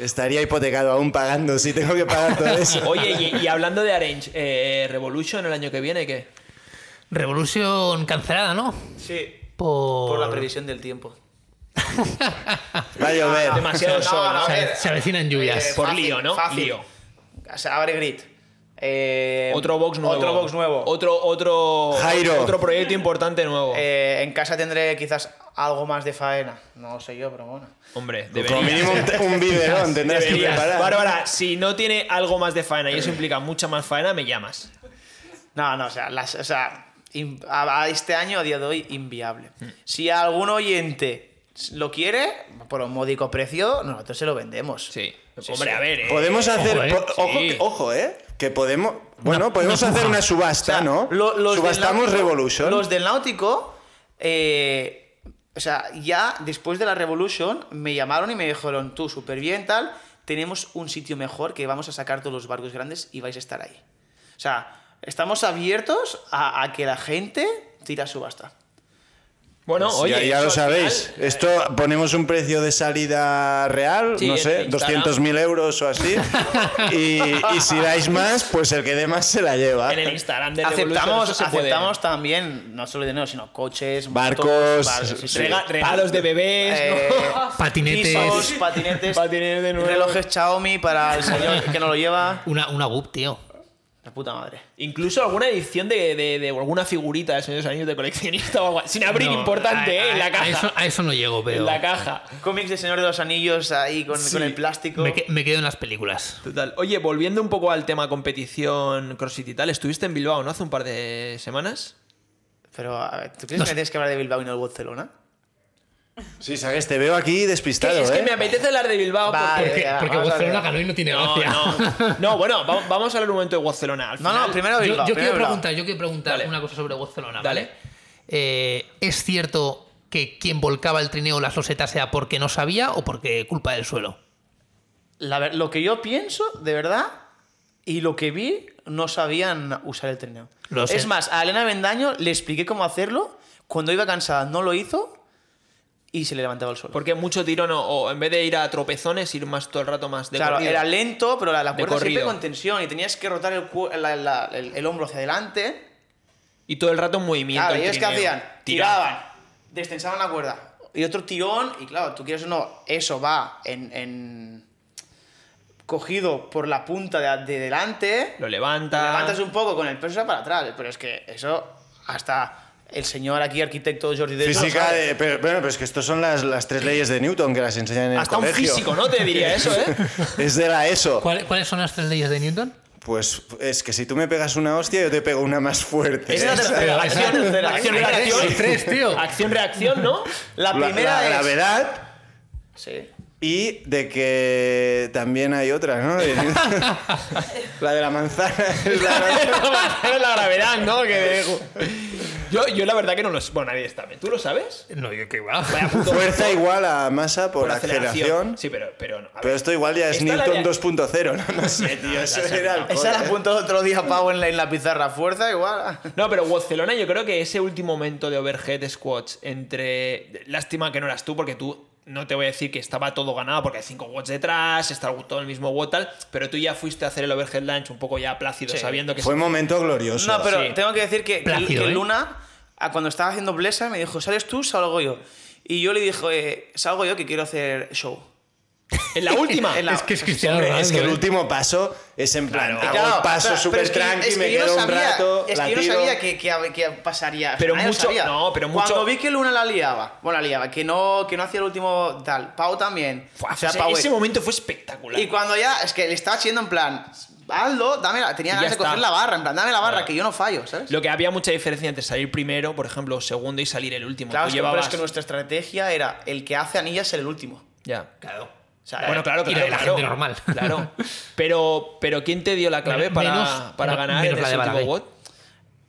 Speaker 2: Estaría hipotecado aún pagando si tengo que pagar todo eso.
Speaker 1: Oye, y, y hablando de Arrange, eh, ¿Revolution el año que viene qué?
Speaker 3: Revolución cancelada, ¿no?
Speaker 5: Sí.
Speaker 3: Por,
Speaker 5: Por la previsión del tiempo.
Speaker 2: Va a llover.
Speaker 1: Demasiado sol, ¿no?
Speaker 5: a
Speaker 3: Se,
Speaker 5: ver,
Speaker 3: se avecinan lluvias.
Speaker 5: eh,
Speaker 1: Por
Speaker 5: fácil,
Speaker 1: lío, ¿no?
Speaker 5: fácil.
Speaker 1: Lío.
Speaker 5: O sea, abre grid. Eh,
Speaker 1: Otro box nuevo.
Speaker 5: Otro box nuevo.
Speaker 1: Otro, otro,
Speaker 2: Jairo.
Speaker 1: otro proyecto importante nuevo.
Speaker 5: Eh, en casa tendré quizás algo más de faena. No lo sé yo, pero bueno.
Speaker 1: Hombre,
Speaker 2: Como
Speaker 1: deberías.
Speaker 2: mínimo un, te- un biberón tendrás que
Speaker 1: Deberías.
Speaker 2: preparar.
Speaker 1: Bárbara, si no tiene algo más de faena y eso implica mucha más faena, me llamas.
Speaker 5: No, no, o sea, las- o sea in- a, a este año, a día de hoy, inviable. Si algún oyente lo quiere, por un módico precio, nosotros se lo vendemos.
Speaker 1: Sí.
Speaker 5: Sí,
Speaker 1: Hombre,
Speaker 5: sí.
Speaker 1: a ver, eh.
Speaker 2: Podemos hacer.
Speaker 3: eh,
Speaker 2: po- ojo,
Speaker 1: sí.
Speaker 2: que- ojo, ¿eh? Que podemos. Bueno, podemos
Speaker 3: una
Speaker 2: hacer
Speaker 3: puja.
Speaker 2: una
Speaker 5: O
Speaker 2: subasta,
Speaker 5: sea,
Speaker 2: Ah, ¿no?
Speaker 5: lo- los del
Speaker 2: Subastamos
Speaker 5: Náutico-
Speaker 2: Revolution.
Speaker 5: Los del Náutico, eh, o sea, ya después de la Revolution me llamaron y me dijeron, tú, súper bien, tal, tenemos un sitio mejor que vamos a sacar todos los barcos grandes y vais a estar ahí. O sea, estamos abiertos a, a que la gente tira a subasta.
Speaker 1: Bueno,
Speaker 2: Pues
Speaker 1: oye.
Speaker 2: ya, ya
Speaker 1: eso
Speaker 2: lo
Speaker 1: al
Speaker 2: sabéis.
Speaker 1: final, eh,
Speaker 2: Esto ponemos un precio de salida real,
Speaker 1: Sí,
Speaker 2: no
Speaker 1: en
Speaker 2: sé,
Speaker 1: Instagram.
Speaker 2: 200.000 euros
Speaker 1: (laughs)
Speaker 2: o así. y, y si dais más, pues el que dé más se la lleva.
Speaker 1: En el Instagram de Revolution,
Speaker 5: Aceptamos,
Speaker 1: eso se puede.
Speaker 5: aceptamos también, no solo dinero, sino coches,
Speaker 2: Barcos,
Speaker 5: motos, sí, sí.
Speaker 1: Rega- regalos de bebés.
Speaker 5: Eh,
Speaker 3: Patinetes. (laughs)
Speaker 5: pisos, patinetes,
Speaker 1: Patines de nuevo.
Speaker 5: relojes Xiaomi para el señor que no lo lleva.
Speaker 3: Una, una GUP, tío.
Speaker 5: La puta madre.
Speaker 1: Incluso alguna edición de, de- de alguna figurita de Señor de los Anillos de coleccionista o algo Sin abrir,
Speaker 3: No,
Speaker 1: importante,
Speaker 3: a-
Speaker 1: ¿eh? En
Speaker 3: a-
Speaker 1: la
Speaker 2: Ah,
Speaker 1: caja.
Speaker 3: A eso, a eso no llego, pero.
Speaker 1: en la caja.
Speaker 5: Cómics de Señor de los Anillos ahí con,
Speaker 1: Sí.
Speaker 5: con el plástico.
Speaker 3: me, que- me quedo en las películas.
Speaker 1: Total. Oye, volviendo un poco al tema competición CrossFit y tal, estuviste en Bilbao, ¿no? Hace un par de semanas.
Speaker 5: Pero, a ver, ¿tú crees que me tienes que hablar de Bilbao y no de Barcelona?
Speaker 2: Sí, sabes, te veo aquí despistado,
Speaker 1: es que
Speaker 2: ¿eh?
Speaker 1: me apetece hablar de Bilbao porque...
Speaker 5: Vale.
Speaker 3: Porque,
Speaker 5: ya,
Speaker 3: porque
Speaker 5: vamos a
Speaker 3: Barcelona
Speaker 5: ver.
Speaker 3: ganó y no
Speaker 5: (laughs)
Speaker 3: tiene
Speaker 1: No,
Speaker 3: gracia. (laughs)
Speaker 1: no. No, bueno, va- vamos a hablar un momento de Barcelona. Al
Speaker 5: No,
Speaker 1: final-
Speaker 5: no, primero
Speaker 3: Yo-
Speaker 5: Bilbao.
Speaker 3: Yo,
Speaker 5: primero
Speaker 3: quiero
Speaker 5: Bilbao.
Speaker 3: preguntar, yo quiero preguntar
Speaker 1: Dale.
Speaker 3: una cosa sobre Barcelona.
Speaker 1: Dale.
Speaker 3: ¿vale? Eh, ¿Es cierto que quien volcaba el trineo o las losetas sea porque no sabía o porque culpa del suelo?
Speaker 5: La ver- lo que yo pienso, de verdad, y lo que vi, no sabían usar el trineo.
Speaker 3: Lo sé.
Speaker 5: Es más, a Elena Bendaño le expliqué cómo hacerlo. Cuando iba cansada no lo hizo y se le levantaba el suelo.
Speaker 1: Porque mucho tirón o, o en vez de ir a tropezones, ir más todo el rato más de
Speaker 5: claro,
Speaker 1: corrido.
Speaker 5: era lento, pero la, la
Speaker 1: De
Speaker 5: cuerda siempre
Speaker 1: corrido.
Speaker 5: con tensión y tenías que rotar el, cu- la- la- el- el hombro hacia adelante.
Speaker 1: Y todo el rato en movimiento.
Speaker 5: Claro,
Speaker 1: el
Speaker 5: ¿y ellos qué
Speaker 1: trineo.
Speaker 5: hacían?
Speaker 1: Tirar.
Speaker 5: Tiraban, destensaban la cuerda. Y otro tirón, y claro, tú quieres o no, eso va en. en- cogido por la punta de, de delante.
Speaker 1: Lo levanta.
Speaker 5: Levantas un poco con el peso para atrás, pero es que eso hasta el señor aquí, arquitecto Jordi Delgado,
Speaker 2: Física
Speaker 5: ¿sabes?
Speaker 2: de. Pero, bueno, pero es que estas son las, las tres leyes de Newton que las enseñan en el
Speaker 1: Hasta un
Speaker 2: colegio.
Speaker 1: físico, ¿no? Te diría eso, ¿eh?
Speaker 2: Es de la ESO.
Speaker 3: ¿Cuál- ¿Cuáles son las tres leyes de Newton?
Speaker 2: Pues es que si tú me pegas una hostia, yo te pego una más
Speaker 1: (laughs)
Speaker 2: fuerte.
Speaker 1: Es la tercera.
Speaker 3: Pero esa-
Speaker 1: Acción, tercera. Acción,
Speaker 3: Hay tres,
Speaker 1: reacción.
Speaker 3: hay tres, tío.
Speaker 1: Acción, reacción, (laughs) ¿no?
Speaker 5: La
Speaker 2: La-
Speaker 5: primera
Speaker 2: la
Speaker 5: es...
Speaker 2: gravedad
Speaker 5: Sí.
Speaker 2: y de que también hay otra,
Speaker 5: (laughs)
Speaker 2: ¿no? la de la manzana. (laughs) es la gran-
Speaker 1: Era la gravedad, ¿no? Que dejo. Yo, yo la verdad que no lo sé. Bueno, nadie está. ¿Tú lo sabes?
Speaker 3: No, yo qué va.
Speaker 1: Vaya puto
Speaker 2: Fuerza
Speaker 1: bruto.
Speaker 2: igual a masa por, aceleración.
Speaker 1: Sí, pero, pero no. A
Speaker 2: Pero
Speaker 1: ver.
Speaker 2: esto igual ya es
Speaker 1: Esta la
Speaker 2: Newton
Speaker 1: de-
Speaker 2: 2.0, ¿no? No sé,
Speaker 5: (laughs)
Speaker 2: tío. Eso era el
Speaker 5: Esa la
Speaker 2: coño.
Speaker 5: apuntó el otro día Pau en la, en la pizarra. Fuerza, igual.
Speaker 1: No, pero Barcelona, yo creo que ese último momento de overhead squats entre. Lástima que no eras tú, porque tú. No te voy a decir que estaba todo ganado porque hay 5 watts detrás, está todo el mismo watt tal, pero tú ya fuiste a hacer el overhead lunch un poco ya plácido,
Speaker 5: Sí.
Speaker 1: sabiendo que
Speaker 2: Fue un momento glorioso.
Speaker 5: No, pero
Speaker 1: Sí.
Speaker 5: tengo que decir que, que-
Speaker 3: Plácido,
Speaker 5: que
Speaker 3: ¿eh?
Speaker 5: Luna, a cuando estaba haciendo Blesa, me dijo, ¿sales tú? Salgo yo. Y yo le dije, "Eh, salgo yo que quiero hacer show.
Speaker 1: en la última.
Speaker 5: En la-
Speaker 3: Es que es Cristiano
Speaker 2: Hombre,
Speaker 3: Ronaldo.
Speaker 2: es que el
Speaker 3: ¿eh?
Speaker 2: último paso es en plan, hago
Speaker 5: Claro,
Speaker 2: un paso
Speaker 5: pero- pero
Speaker 2: súper
Speaker 5: es que-
Speaker 2: tranqui,
Speaker 5: es que
Speaker 2: me
Speaker 5: yo no
Speaker 2: quedo un
Speaker 5: sabía-
Speaker 2: rato,
Speaker 5: Es
Speaker 2: la
Speaker 5: que yo no
Speaker 2: tiro.
Speaker 5: sabía que, que- que pasaría.
Speaker 1: Pero
Speaker 5: nadie lo
Speaker 1: mucho-
Speaker 5: sabía.
Speaker 1: no, pero mucho-
Speaker 5: Cuando vi que Luna la liaba, bueno, la liaba, que no, que no hacía el último tal. Pau también.
Speaker 1: Fua, pues
Speaker 5: o sea,
Speaker 1: ese-
Speaker 5: Pau
Speaker 1: ese
Speaker 5: es-
Speaker 1: momento fue espectacular.
Speaker 5: Y cuando ya, es que le estaba haciendo en plan, hazlo, dame la, tenía
Speaker 1: Y ya
Speaker 5: ganas de
Speaker 1: está.
Speaker 5: coger la barra, en plan, dame la barra,
Speaker 1: Claro.
Speaker 5: que yo no fallo, ¿sabes?
Speaker 1: Lo que había mucha diferencia entre salir primero, por ejemplo, o segundo y salir el último.
Speaker 5: claro,
Speaker 1: Tú
Speaker 5: es que, pero
Speaker 1: llevabas...
Speaker 5: es que nuestra estrategia era el que hace anillas el último.
Speaker 1: Ya.
Speaker 3: Claro.
Speaker 5: O sea,
Speaker 1: Bueno,
Speaker 5: eh,
Speaker 1: claro,
Speaker 3: y la
Speaker 1: claro,
Speaker 3: de la
Speaker 1: claro.
Speaker 3: gente normal.
Speaker 1: Claro. Pero, pero ¿quién te dio la clave
Speaker 3: Men-
Speaker 1: para,
Speaker 3: menos-
Speaker 1: para
Speaker 3: menos-
Speaker 1: ganar
Speaker 3: menos
Speaker 1: en
Speaker 3: la
Speaker 1: ese
Speaker 3: de
Speaker 1: último
Speaker 3: Balaguer.
Speaker 1: WOD?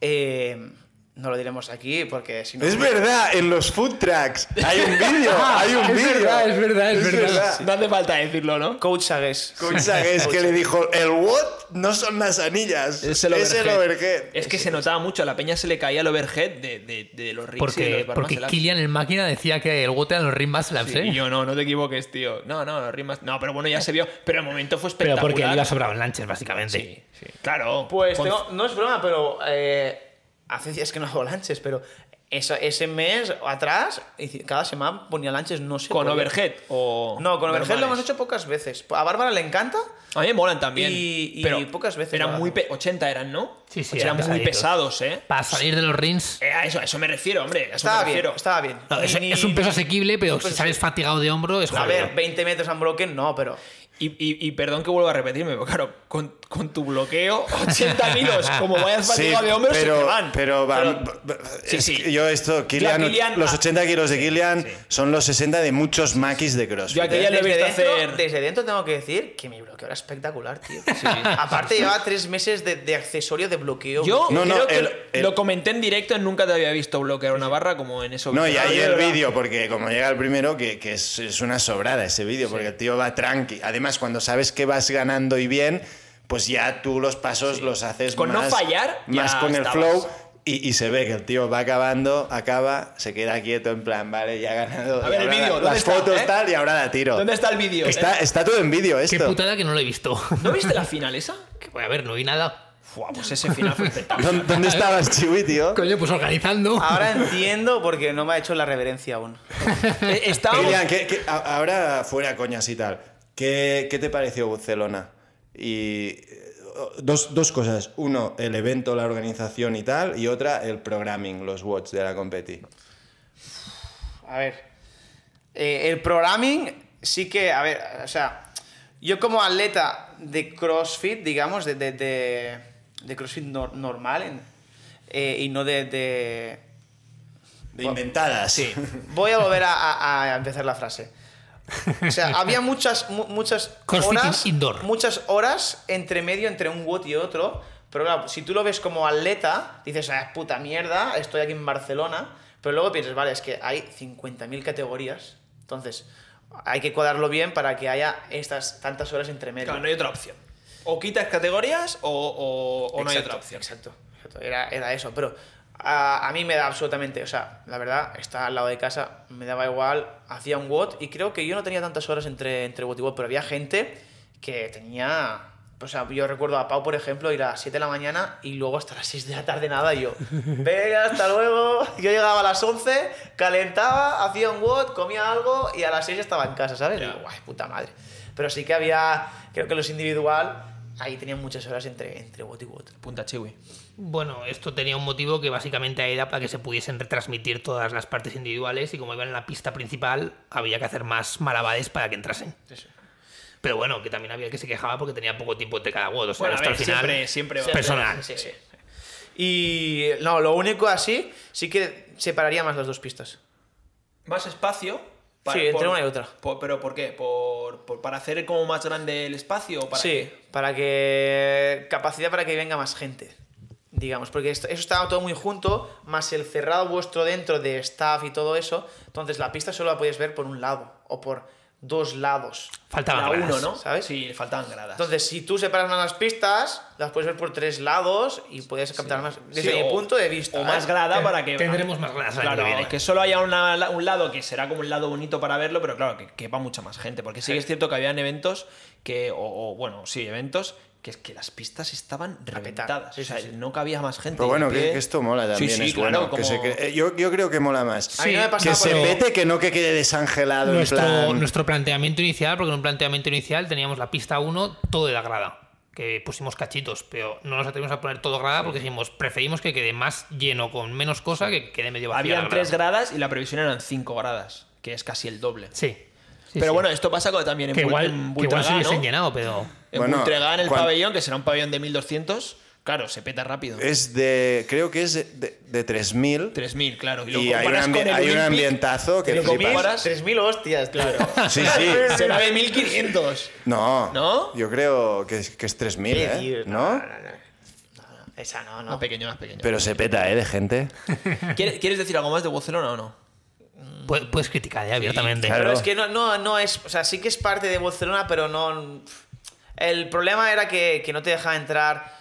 Speaker 5: eh, no lo diremos aquí porque si no.
Speaker 2: Es verdad, en los food trucks hay
Speaker 5: (laughs)
Speaker 2: un vídeo,
Speaker 5: Ah,
Speaker 2: hay un
Speaker 3: es
Speaker 2: vídeo.
Speaker 3: verdad, es verdad, es verdad.
Speaker 1: No hace falta decirlo, ¿no?
Speaker 5: Coach Sagues.
Speaker 2: Concha, que es que le dijo, el what no son las anillas, es el overhead.
Speaker 1: Es que se notaba mucho, a la peña se le caía el overhead de, de, de los rings y de
Speaker 3: (laughs) Porque,
Speaker 1: los barmas
Speaker 3: porque
Speaker 1: de la-
Speaker 3: Kilian el máquina decía que el gote a los ring más
Speaker 1: Sí,
Speaker 3: laps,
Speaker 1: y
Speaker 3: ¿eh?
Speaker 1: yo no, no te equivoques, tío. No, no, los rimas. No, pero bueno, ya se vio. Pero el momento fue
Speaker 3: Pero
Speaker 1: espectacular.
Speaker 3: porque él iba sobrado en lanches, básicamente.
Speaker 1: Sí, sí. Claro.
Speaker 5: Pues
Speaker 1: Con-
Speaker 5: tengo- no es broma, pero eh, hace días que no hago lanches, pero eso- ese mes atrás, hice- cada semana ponía lanches, no sé.
Speaker 1: Con
Speaker 5: por qué.
Speaker 1: overhead o.
Speaker 5: No, con overhead lo hemos
Speaker 1: normales.
Speaker 5: hecho pocas veces. A Bárbara le encanta.
Speaker 1: A mí me molan también.
Speaker 5: Y- y pocas veces lo
Speaker 1: Eran
Speaker 5: hago.
Speaker 1: muy. pe- 80 eran, ¿no? Pues
Speaker 3: Sí, sí,
Speaker 1: Eran,
Speaker 3: eran
Speaker 1: muy
Speaker 3: pesaditos.
Speaker 1: pesados, ¿eh?
Speaker 3: Para salir de los rings.
Speaker 1: Eh, A eso, a eso me refiero, hombre. A eso
Speaker 5: Estaba
Speaker 1: me refiero.
Speaker 5: bien, estaba bien.
Speaker 3: No, es,
Speaker 5: Ni-
Speaker 3: es un peso asequible, pero si
Speaker 5: peso
Speaker 3: sales fatigado de hombro, es
Speaker 5: A
Speaker 3: jodido.
Speaker 5: ver, 20 metros unbroken, no, pero.
Speaker 1: Y, y- y perdón que vuelva a repetirme, pero claro, con, con tu bloqueo, 80 kilos, como vayas
Speaker 2: Sí,
Speaker 1: fatigado de hombros, se te
Speaker 2: pero,
Speaker 1: van.
Speaker 2: pero, van-
Speaker 1: Pero-
Speaker 2: b- b-
Speaker 1: Sí,
Speaker 2: es
Speaker 1: sí.
Speaker 2: que yo esto, Kilian,
Speaker 1: Kilian-
Speaker 2: los
Speaker 1: ah,
Speaker 2: 80 kilos de Kilian
Speaker 1: sí.
Speaker 2: son los 60 de muchos maquis de
Speaker 1: Yo
Speaker 2: CrossFit.
Speaker 1: aquí- Aquella lo he
Speaker 5: desde,
Speaker 1: visto
Speaker 5: dentro,
Speaker 1: hacer-
Speaker 5: desde dentro tengo que decir que mi bloqueo era espectacular, tío. Aparte, llevaba tres meses de, de accesorio de bloqueo.
Speaker 1: yo
Speaker 2: No, no,
Speaker 1: creo que
Speaker 2: el-
Speaker 1: lo-
Speaker 2: el-
Speaker 1: lo comenté en directo, nunca te había visto bloquear una barra como en eso. Ah,
Speaker 2: No, y ahí el
Speaker 1: Ahora-
Speaker 2: vídeo, porque como llega el primero, que, que es, es una sobrada ese vídeo, porque el tío va tranqui. Además, cuando sabes que vas ganando y bien, pues ya tú los pasos los haces
Speaker 1: Con no
Speaker 2: más-
Speaker 1: fallar, ya
Speaker 2: más con el
Speaker 1: estabas.
Speaker 2: flow. Y, y se ve que el tío va acabando, acaba, se queda quieto en plan, vale, ya ha ganado.
Speaker 1: A
Speaker 2: y
Speaker 1: ver, el
Speaker 2: ahora
Speaker 1: vídeo,
Speaker 2: la-
Speaker 1: ¿dónde
Speaker 2: las
Speaker 1: está,
Speaker 2: fotos
Speaker 1: eh?
Speaker 2: tal, y ahora la tiro.
Speaker 1: ¿Dónde está el vídeo?
Speaker 2: Está, está todo en vídeo
Speaker 3: Qué
Speaker 2: esto.
Speaker 3: putada que no lo he visto. (laughs)
Speaker 1: ¿No viste la final esa?
Speaker 3: Que voy a ver, no vi nada.
Speaker 1: Fua, pues ese final fue
Speaker 2: (laughs)
Speaker 1: espectacular.
Speaker 2: ¿Dó- ¿Dónde estabas, Chiwi, tío?
Speaker 3: Coño, pues organizando.
Speaker 5: Ahora entiendo porque no me ha hecho la reverencia aún.
Speaker 1: Eh, Estábamos.
Speaker 2: Kilian, ¿qué- qué- a- ahora fuera coñas y tal. ¿Qué, qué te pareció Barcelona? Y eh, dos, dos cosas. Uno, el evento, la organización y tal. Y otra, el programming, los watts de la competi.
Speaker 5: A ver. eh, el programming sí que, a ver, o sea, yo como atleta de CrossFit, digamos, de, de, de- de CrossFit nor- normal en- eh, y no de, de-
Speaker 2: De inventadas. Sí.
Speaker 5: Voy a volver a, a- a empezar la frase. O sea, había muchas, mu- muchas
Speaker 3: CrossFit
Speaker 5: horas,
Speaker 3: indoor.
Speaker 5: muchas horas entre medio, entre un WOT y otro. Pero claro, si tú lo ves como atleta, dices, ah, puta mierda, estoy aquí en Barcelona. Pero luego piensas, vale, es que hay 50.000 categorías. Entonces, hay que cuadrarlo bien para que haya estas tantas horas entre medio.
Speaker 1: Claro, no hay otra opción. O quitas categorías o, o- o no hay
Speaker 5: Exacto,
Speaker 1: otra opción.
Speaker 5: Exacto, exacto. Era, era eso. Pero a, a mí me da absolutamente. O sea, la verdad, está al lado de casa, me daba igual, hacía un WOT y creo que yo no tenía tantas horas entre, entre WOT y WOT, pero había gente que tenía. O sea, yo recuerdo a Pau, por ejemplo, ir a las 7 de la mañana y luego hasta las 6 de la tarde nada. Y yo, venga, hasta luego. Yo llegaba a las 11, calentaba, hacía un WOT, comía algo y a las 6 estaba en casa, ¿sabes? Y digo, guay, puta madre. Pero sí que había, creo que los individual ahí tenía muchas horas entre, entre bot y bot.
Speaker 1: Punta Chiwi.
Speaker 3: (laughs) Bueno, esto tenía un motivo que básicamente era para que se pudiesen retransmitir todas las partes individuales y como iban en la pista principal, había que hacer más malabares para que entrasen. Pero bueno, que también había que se quejaba porque tenía poco tiempo entre cada WOD. O sea,
Speaker 1: Bueno, a
Speaker 3: esto
Speaker 1: ver,
Speaker 3: al final
Speaker 1: siempre- siempre
Speaker 3: es
Speaker 1: va a
Speaker 3: personal.
Speaker 5: Sí, sí. Y no, lo único así, sí que separaría más las dos pistas.
Speaker 1: Más espacio.
Speaker 5: Sí, entre una y otra.
Speaker 1: por- ¿Pero por qué? ¿Por, por- para hacer como más grande el espacio? o para
Speaker 5: sí,
Speaker 1: qué?
Speaker 5: para que. capacidad para que venga más gente. Digamos, porque esto- eso estaba todo muy junto, más el cerrado vuestro dentro de staff y todo eso. Entonces la pista solo la podías ver por un lado o por dos lados.
Speaker 3: Faltaba
Speaker 1: La
Speaker 3: gradas.
Speaker 1: uno, ¿no?
Speaker 5: ¿sabes?
Speaker 1: Sí, le faltaban gradas.
Speaker 5: Entonces, si tú separas más las pistas, las puedes ver por tres lados y puedes captar más. Desde
Speaker 1: Sí,
Speaker 5: mi
Speaker 1: o-
Speaker 5: punto de vista.
Speaker 1: O más
Speaker 5: ¿eh?
Speaker 1: grada para que.
Speaker 3: tendremos más gradas el año
Speaker 1: Claro,
Speaker 3: que viene.
Speaker 1: que solo haya una- un lado que será como un lado bonito para verlo, pero claro, que quepa mucha más gente. Porque sí que es cierto que habían eventos que. O, o, bueno, sí, eventos que es que las pistas estaban
Speaker 5: petar.
Speaker 1: reventadas.
Speaker 5: Sí,
Speaker 1: o sea,
Speaker 5: sí, sí.
Speaker 1: no cabía más gente.
Speaker 2: (laughs) Pero bueno,
Speaker 1: Y
Speaker 2: que,
Speaker 1: de pie-
Speaker 2: que esto mola también.
Speaker 1: Sí, sí,
Speaker 2: es
Speaker 1: claro.
Speaker 2: bueno, que se
Speaker 1: como- Ah,
Speaker 2: cre- eh, yo, yo creo que mola más.
Speaker 5: A mí no me
Speaker 2: que
Speaker 5: pasaba
Speaker 2: se
Speaker 5: por-
Speaker 2: pete, que no que quede desangelado
Speaker 3: nuestro,
Speaker 2: en plan.
Speaker 3: nuestro planteamiento inicial, porque en un planteamiento inicial teníamos la pista 1, todo de la grada, que pusimos cachitos, pero no nos atrevimos a poner todo grada porque dijimos, preferimos que quede más lleno con menos cosa que quede medio vacía.
Speaker 1: Habían
Speaker 3: la
Speaker 1: tres
Speaker 3: grada.
Speaker 1: gradas y la previsión eran cinco gradas, que es casi el doble.
Speaker 3: Sí. Sí,
Speaker 1: pero
Speaker 3: sí.
Speaker 1: bueno, esto pasa co- también en,
Speaker 3: que
Speaker 1: Bul-
Speaker 3: igual,
Speaker 1: en
Speaker 3: que igual se
Speaker 1: Voltregá,
Speaker 3: hubiesen
Speaker 1: ¿no?
Speaker 3: llenado, pero.
Speaker 1: En
Speaker 2: Bueno,
Speaker 1: Voltregá, en el
Speaker 2: cuan-
Speaker 1: pabellón, que será un pabellón de 1200, claro, se peta rápido.
Speaker 2: Es de. Creo que es de, de- de 3000.
Speaker 1: 3000, claro. Y, lo
Speaker 2: Y hay, un,
Speaker 1: comparas
Speaker 2: ambi-
Speaker 1: con el
Speaker 2: hay un
Speaker 1: Olympic,
Speaker 2: ambientazo que
Speaker 1: lo
Speaker 2: flipas.
Speaker 1: comparas-
Speaker 5: 3.000 hostias, claro. (laughs)
Speaker 2: Sí, sí. ¿eh?
Speaker 1: Será de 1500.
Speaker 2: No,
Speaker 1: ¿No?
Speaker 2: yo creo que es, que es 3000,
Speaker 5: ¿Qué
Speaker 2: ¿eh?
Speaker 5: dices?
Speaker 2: ¿No?
Speaker 5: Esa no,
Speaker 1: Más
Speaker 5: no.
Speaker 1: pequeño, más pequeño.
Speaker 2: Pero se peta, ¿eh? De gente.
Speaker 1: ¿Quieres, quieres decir algo más de Barcelona o no?
Speaker 3: Puedes, puedes criticar, ¿eh? abiertamente.
Speaker 2: claro.
Speaker 5: Pero es que no, no, no es. O sea, sí que es parte de Barcelona, pero no. El problema era que, que no te dejaba entrar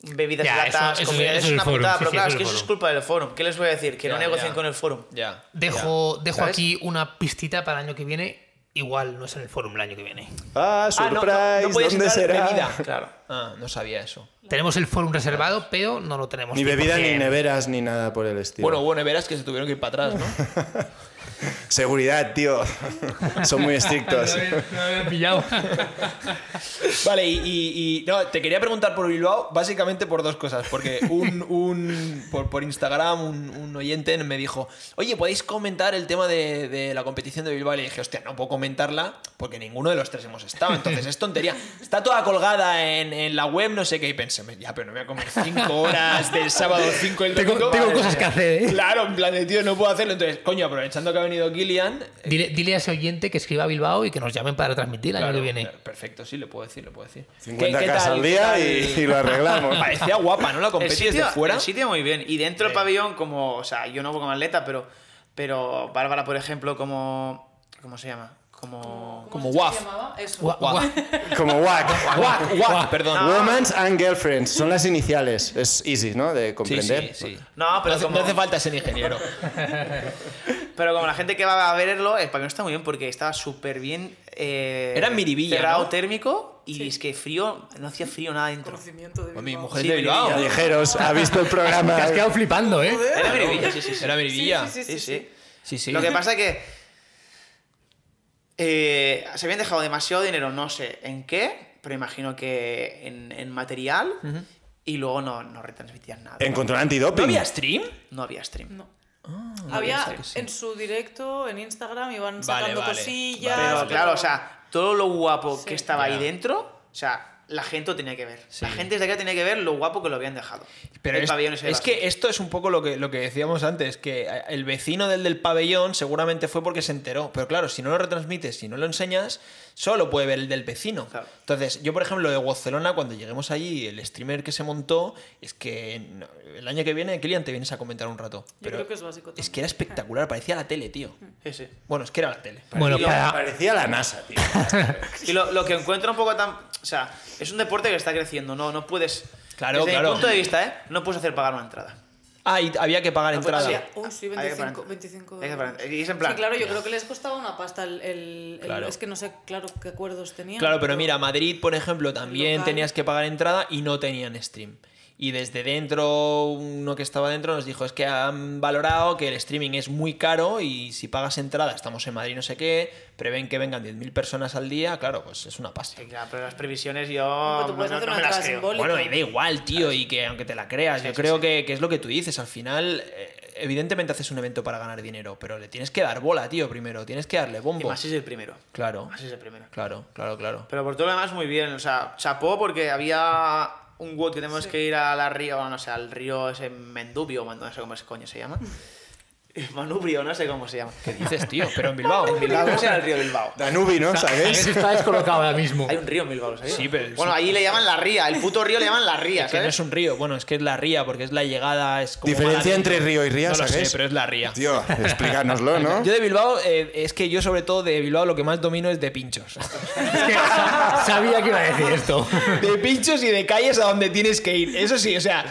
Speaker 5: bebidas
Speaker 3: Ya, eso-
Speaker 5: latas,
Speaker 3: eso es-
Speaker 5: comida.
Speaker 3: eso
Speaker 5: Es,
Speaker 3: es el
Speaker 5: una
Speaker 3: forum,
Speaker 5: putada,
Speaker 3: sí,
Speaker 5: pero
Speaker 3: sí,
Speaker 5: claro,
Speaker 3: eso
Speaker 5: es que
Speaker 3: es el
Speaker 5: eso es
Speaker 3: forum.
Speaker 5: culpa del forum. ¿Qué les voy a decir? Que
Speaker 1: Ya,
Speaker 5: no negocien
Speaker 1: ya.
Speaker 5: con el forum.
Speaker 1: Ya.
Speaker 3: Dejo, dejo
Speaker 5: ¿Sabes?
Speaker 3: aquí una pistita para el año que viene. Igual no es en el forum el año que viene.
Speaker 2: Ah,
Speaker 1: Ah, no,
Speaker 2: surprise,
Speaker 1: no, no podías
Speaker 2: ¿dónde
Speaker 1: entrar
Speaker 2: será?
Speaker 1: bebida.
Speaker 5: Claro.
Speaker 1: Ah, no sabía eso.
Speaker 3: Tenemos el forum reservado, pero no lo tenemos.
Speaker 2: Ni bebida, ni
Speaker 3: 100%.
Speaker 2: neveras, ni nada por el estilo.
Speaker 1: Bueno, bueno, verás que se tuvieron que ir para atrás, ¿no?
Speaker 2: Seguridad,
Speaker 1: (laughs)
Speaker 2: tío. Son muy estrictos.
Speaker 3: (laughs) Pillado.
Speaker 1: vale, y, y- y- no, te quería preguntar por Bilbao, básicamente por dos cosas. Porque un, un- por, por Instagram, un, un oyente me dijo, oye, ¿podéis comentar el tema de, de la competición de Bilbao? Y le dije, hostia, no puedo comentarla porque ninguno de los tres hemos estado. Entonces es tontería. Está toda colgada en, en la web, no sé qué. Y pensé, ya, pero no voy a comer cinco horas del sábado, cinco del
Speaker 3: Tengo-
Speaker 1: domingo.
Speaker 3: tengo
Speaker 1: Madre
Speaker 3: cosas
Speaker 1: mía.
Speaker 3: que hacer, ¿eh?
Speaker 1: Claro, en plan de tío, no puedo hacerlo. Entonces, coño, aprovechando que ha venido Kilian. eh,
Speaker 3: Dile, dile a ese oyente que escriba a Bilbao y que nos llamen para transmitir el año
Speaker 1: claro,
Speaker 3: que viene.
Speaker 1: claro, Perfecto, sí, le puedo decir, le puedo decir.
Speaker 2: 50
Speaker 1: ¿Qué- qué
Speaker 2: casas
Speaker 1: tal?
Speaker 2: al
Speaker 1: ¿Qué
Speaker 2: día
Speaker 1: tal?
Speaker 2: y, y lo arreglamos.
Speaker 1: (laughs) Parecía guapa, ¿no? La competi desde fuera.
Speaker 5: el sitio muy bien. Y dentro del pabellón, como. O sea, yo no voy como atleta, pero. Pero Bárbara, por ejemplo, como. ¿Cómo se llama? Como.
Speaker 1: Como
Speaker 4: se
Speaker 1: guaf.
Speaker 4: llamaba? Eso.
Speaker 3: Guau,
Speaker 1: Guau.
Speaker 3: guau.
Speaker 2: Como WAC.
Speaker 1: Guac, guac, perdón.
Speaker 2: Womans and Girlfriends. Son las iniciales. Es easy, ¿no? De
Speaker 1: Sí,
Speaker 2: comprender.
Speaker 1: sí, sí.
Speaker 5: No, pero
Speaker 1: hace,
Speaker 5: como-
Speaker 1: no hace falta ser ingeniero.
Speaker 5: Pero como la gente que va a verlo, el pabellón está muy bien porque estaba súper bien. Eh,
Speaker 1: Era en Miribilla,
Speaker 5: Cerrado
Speaker 1: ¿no?
Speaker 5: térmico y es que frío, no hacía frío nada dentro.
Speaker 4: Conocimiento de
Speaker 1: Pues mi
Speaker 4: Bilbao.
Speaker 1: mujer
Speaker 5: Sí,
Speaker 1: es de Bilbao.
Speaker 5: Miribilla.
Speaker 2: Callejeros, ha visto el
Speaker 1: (laughs)
Speaker 2: programa.
Speaker 3: Te has quedado flipando, ¿eh?
Speaker 5: Era Miribilla, sí, sí. sí.
Speaker 1: Era
Speaker 4: Sí,
Speaker 1: Miribilla.
Speaker 4: sí, sí,
Speaker 5: Sí,
Speaker 4: sí, sí.
Speaker 5: sí.
Speaker 1: Sí, sí.
Speaker 5: Lo que pasa es que. eh, se habían dejado demasiado dinero, no sé en qué, pero imagino que en, en material y luego no, no retransmitían nada.
Speaker 2: Encontró el
Speaker 1: ¿No
Speaker 2: antidoping.
Speaker 1: había stream?
Speaker 5: No había stream.
Speaker 4: No.
Speaker 1: hasta
Speaker 4: Había
Speaker 1: Ah, que sí.
Speaker 4: en su directo, en Instagram, iban
Speaker 1: Vale,
Speaker 4: sacando
Speaker 1: vale.
Speaker 4: cosillas.
Speaker 1: Vale,
Speaker 5: Pero
Speaker 1: vale.
Speaker 5: claro, o sea, todo lo guapo que estaba
Speaker 1: Ya.
Speaker 5: ahí dentro, o sea, la gente lo tenía que ver. La
Speaker 1: Sí.
Speaker 5: gente desde acá tenía que ver lo guapo que lo habían dejado.
Speaker 1: Pero
Speaker 5: El
Speaker 1: es,
Speaker 5: pabellón ese de
Speaker 1: es
Speaker 5: básquet.
Speaker 1: que esto es un poco lo que, lo que decíamos antes, que el vecino del del pabellón seguramente fue porque se enteró. Pero claro, si no lo retransmites, si no lo enseñas, solo puede ver el del vecino.
Speaker 5: Claro.
Speaker 1: Entonces, yo por ejemplo de Barcelona, cuando lleguemos allí, el streamer que se montó, es que no- el año que viene, Kilian, te vienes a comentar un rato.
Speaker 4: Yo creo que es básico Ah.
Speaker 1: Es
Speaker 4: también.
Speaker 1: que era espectacular, parecía la tele, tío.
Speaker 5: Sí, sí.
Speaker 1: Bueno, es que era la tele.
Speaker 3: Bueno,
Speaker 5: Y lo-
Speaker 3: para,
Speaker 2: Parecía la NASA, tío.
Speaker 5: Y lo, lo que encuentro un poco tan. O sea, es un deporte que está creciendo, no, no puedes.
Speaker 1: Claro,
Speaker 5: desde
Speaker 1: claro.
Speaker 5: mi punto de vista, ¿eh? No puedes hacer pagar una entrada.
Speaker 1: Ah, y había que pagar
Speaker 5: No, pues,
Speaker 1: entrada.
Speaker 5: sí.
Speaker 4: Uy, sí,
Speaker 5: Hay que
Speaker 4: 25,
Speaker 5: pagar entrada.
Speaker 4: 25
Speaker 5: Hay que pagar
Speaker 4: euros.
Speaker 5: entrada. Y es en plan,
Speaker 4: Sí, claro, yo creo que les costaba una pasta el... el- el-
Speaker 1: Claro.
Speaker 4: Es que no sé, claro, qué acuerdos tenían.
Speaker 1: Claro, pero mira, Madrid, por ejemplo, también
Speaker 4: Local.
Speaker 1: tenías que pagar entrada y no tenían stream. Y desde dentro, uno que estaba dentro nos dijo, es que han valorado que el streaming es muy caro y si pagas entrada, estamos en Madrid no sé qué, prevén que vengan 10.000 personas al día, claro, pues es una pasta.
Speaker 5: Venga, pero las previsiones yo
Speaker 4: Pero tú
Speaker 5: no,
Speaker 4: puedes
Speaker 5: no-
Speaker 4: hacer
Speaker 5: no
Speaker 4: una
Speaker 5: me las
Speaker 4: entrada
Speaker 5: creo.
Speaker 4: simbólica.
Speaker 1: Bueno, y da igual, tío, y que aunque te la creas, yo creo Que, que es lo que tú dices. Al final, eh, evidentemente haces un evento para ganar dinero, pero le tienes que dar bola, tío, primero. Tienes que darle
Speaker 5: Y
Speaker 1: bombo.
Speaker 5: más si es el primero.
Speaker 1: Claro,
Speaker 5: Más si es el primero.
Speaker 1: claro, claro, claro.
Speaker 5: Pero por todo lo demás, muy bien. O sea, chapó porque había un WOT que tenemos que ir a la río, bueno, no sé, al río ese Mendubio, no sé cómo es coño
Speaker 4: (laughs)
Speaker 5: se llama. Manubrio, no sé cómo se llama.
Speaker 1: ¿Qué dices, tío? Pero en
Speaker 5: (laughs)
Speaker 1: Bilbao.
Speaker 5: Bilbao, ¿cómo se llama el río Bilbao?
Speaker 2: Danubi, ¿no? ¿Sabéis?
Speaker 1: (laughs)
Speaker 3: Está descolocado ahora mismo.
Speaker 5: Hay un río en Bilbao, ¿lo sabías?
Speaker 1: Sí, pero-
Speaker 5: Bueno, allí le llaman la ría, el puto río le llaman la ría,
Speaker 1: Que no es
Speaker 5: ¿sabes?
Speaker 1: un río, bueno, es que es la ría, porque es la llegada, es como...
Speaker 2: Diferencia
Speaker 1: Maladero.
Speaker 2: entre río y ría,
Speaker 1: No lo sé,
Speaker 2: ¿sabéis?
Speaker 1: pero es la ría.
Speaker 2: Tío, explícanoslo, ¿no?
Speaker 1: Yo de Bilbao, eh, es que yo sobre todo de Bilbao lo que más domino es de pinchos.
Speaker 3: Es que sa- sabía que iba a decir esto.
Speaker 1: (laughs) de pinchos y de calles a donde tienes que ir. Eso sí, o sea,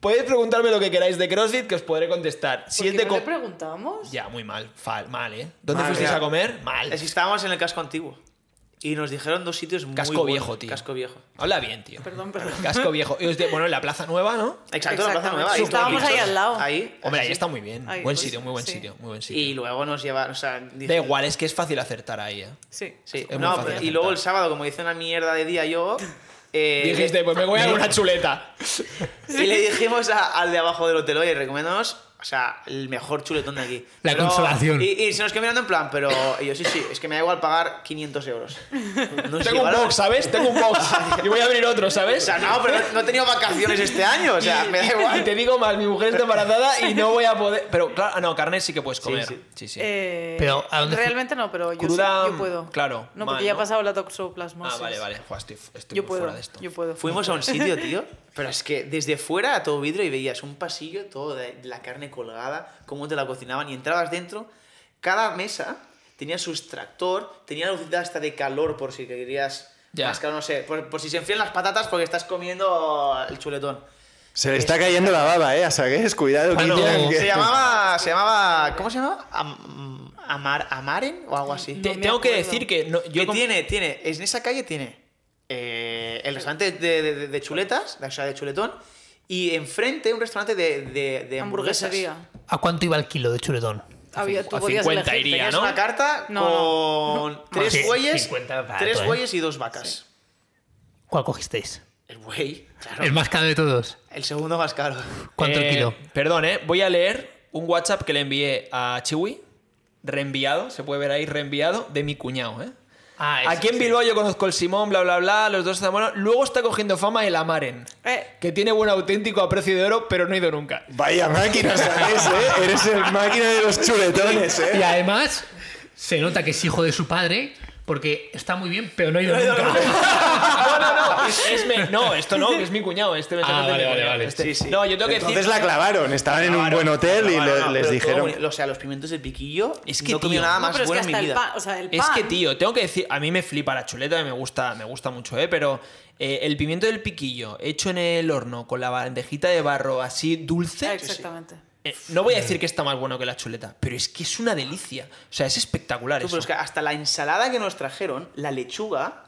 Speaker 1: podéis preguntarme lo que queráis de CrossFit que os podré contestar. Si
Speaker 4: ¿Por
Speaker 1: es
Speaker 4: qué
Speaker 1: de
Speaker 4: no
Speaker 1: co-
Speaker 4: le preguntamos?
Speaker 1: Ya, muy mal, fal- mal, ¿eh? ¿Dónde
Speaker 5: Mal,
Speaker 1: fuisteis
Speaker 5: ya.
Speaker 1: a comer? Mal.
Speaker 5: Es que estábamos en el casco antiguo. Y nos dijeron dos sitios muy
Speaker 1: Casco
Speaker 5: buenos.
Speaker 1: viejo, tío.
Speaker 5: Casco viejo.
Speaker 1: Habla bien, tío.
Speaker 4: Perdón, perdón.
Speaker 1: Casco viejo. Y os de- bueno, en la Plaza Nueva, ¿no?
Speaker 5: Exacto, la Plaza
Speaker 4: Exactamente.
Speaker 5: Nueva.
Speaker 4: Sí, estábamos
Speaker 5: todos
Speaker 4: ahí
Speaker 5: juntos.
Speaker 4: al lado.
Speaker 5: Ahí.
Speaker 1: Hombre, ahí
Speaker 5: así.
Speaker 1: está muy bien.
Speaker 4: Ahí,
Speaker 1: buen
Speaker 4: pues,
Speaker 1: sitio, muy buen
Speaker 4: sí.
Speaker 1: sitio, muy buen
Speaker 5: Y
Speaker 1: sitio.
Speaker 5: luego nos llevaron, o sea...
Speaker 1: Da
Speaker 5: dije-
Speaker 1: igual, es que es fácil acertar ahí, ¿eh?
Speaker 4: (laughs) Sí.
Speaker 5: Sí,
Speaker 1: Es muy
Speaker 5: no,
Speaker 1: fácil
Speaker 5: pero- y
Speaker 1: aceptar.
Speaker 5: luego el sábado, como hice una mierda de
Speaker 1: (laughs)
Speaker 5: día yo. eh,
Speaker 1: Dijiste, pues me
Speaker 5: (laughs)
Speaker 1: voy a dar una chuleta.
Speaker 5: Y le dijimos a- al de abajo del hotel, oye, recomiéndanos, o sea, el mejor chuletón de aquí.
Speaker 3: La consolación.
Speaker 5: Y, y se nos quedó mirando en plan, pero. Y yo, sí, sí, es que me da igual pagar
Speaker 1: (laughs)
Speaker 5: 500 euros. Nos
Speaker 1: Tengo un
Speaker 5: llevaron-
Speaker 1: box, ¿sabes? Tengo un box. Y voy a abrir otro,
Speaker 5: O
Speaker 1: ¿sabes?
Speaker 5: sea, no, pero no, no he tenido vacaciones este año,
Speaker 1: (laughs)
Speaker 5: o sea, me da
Speaker 1: Y
Speaker 5: igual.
Speaker 1: te digo más, mi mujer está embarazada y no voy a poder. Pero claro, ah, no, carne sí que puedes comer. Sí,
Speaker 5: sí.
Speaker 1: sí.
Speaker 4: Eh,
Speaker 3: Pero, ¿a dónde fue?
Speaker 4: realmente no, pero yo, sí,
Speaker 1: Cruda,
Speaker 4: yo puedo.
Speaker 1: claro,
Speaker 4: No,
Speaker 1: mal,
Speaker 4: porque ya ha
Speaker 1: ¿no?
Speaker 4: pasado la toxoplasmosis.
Speaker 1: ah, vale, vale. Joder, estoy, estoy
Speaker 4: Yo
Speaker 1: muy
Speaker 4: puedo,
Speaker 1: fuera de esto.
Speaker 4: yo puedo.
Speaker 5: Fuimos a un sitio, tío, pero es que desde fuera a todo vidrio y veías un pasillo, todo de la carne colgada, cómo te la cocinaban y entrabas dentro. Cada mesa tenía su extractor, tenía lucita hasta de calor por si querías
Speaker 1: Ya.
Speaker 5: más calor, no sé, por, por si se enfrían las patatas porque estás comiendo el chuletón.
Speaker 2: Se le está cayendo la baba, ¿eh? A Sagués, cuidado,
Speaker 3: Ah, no,
Speaker 2: Kilian, que-
Speaker 5: Se llamaba, se llamaba, ¿cómo se llamaba? Am- Amar, Amaren o algo así.
Speaker 1: Te-
Speaker 4: me
Speaker 1: tengo que
Speaker 4: acuerdo.
Speaker 1: decir que no, yo
Speaker 5: que
Speaker 1: com-
Speaker 5: tiene, tiene, es en esa calle tiene eh, el restaurante de, de- de- de chuletas, o sea, de chuletón, y enfrente un restaurante de, de, de hamburguesas.
Speaker 4: Hamburguesería.
Speaker 3: ¿A cuánto iba el kilo de chuletón?
Speaker 4: Había, tú
Speaker 1: a
Speaker 4: podías
Speaker 1: 50
Speaker 4: elegir.
Speaker 1: iría,
Speaker 5: Tenías
Speaker 1: ¿no?
Speaker 5: una carta
Speaker 4: No,
Speaker 5: con (laughs) tres
Speaker 3: Sí,
Speaker 5: bueyes,
Speaker 3: 50 barato,
Speaker 5: tres
Speaker 3: ¿eh?
Speaker 5: bueyes y dos vacas.
Speaker 3: ¿Cuál cogisteis?
Speaker 5: El buey, claro.
Speaker 3: El más caro de todos.
Speaker 5: El segundo más caro.
Speaker 3: ¿Cuánto
Speaker 1: Eh,
Speaker 3: el kilo?
Speaker 1: Perdón, ¿eh? Voy a leer un WhatsApp que le envié a Chiwi, reenviado, se puede ver ahí, reenviado, de mi cuñado, ¿eh?
Speaker 3: Ah,
Speaker 1: Aquí en Bilbao yo conozco el Simón, bla, bla, bla, los dos están buenos. Luego está cogiendo fama el Amaren,
Speaker 4: Eh,
Speaker 1: que tiene buen auténtico a precio de oro, pero no he ido nunca.
Speaker 2: Vaya máquina, Sagués, ¿eh? Eres el máquina de los chuletones, ¿eh?
Speaker 3: Y además, se nota que es hijo de su padre, porque está muy bien, pero no ha ido nunca.
Speaker 1: no, Ah, no, no, (laughs) es, es me- no, esto no, que es mi cuñado, este mensaje
Speaker 3: Ah,
Speaker 1: es de
Speaker 3: vale,
Speaker 1: mi
Speaker 3: vale,
Speaker 1: cuñado,
Speaker 3: vale.
Speaker 1: este-
Speaker 5: Sí, sí.
Speaker 1: No, yo tengo que
Speaker 2: Entonces
Speaker 1: decir...
Speaker 2: la clavaron, estaban en un buen hotel y le-
Speaker 5: No, no,
Speaker 2: les
Speaker 5: pero todo
Speaker 2: dijeron...
Speaker 5: bonito. O sea, los pimientos del piquillo.
Speaker 1: Es que,
Speaker 5: no comí
Speaker 1: tío,
Speaker 5: nada
Speaker 4: no,
Speaker 5: Ah, más
Speaker 4: pero es que
Speaker 5: bueno en mi
Speaker 4: hasta el
Speaker 5: vida.
Speaker 4: pan, o sea, el pan. Ah,
Speaker 1: Es que, tío, tengo que decir, a mí me flipa la chuleta, me gusta, me gusta mucho, ¿eh? Pero eh, el pimiento del piquillo hecho en el horno con la bandejita de barro así
Speaker 4: Ah,
Speaker 1: dulce,
Speaker 4: Exactamente.
Speaker 1: eh, no voy a decir que está más bueno que la chuleta, pero es que es una delicia. O sea, es espectacular
Speaker 5: Tú,
Speaker 1: eso.
Speaker 5: pero es que hasta la ensalada que nos trajeron, la (laughs) lechuga.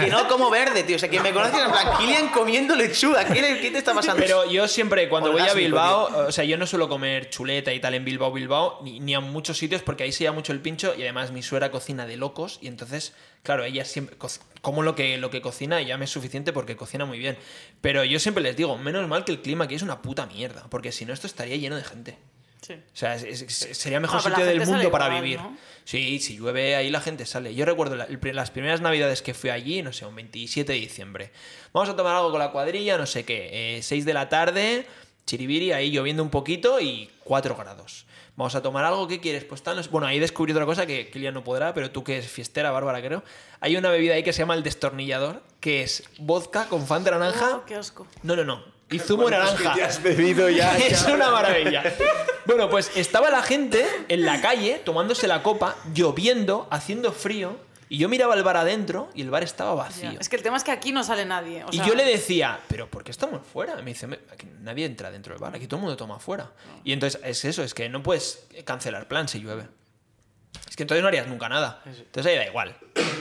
Speaker 5: que no como verde, tío. O sea, quien me conoce en plan, Kilian comiendo lechuga. ¿Qué, le- qué te está pasando?
Speaker 1: Pero yo siempre, cuando voy a
Speaker 5: Orgásmico,
Speaker 1: Bilbao, o sea, yo no suelo comer chuleta y tal en Bilbao, Bilbao, ni, ni a muchos sitios, porque ahí se lleva mucho el pincho y además mi suegra cocina de locos y entonces, claro, ella siempre, co- como lo que, lo que cocina y ya me es suficiente porque cocina muy bien. Pero yo siempre les digo, menos mal que el clima aquí es una puta mierda, porque si no esto estaría lleno de gente.
Speaker 4: Sí.
Speaker 1: O sea, es- es- es- sería el mejor
Speaker 4: Ah, pero la
Speaker 1: sitio del
Speaker 4: gente sale
Speaker 1: mundo para
Speaker 4: igual,
Speaker 1: vivir.
Speaker 4: ¿no?
Speaker 1: Sí, si llueve ahí la gente sale. Yo recuerdo la- el pri- las primeras navidades que fui allí, no sé, un 27 de diciembre. Vamos a tomar algo con la cuadrilla, no sé qué. eh, 6 de la tarde, chiribiri, ahí lloviendo un poquito y 4 grados. Vamos a tomar algo, ¿qué quieres? Pues tal, no sé- Bueno, ahí descubrí otra cosa que Kilian no podrá, pero tú que es fiestera, Bárbara, creo. Hay una bebida ahí que se llama el destornillador, que es vodka con fan de naranja.
Speaker 4: Oh, qué asco.
Speaker 1: No, no, no. Y zumo de naranja.
Speaker 2: Te has bebido ya...
Speaker 1: (laughs) Es una maravilla. Bueno, pues estaba la gente en la calle tomándose la copa, lloviendo, haciendo frío, y yo miraba el bar adentro y el bar estaba
Speaker 4: Ya.
Speaker 1: vacío.
Speaker 4: Es que el tema es que aquí no sale nadie. o sea,
Speaker 1: y yo le decía, ¿pero por qué estamos fuera? Y me dice, "Me- aquí nadie entra dentro del bar, aquí todo el mundo toma fuera. Y entonces es eso, es que no puedes cancelar plan si llueve. Es que entonces no harías nunca nada. Entonces ahí da igual.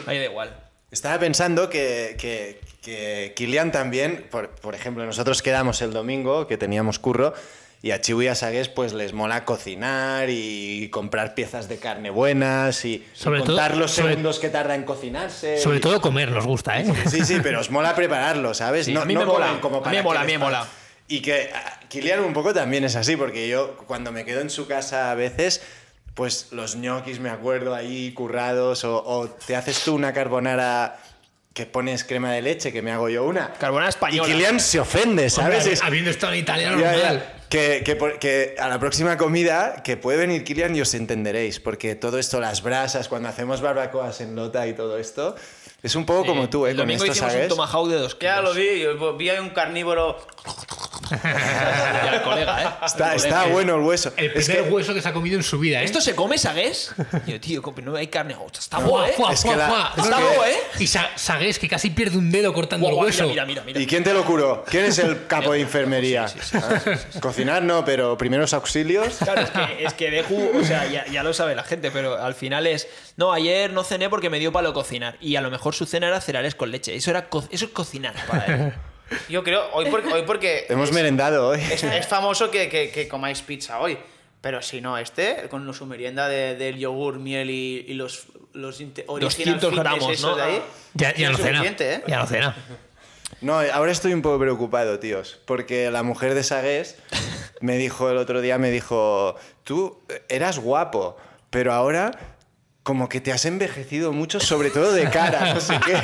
Speaker 1: Ahí da igual.
Speaker 2: Estaba pensando que, que, que Kilian también, por, por ejemplo, nosotros quedamos el domingo, que teníamos curro, y a Chibu y a Sagués pues les mola cocinar y comprar piezas de carne buenas y, y
Speaker 3: Sobre todo-
Speaker 2: contar los
Speaker 3: sobre-
Speaker 2: segundos que tarda en cocinarse.
Speaker 3: Sobre
Speaker 2: y-
Speaker 3: todo comer nos gusta, ¿eh?
Speaker 2: Sí, sí, pero os mola prepararlo, ¿sabes?
Speaker 1: Sí,
Speaker 2: no,
Speaker 1: a mí
Speaker 2: no
Speaker 1: me
Speaker 2: mola
Speaker 1: mola, a
Speaker 2: como
Speaker 1: mí
Speaker 2: para
Speaker 1: me mola,
Speaker 2: que
Speaker 1: a mí me
Speaker 2: les pa-
Speaker 1: mola.
Speaker 2: Y que ah, Kilian un poco también es así, porque yo cuando me quedo en su casa a veces, pues los ñoquis me acuerdo ahí currados, o, o te haces tú una carbonara que pones crema de leche, que me hago yo una.
Speaker 1: Carbonara española.
Speaker 2: Y Kilian se ofende, ¿sabes?
Speaker 3: Hombre,
Speaker 2: Es-
Speaker 3: Habiendo estado en Italia
Speaker 2: ya,
Speaker 3: normal.
Speaker 2: ya. Que, que por- que a la próxima comida que puede venir Kilian y os entenderéis, porque todo esto, las brasas, cuando hacemos barbacoas en lota y todo esto, es un poco como tú, ¿eh?
Speaker 1: El
Speaker 2: Con
Speaker 1: domingo
Speaker 2: esto,
Speaker 1: hicimos
Speaker 2: ¿sabes?
Speaker 1: un tomahawk de dos kilos.
Speaker 5: Ya lo vi, yo vi ahí un carnívoro.
Speaker 1: Ya, el colega, ¿eh?
Speaker 2: Está,
Speaker 1: El
Speaker 2: está
Speaker 1: colega.
Speaker 2: bueno el hueso.
Speaker 3: El
Speaker 2: es
Speaker 3: primer
Speaker 2: que,
Speaker 3: hueso que se ha comido en su vida, ¿eh?
Speaker 1: ¿Esto se come, Sagués? Yo, tío, compi, no hay carne. Hostia, Está
Speaker 3: Fua,
Speaker 1: buena, ¿eh?
Speaker 3: fua,
Speaker 2: Es
Speaker 3: fua,
Speaker 2: que la-
Speaker 3: fua.
Speaker 1: Está
Speaker 2: que-
Speaker 1: bueno, ¿eh?
Speaker 3: Y Sa- Sagués, que casi pierde un dedo cortando
Speaker 1: Guau, guau,
Speaker 3: el hueso.
Speaker 1: Mira, mira, mira.
Speaker 2: ¿Y
Speaker 1: mira.
Speaker 2: quién te lo curó? ¿Quién es el capo de enfermería? ¿Ah? Cocinar no, pero primeros auxilios.
Speaker 1: (laughs) Claro, es que, es que Deju, o sea, ya, ya lo sabe la gente, pero al final es, no, ayer no cené porque me dio palo cocinar. Y a lo mejor su cena era cereales con leche. Eso era co- eso es cocinar para
Speaker 2: (laughs)
Speaker 1: él.
Speaker 5: Yo creo, hoy porque, hoy porque
Speaker 2: Hemos merendado hoy.
Speaker 5: es, es famoso que, que- que comáis pizza hoy. Pero si no, este, con lo- su merienda de- del yogur, miel y, y los, los inte- original
Speaker 1: 200
Speaker 5: fitness
Speaker 1: gramos,
Speaker 5: esos
Speaker 1: ¿no?
Speaker 5: de ahí,
Speaker 3: Ya, ya
Speaker 5: es
Speaker 3: no cena.
Speaker 5: suficiente, ¿eh?
Speaker 3: Ya no cena.
Speaker 2: No, ahora estoy un poco preocupado, tíos, porque la mujer de Sagués me dijo el otro día, me dijo, tú eras guapo, pero ahora como que te has envejecido mucho, sobre todo de cara, no sé
Speaker 1: (laughs)
Speaker 2: qué.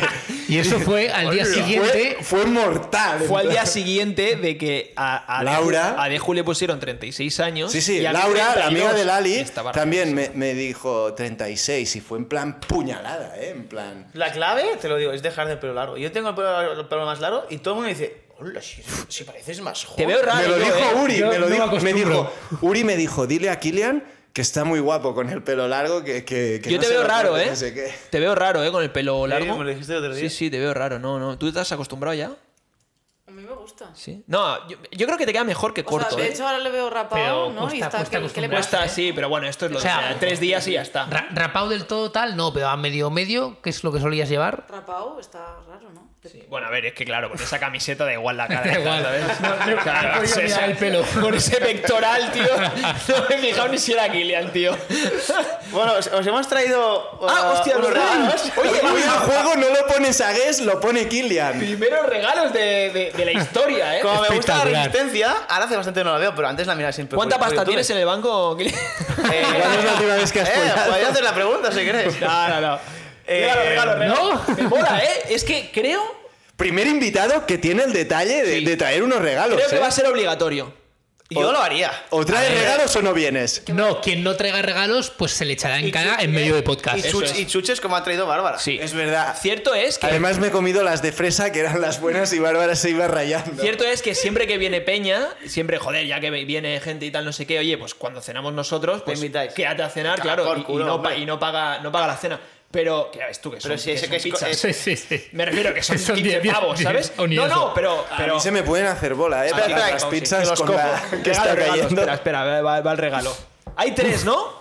Speaker 3: Y eso fue al día siguiente.
Speaker 2: Fue, fue mortal.
Speaker 1: Fue al día siguiente de que a, a
Speaker 2: Laura-
Speaker 1: Deju, a Deju le pusieron 36 años.
Speaker 2: Sí, sí,
Speaker 1: y a mí
Speaker 2: Laura, la
Speaker 1: 32.
Speaker 2: amiga de
Speaker 1: Y
Speaker 2: Lali,
Speaker 1: estaba
Speaker 2: también
Speaker 1: raro.
Speaker 2: me, me dijo 36 y fue en plan puñalada, ¿eh? En plan...
Speaker 5: La clave, te lo digo, es dejar de pelo largo. Yo tengo el pelo, el pelo más largo y todo el mundo me dice, hola, si, si pareces más joven.
Speaker 1: Te veo raro.
Speaker 2: Me lo
Speaker 1: yo,
Speaker 2: dijo
Speaker 1: ¿eh?
Speaker 2: Uri,
Speaker 3: Yo
Speaker 2: me lo
Speaker 3: no me
Speaker 2: dijo, me dijo,
Speaker 3: acostumbro.
Speaker 2: Uri me dijo, dile a Kilian que está muy guapo con el pelo largo, que, que, que
Speaker 1: Yo
Speaker 2: no
Speaker 1: te
Speaker 2: se
Speaker 1: veo
Speaker 2: lo
Speaker 1: raro,
Speaker 2: corte,
Speaker 1: ¿eh?
Speaker 2: no sé qué.
Speaker 1: Te veo raro, ¿eh? Con el pelo largo.
Speaker 5: me lo dijiste el otro
Speaker 1: Sí,
Speaker 5: día.
Speaker 1: sí, te veo raro. No, no. ¿Tú te has acostumbrado ya?
Speaker 4: A mí me gusta.
Speaker 1: Sí. No, yo, yo creo que te queda mejor que
Speaker 4: O
Speaker 1: corto,
Speaker 4: sea, de
Speaker 1: ¿eh?
Speaker 4: hecho ahora le veo rapado,
Speaker 3: Pero
Speaker 4: ¿no?
Speaker 3: cuesta-
Speaker 4: y
Speaker 3: cuesta
Speaker 4: está, ¿qué- ¿qué, le
Speaker 3: acostumbrarse,
Speaker 4: pasa?
Speaker 1: Cuesta, sí, pero bueno, esto es lo
Speaker 3: O
Speaker 1: de
Speaker 3: sea,
Speaker 1: tres días y ya está.
Speaker 3: Ra- rapado del todo tal, no, pero a medio medio, que es lo que solías
Speaker 4: ¿eh?
Speaker 3: llevar.
Speaker 4: Rapado está raro, ¿no?
Speaker 1: Sí, Bueno, a ver, es que claro, con esa camiseta da igual
Speaker 3: (laughs)
Speaker 1: la cara.
Speaker 3: Da igual.
Speaker 1: ¿sabes?
Speaker 3: No, no,
Speaker 1: Claro,
Speaker 3: no he podido
Speaker 1: sí,
Speaker 3: mirar
Speaker 1: sí.
Speaker 3: el pelo.
Speaker 1: (laughs) Con ese pectoral, tío.
Speaker 3: (laughs)
Speaker 1: No me he fijado ni si era Kilian, tío.
Speaker 5: Bueno, os, os hemos traído.
Speaker 1: Ah,
Speaker 5: uh,
Speaker 1: hostia,
Speaker 5: unos
Speaker 1: ¿verdad? (laughs)
Speaker 5: regalos.
Speaker 2: Oye, hoy el juego no lo pone Sagues, lo pone Kilian.
Speaker 1: Primeros regalos de, de- de la historia, ¿eh?
Speaker 5: Como me gusta la
Speaker 3: Espectacular.
Speaker 5: resistencia, ahora hace bastante no la veo, pero antes la miraba siempre.
Speaker 1: ¿Cuánta
Speaker 5: por-
Speaker 3: Pues,
Speaker 5: por
Speaker 1: pasta
Speaker 5: YouTube.
Speaker 1: tienes en el banco,
Speaker 3: (laughs)
Speaker 1: Kilian?
Speaker 5: Eh,
Speaker 2: ¿Cuándo es la última vez que has
Speaker 5: eh,
Speaker 2: follado?
Speaker 5: podría hacer la pregunta si queréis.
Speaker 1: (laughs) No, no, no. (laughs)
Speaker 5: Eh,
Speaker 1: regalo, regalo, regalo.
Speaker 3: ¿no?
Speaker 1: Me mola, ¿eh? Es que creo,
Speaker 2: Primer invitado que tiene el detalle de,
Speaker 1: Sí.
Speaker 2: de traer unos regalos.
Speaker 1: creo que
Speaker 2: ¿eh?
Speaker 1: va a ser obligatorio.
Speaker 5: Yo lo haría.
Speaker 2: O traes
Speaker 3: A ver.
Speaker 2: regalos o no vienes.
Speaker 3: No, quien no traiga regalos, pues se le echará en cara en medio de podcast. ¿eh?
Speaker 5: Y,
Speaker 1: Eso
Speaker 5: chuch-
Speaker 1: es.
Speaker 5: y chuches como ha traído Bárbara.
Speaker 1: Sí.
Speaker 2: Es verdad.
Speaker 1: Cierto es que.
Speaker 2: Además me he comido las de fresa, que eran las buenas, y Bárbara se iba rayando.
Speaker 1: Cierto es que siempre que viene Peña, siempre, joder, ya que viene gente y tal, no sé qué, oye, pues cuando cenamos nosotros, pues
Speaker 5: invitáis.
Speaker 1: quédate a cenar,
Speaker 5: Ah,
Speaker 1: claro,
Speaker 5: por
Speaker 1: y- y,
Speaker 5: culo,
Speaker 1: no, pa-
Speaker 5: hombre.
Speaker 1: y no paga, no paga la cena. Pero, ¿qué ves tú? Que son,
Speaker 5: Pero si
Speaker 1: que
Speaker 5: ese
Speaker 1: son
Speaker 5: que es co-
Speaker 1: pizzas.
Speaker 5: es-
Speaker 3: (laughs) Sí, sí, sí.
Speaker 1: Me refiero que son,
Speaker 3: (laughs) Son
Speaker 1: 15
Speaker 3: diez- diez-
Speaker 1: pavos,
Speaker 3: (laughs)
Speaker 1: ¿sabes?
Speaker 3: o ni
Speaker 1: no,
Speaker 3: eso.
Speaker 1: no, pero...
Speaker 2: A
Speaker 1: pero (laughs)
Speaker 2: mí se me pueden hacer bola, ¿eh?
Speaker 5: Espera,
Speaker 2: Con
Speaker 5: espera,
Speaker 2: las
Speaker 5: que-
Speaker 2: pizzas
Speaker 5: (laughs) que los
Speaker 2: con
Speaker 5: cojo.
Speaker 2: la- que
Speaker 1: Regalo,
Speaker 2: está
Speaker 1: regalo,
Speaker 2: cayendo.
Speaker 1: espera, espera, va, va- va el regalo. Hay tres, ¿no?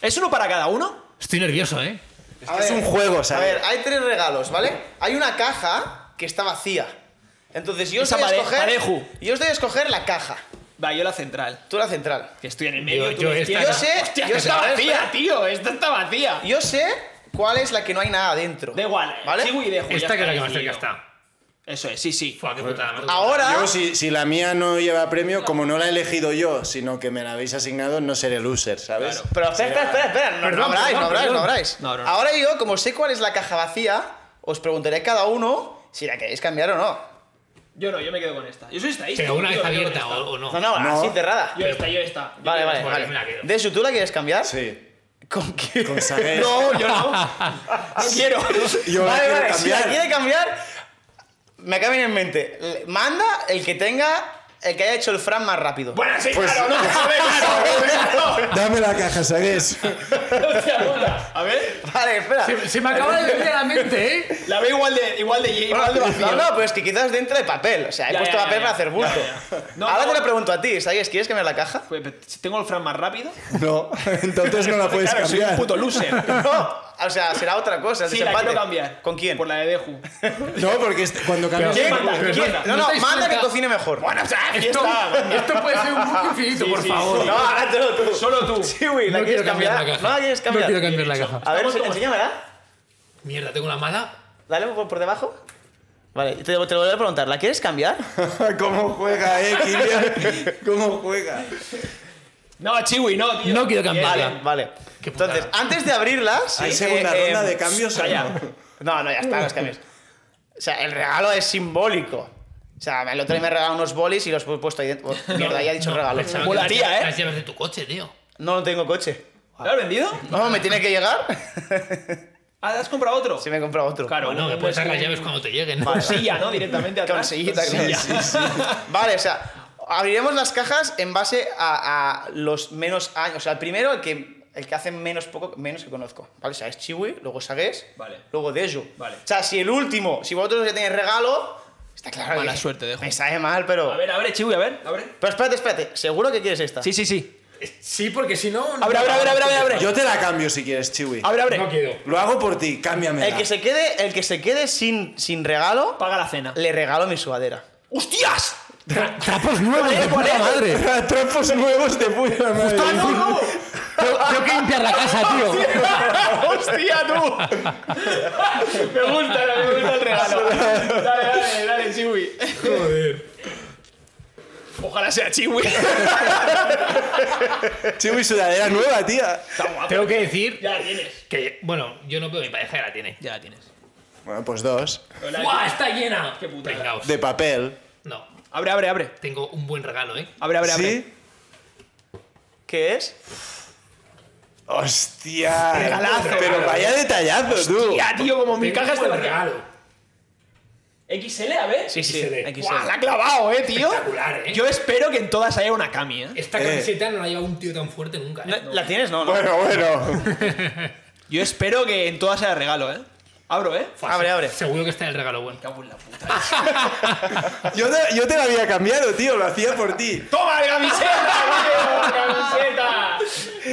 Speaker 1: ¿Es uno para cada uno?
Speaker 3: Estoy nervioso, ¿eh?
Speaker 2: Es que es un juego,
Speaker 5: A
Speaker 2: ¿sabes?
Speaker 5: ver, hay tres regalos, ¿vale? Hay una caja que está vacía. Entonces yo os
Speaker 1: Esa
Speaker 5: voy a
Speaker 1: pare-
Speaker 5: escoger.
Speaker 1: pareju.
Speaker 5: Yo os doy a escoger la caja.
Speaker 1: Va, yo la central.
Speaker 5: Tú la central.
Speaker 1: Que estoy en el medio.
Speaker 3: Yo-
Speaker 1: tú
Speaker 3: yo
Speaker 1: la
Speaker 3: esta-
Speaker 1: izquierda.
Speaker 5: Yo sé-
Speaker 1: Hostia,
Speaker 5: yo
Speaker 1: esta está
Speaker 5: sé-
Speaker 1: vacía, tío. Esta está vacía.
Speaker 5: Yo sé cuál es la que no hay nada dentro.
Speaker 1: Da igual.
Speaker 5: ¿Vale?
Speaker 1: Chiwi y dejo. ya
Speaker 3: Esta que es la que más
Speaker 1: decidido.
Speaker 3: cerca está.
Speaker 1: Eso es, sí, sí.
Speaker 3: Fua, qué putada madre.
Speaker 5: Ahora.
Speaker 2: Yo, si, si la mía no lleva premio, como no la he elegido yo, sino que me la habéis asignado, no seré loser, ¿sabes?
Speaker 1: Claro.
Speaker 5: Pero espera, espera, espera, no,
Speaker 3: Perdón,
Speaker 5: no habráis,
Speaker 3: perdón,
Speaker 5: no habráis,
Speaker 3: perdón.
Speaker 5: no habráis.
Speaker 1: No, no, no.
Speaker 5: Ahora yo, como sé cuál es la caja vacía, os preguntaré a cada uno si la queréis cambiar o no.
Speaker 1: Yo no, yo me quedo con esta. Yo soy estadístico.
Speaker 3: Pero una vez
Speaker 1: tío, me quedo
Speaker 3: abierta
Speaker 1: con esta.
Speaker 3: o, o no.
Speaker 5: No, no,
Speaker 2: No.
Speaker 5: así cerrada.
Speaker 1: Yo esta, yo esta. Yo
Speaker 5: Vale,
Speaker 1: quiero
Speaker 5: vale,
Speaker 1: esta.
Speaker 3: Vale, me la
Speaker 5: vale.
Speaker 3: quedo.
Speaker 5: Desu, ¿tú la quieres cambiar?
Speaker 2: Sí.
Speaker 5: ¿Con quién? (laughs)
Speaker 2: Con Sagues.
Speaker 5: No,
Speaker 3: (laughs)
Speaker 5: yo no.
Speaker 1: No quiero.
Speaker 2: Yo la
Speaker 5: vale,
Speaker 2: quiero
Speaker 5: vale, si la
Speaker 2: cambiar.
Speaker 5: quiere cambiar, me acaba de venir en mente. Le- Manda el que tenga, el que haya hecho el Fran más rápido.
Speaker 1: Bueno, sí,
Speaker 2: Pues-
Speaker 1: claro, no, a ver,
Speaker 5: (laughs)
Speaker 1: claro,
Speaker 2: Dame la caja,
Speaker 1: (laughs)
Speaker 2: ¿sabes?
Speaker 1: claro. Hostia puta. A ver,
Speaker 5: Vale, espera.
Speaker 3: Se, se me acaba de venir a la mente, ¿eh?
Speaker 1: la veo igual de, igual de, igual de vacía.
Speaker 5: No, no, pero es que quizás dentro de papel. O sea, he
Speaker 1: Ya,
Speaker 5: puesto
Speaker 1: ya, ya,
Speaker 5: papel
Speaker 1: ya.
Speaker 5: para hacer bulto.
Speaker 1: Ya, ya, ya. No,
Speaker 5: Ahora
Speaker 1: no.
Speaker 5: te lo pregunto a ti, ¿sabes? ¿Quieres cambiar la caja?
Speaker 1: Pues, Si tengo el Fran más rápido,
Speaker 2: No, entonces no la puedes
Speaker 1: claro, soy un
Speaker 5: (laughs)
Speaker 2: cambiar.
Speaker 1: puto loser.
Speaker 5: No, O sea, será otra cosa. el
Speaker 1: Sí, la
Speaker 5: desempate.
Speaker 1: quiero cambiar.
Speaker 5: ¿Con quién?
Speaker 1: Por la de Deju.
Speaker 2: No, porque este- cuando cambias.
Speaker 1: ¿Quién manda?
Speaker 5: ¿Quién?
Speaker 1: ¿Quién?
Speaker 5: No,
Speaker 3: ¿No
Speaker 5: no,
Speaker 3: estáis
Speaker 5: manda que
Speaker 3: cerca?
Speaker 5: cocine mejor.
Speaker 1: Bueno, o sea, aquí
Speaker 3: Esto,
Speaker 1: está.
Speaker 3: esto puede ser un bucle infinito, por
Speaker 1: sí,
Speaker 3: favor.
Speaker 1: sí.
Speaker 5: (laughs) No, hágatelo tú. (laughs)
Speaker 1: Solo tú.
Speaker 5: Sí, güey, ¿la
Speaker 3: No
Speaker 5: quieres
Speaker 3: quiero cambiar
Speaker 5: cambiar?
Speaker 3: la caja.
Speaker 5: No la quieres
Speaker 3: No
Speaker 5: cambiar.
Speaker 3: quiero cambiar la caja.
Speaker 5: A ver,
Speaker 1: Estamos
Speaker 5: ense-
Speaker 1: como-
Speaker 5: enséñamela.
Speaker 3: Mierda, tengo una mala.
Speaker 5: Dale por, por debajo. Vale, te, te lo voy a preguntar. ¿La quieres cambiar?
Speaker 2: ¿Cómo juega, eh, Kilian? ¿Cómo juega?
Speaker 1: No, Chiwi, no, tío.
Speaker 3: No quiero cambiar.
Speaker 1: Bien,
Speaker 5: (laughs) Vale,
Speaker 1: bien.
Speaker 5: vale.
Speaker 3: Qué putada.
Speaker 5: Entonces, antes de abrirlas.
Speaker 2: ¿Hay
Speaker 5: eh,
Speaker 2: segunda
Speaker 5: eh,
Speaker 2: ronda
Speaker 5: em,
Speaker 2: de cambios o
Speaker 1: calla.
Speaker 2: no?
Speaker 5: No, no, ya está, los cambios. O sea, el regalo es simbólico. O sea, el otro día me regaló unos bolis y los he puesto ahí dentro. Oh, mierda, ya he dicho regalo.
Speaker 3: Pensaba que
Speaker 1: Volaría,
Speaker 3: las llaves-
Speaker 1: ¿eh? Pues
Speaker 3: Las llaves de tu coche, tío.
Speaker 5: No, no tengo coche.
Speaker 1: ¿Lo has vendido?
Speaker 5: No, me tiene que llegar. (laughs)
Speaker 1: Ah, ¿has comprado otro?
Speaker 5: Si me he comprado otro.
Speaker 1: Claro,
Speaker 3: Bueno,
Speaker 1: un-
Speaker 3: que puedes
Speaker 1: un-
Speaker 3: sacar las llaves cuando te lleguen.
Speaker 5: Vale.
Speaker 1: Silla, ¿no? Directamente atrás.
Speaker 5: Con sillita, con
Speaker 1: Silla.
Speaker 5: silla. Vale, o sea, abriremos las cajas en base a, a los menos años. O sea, el primero, el que, el que hace menos poco, menos que conozco. Vale, o sea, es Chiwi, luego Sagues,
Speaker 1: Vale.
Speaker 5: luego Deju.
Speaker 1: Vale.
Speaker 5: O sea, si el último, si vosotros ya tenéis regalo, está claro
Speaker 1: Mala
Speaker 5: que
Speaker 1: suerte, Deju.
Speaker 5: Me sabe mal, pero...
Speaker 1: A ver, abre, Chiwi, a ver. Abre.
Speaker 5: Pero espérate, espérate. ¿Seguro que quieres esta?
Speaker 1: Sí, sí, sí.
Speaker 3: Sí, porque si no.
Speaker 1: Abre, abre, abre, abre, abre. Abre,
Speaker 2: Yo te la cambio si quieres, Chiwi.
Speaker 1: abre. abre.
Speaker 3: No quiero.
Speaker 2: Lo hago por ti, cámbiame.
Speaker 5: El que se quede, el que se quede sin, sin regalo,
Speaker 1: Paga la cena.
Speaker 5: le regalo mi sudadera.
Speaker 1: ¡Hostias! (laughs)
Speaker 3: Trapos nuevos, de puta madre.
Speaker 2: (laughs) Trampos nuevos de puta madre.
Speaker 3: Tengo, tengo que limpiar la casa, (laughs) tío.
Speaker 5: ¡Hostia, tú!
Speaker 1: Me gusta, me gusta (laughs) el regalo. Dale, dale, dale, Chiwi.
Speaker 3: Joder.
Speaker 1: Ojalá sea Chiwi.
Speaker 2: Chiwi, sudadera nueva, tía.
Speaker 3: Tengo que decir
Speaker 1: Ya la tienes.
Speaker 3: que, bueno, yo no veo mi pareja ya la tiene.
Speaker 1: Ya la tienes.
Speaker 2: Bueno, pues dos.
Speaker 3: ¡Guau! ¡Está llena!
Speaker 1: Qué putada.
Speaker 3: Vengaos.
Speaker 2: De papel.
Speaker 3: No,
Speaker 1: Abre, abre, abre.
Speaker 3: tengo un buen regalo, ¿eh?
Speaker 1: Abre, abre, abre.
Speaker 2: ¿Sí?
Speaker 5: ¿Qué es?
Speaker 2: Hostia.
Speaker 1: Regalazo.
Speaker 2: Pero vaya detallazo, tú.
Speaker 1: Ya, tío, como mi
Speaker 3: Tengo
Speaker 1: caja
Speaker 3: un
Speaker 1: está
Speaker 3: buen
Speaker 1: vacía.
Speaker 3: regalo.
Speaker 1: XL, a ver.
Speaker 5: Sí, sí.
Speaker 3: se ve.
Speaker 5: XL.
Speaker 1: Guau, la ha clavado, eh, tío.
Speaker 3: Espectacular, ¿eh?
Speaker 1: Yo espero que en todas haya una Kami, eh.
Speaker 3: Esta
Speaker 2: Eh.
Speaker 3: camiseta no la lleva un tío tan fuerte nunca,
Speaker 5: ¿La,
Speaker 3: ¿eh?
Speaker 5: la tienes? No, no.
Speaker 2: Bueno, bueno.
Speaker 1: Yo espero que en todas haya regalo, eh. Abro, eh.
Speaker 3: Fua,
Speaker 5: Abre,
Speaker 3: se-
Speaker 5: abre.
Speaker 3: Seguro que está el regalo bueno.
Speaker 1: Cago en la puta.
Speaker 2: Yo te, yo te la había cambiado, tío. Lo hacía por ti.
Speaker 1: ¡Toma la camiseta! (laughs) tío, la camiseta!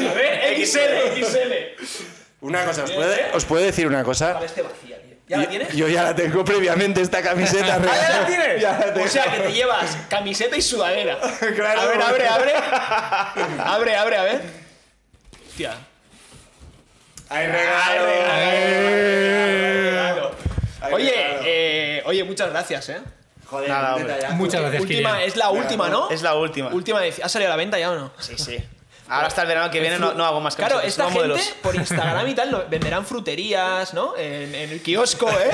Speaker 1: A ver, XL, XL.
Speaker 2: Una cosa, ¿os puedo, os puedo decir una cosa?
Speaker 1: Vale, este vacía, tío. ¿Ya la tienes?
Speaker 2: Yo ya la tengo previamente, esta camiseta.
Speaker 5: (laughs) Ah, ¿ya la
Speaker 2: regalada.
Speaker 5: tienes?
Speaker 2: Ya la tengo.
Speaker 1: O sea que te llevas camiseta y sudadera.
Speaker 2: Claro.
Speaker 1: a ver, abre, abre. Abre, abre, a ver. Hostia.
Speaker 2: Hay regalo. Hay
Speaker 1: Oye,
Speaker 2: regalo.
Speaker 1: eh, oye, muchas gracias, eh.
Speaker 2: Joder,
Speaker 5: (laughs) Nada,
Speaker 2: un
Speaker 5: hombre.
Speaker 2: detallazo.
Speaker 3: Muchas gracias,
Speaker 1: Última,
Speaker 3: Kilian.
Speaker 1: es la última, ¿no?
Speaker 5: Es la última.
Speaker 1: Última edición. ¿Ha salido a la venta ya o no?
Speaker 5: Sí, sí. Ahora hasta el verano que viene no, no hago más
Speaker 1: Claro,
Speaker 5: camisetas,
Speaker 1: esta
Speaker 5: no
Speaker 1: gente
Speaker 5: modelos.
Speaker 1: por Instagram y tal lo- venderán fruterías, ¿no? En, en el kiosco, ¿eh?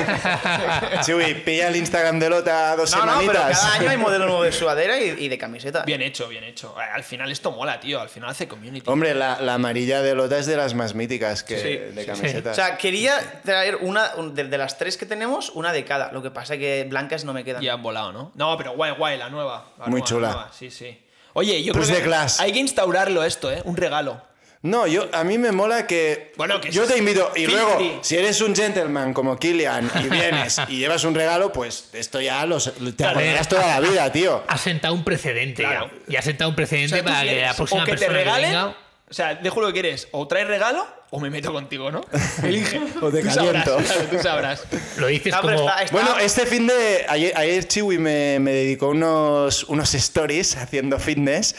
Speaker 2: (laughs) Chiwi, pilla el Instagram de Lota dos
Speaker 5: No, no, pero
Speaker 2: semanitas.
Speaker 5: cada año hay
Speaker 1: (laughs)
Speaker 5: modelo nuevo de sudadera y, y de camiseta.
Speaker 1: bien hecho, bien hecho. Eh, Al final esto mola, tío. Al final hace community.
Speaker 2: Hombre, la, la amarilla de Lota es de las más míticas que de camiseta.
Speaker 5: O sea, quería traer una un- de, de las tres que tenemos, una de cada. Lo que pasa es que blancas no me quedan. Ah,
Speaker 1: Ya han volado, ¿no? No, pero guay, guay, la nueva. La
Speaker 2: Muy
Speaker 1: nueva,
Speaker 2: chula.
Speaker 1: la nueva, Sí, sí. Oye, yo
Speaker 2: Pues
Speaker 1: creo
Speaker 2: de
Speaker 1: que
Speaker 2: Glass.
Speaker 1: hay que instaurarlo esto, ¿eh? Un regalo.
Speaker 2: No, yo a mí me mola que.
Speaker 1: Bueno, que
Speaker 2: yo
Speaker 1: sí.
Speaker 2: te invito. Y
Speaker 1: 50.
Speaker 2: luego, si eres un gentleman como Kilian y vienes y llevas un regalo, pues esto ya los, te acordarás toda la vida, tío.
Speaker 3: Ha sentado un precedente
Speaker 1: Claro.
Speaker 3: ya. Y ha sentado un
Speaker 1: O
Speaker 3: precedente
Speaker 1: sea, tú
Speaker 3: para que
Speaker 1: quieres
Speaker 3: la próxima
Speaker 1: o que te
Speaker 3: persona que
Speaker 1: regalen,
Speaker 3: venga...
Speaker 1: O sea, dejo lo que quieres. O traes regalo o me meto contigo,
Speaker 2: (laughs)
Speaker 1: ¿no? Elige.
Speaker 2: O te
Speaker 1: Tú sabrás, (laughs)
Speaker 2: caliento.
Speaker 1: claro, tú sabrás.
Speaker 3: Lo dices
Speaker 5: No, pero
Speaker 3: como...
Speaker 5: está- está-
Speaker 2: Bueno, este fin de. Ayer, ayer Chiwi me, me dedicó unos, unos stories haciendo fitness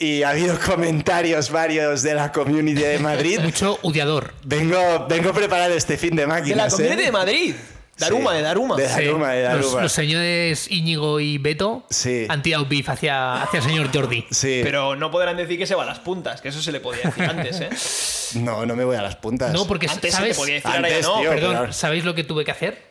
Speaker 2: y ha habido comentarios varios de la community de Madrid.
Speaker 3: Mucho odiador.
Speaker 2: Vengo, vengo preparado este fin de
Speaker 1: De la
Speaker 2: máquinas. ¿eh?
Speaker 1: community de Madrid. Daruma,
Speaker 2: Sí.
Speaker 1: de Daruma.
Speaker 2: De Daruma, de
Speaker 3: Los,
Speaker 2: Daruma.
Speaker 3: los señores Íñigo y Beto
Speaker 2: eh, Sí.
Speaker 3: han tirado beef hacia, hacia el señor Jordi.
Speaker 2: Sí.
Speaker 1: Pero no podrán decir que se va a las puntas, que eso se le podía decir antes,
Speaker 3: (laughs)
Speaker 1: ¿eh?
Speaker 2: No, no me voy a las puntas.
Speaker 3: No, porque
Speaker 1: Antes se
Speaker 3: sabes...
Speaker 1: le podía decir, ahora
Speaker 2: Antes,
Speaker 1: ya no.
Speaker 2: tío.
Speaker 3: Perdón,
Speaker 2: Claro.
Speaker 3: ¿sabéis lo que tuve que hacer?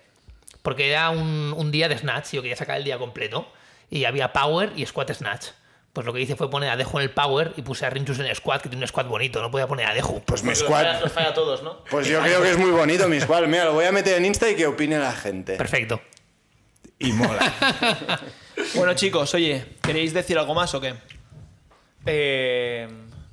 Speaker 3: Porque era un, un día de Snatch, yo quería sacar el día completo. Y había Power y Squat Snatch. Pues lo que hice fue poner a Dejo en el Power y puse a Rinchus en el Squat, que tiene un Squat bonito, no podía poner a Dejo.
Speaker 2: Pues mi
Speaker 5: Los
Speaker 2: squad.
Speaker 5: falla- los falla a todos, ¿no?
Speaker 2: Pues yo creo que es muy bonito mi squad. Mira, lo voy a meter en Insta y que opine la gente.
Speaker 3: Perfecto.
Speaker 2: Y mola.
Speaker 1: Bueno, chicos, oye, ¿queréis decir algo más o qué?
Speaker 5: Eh,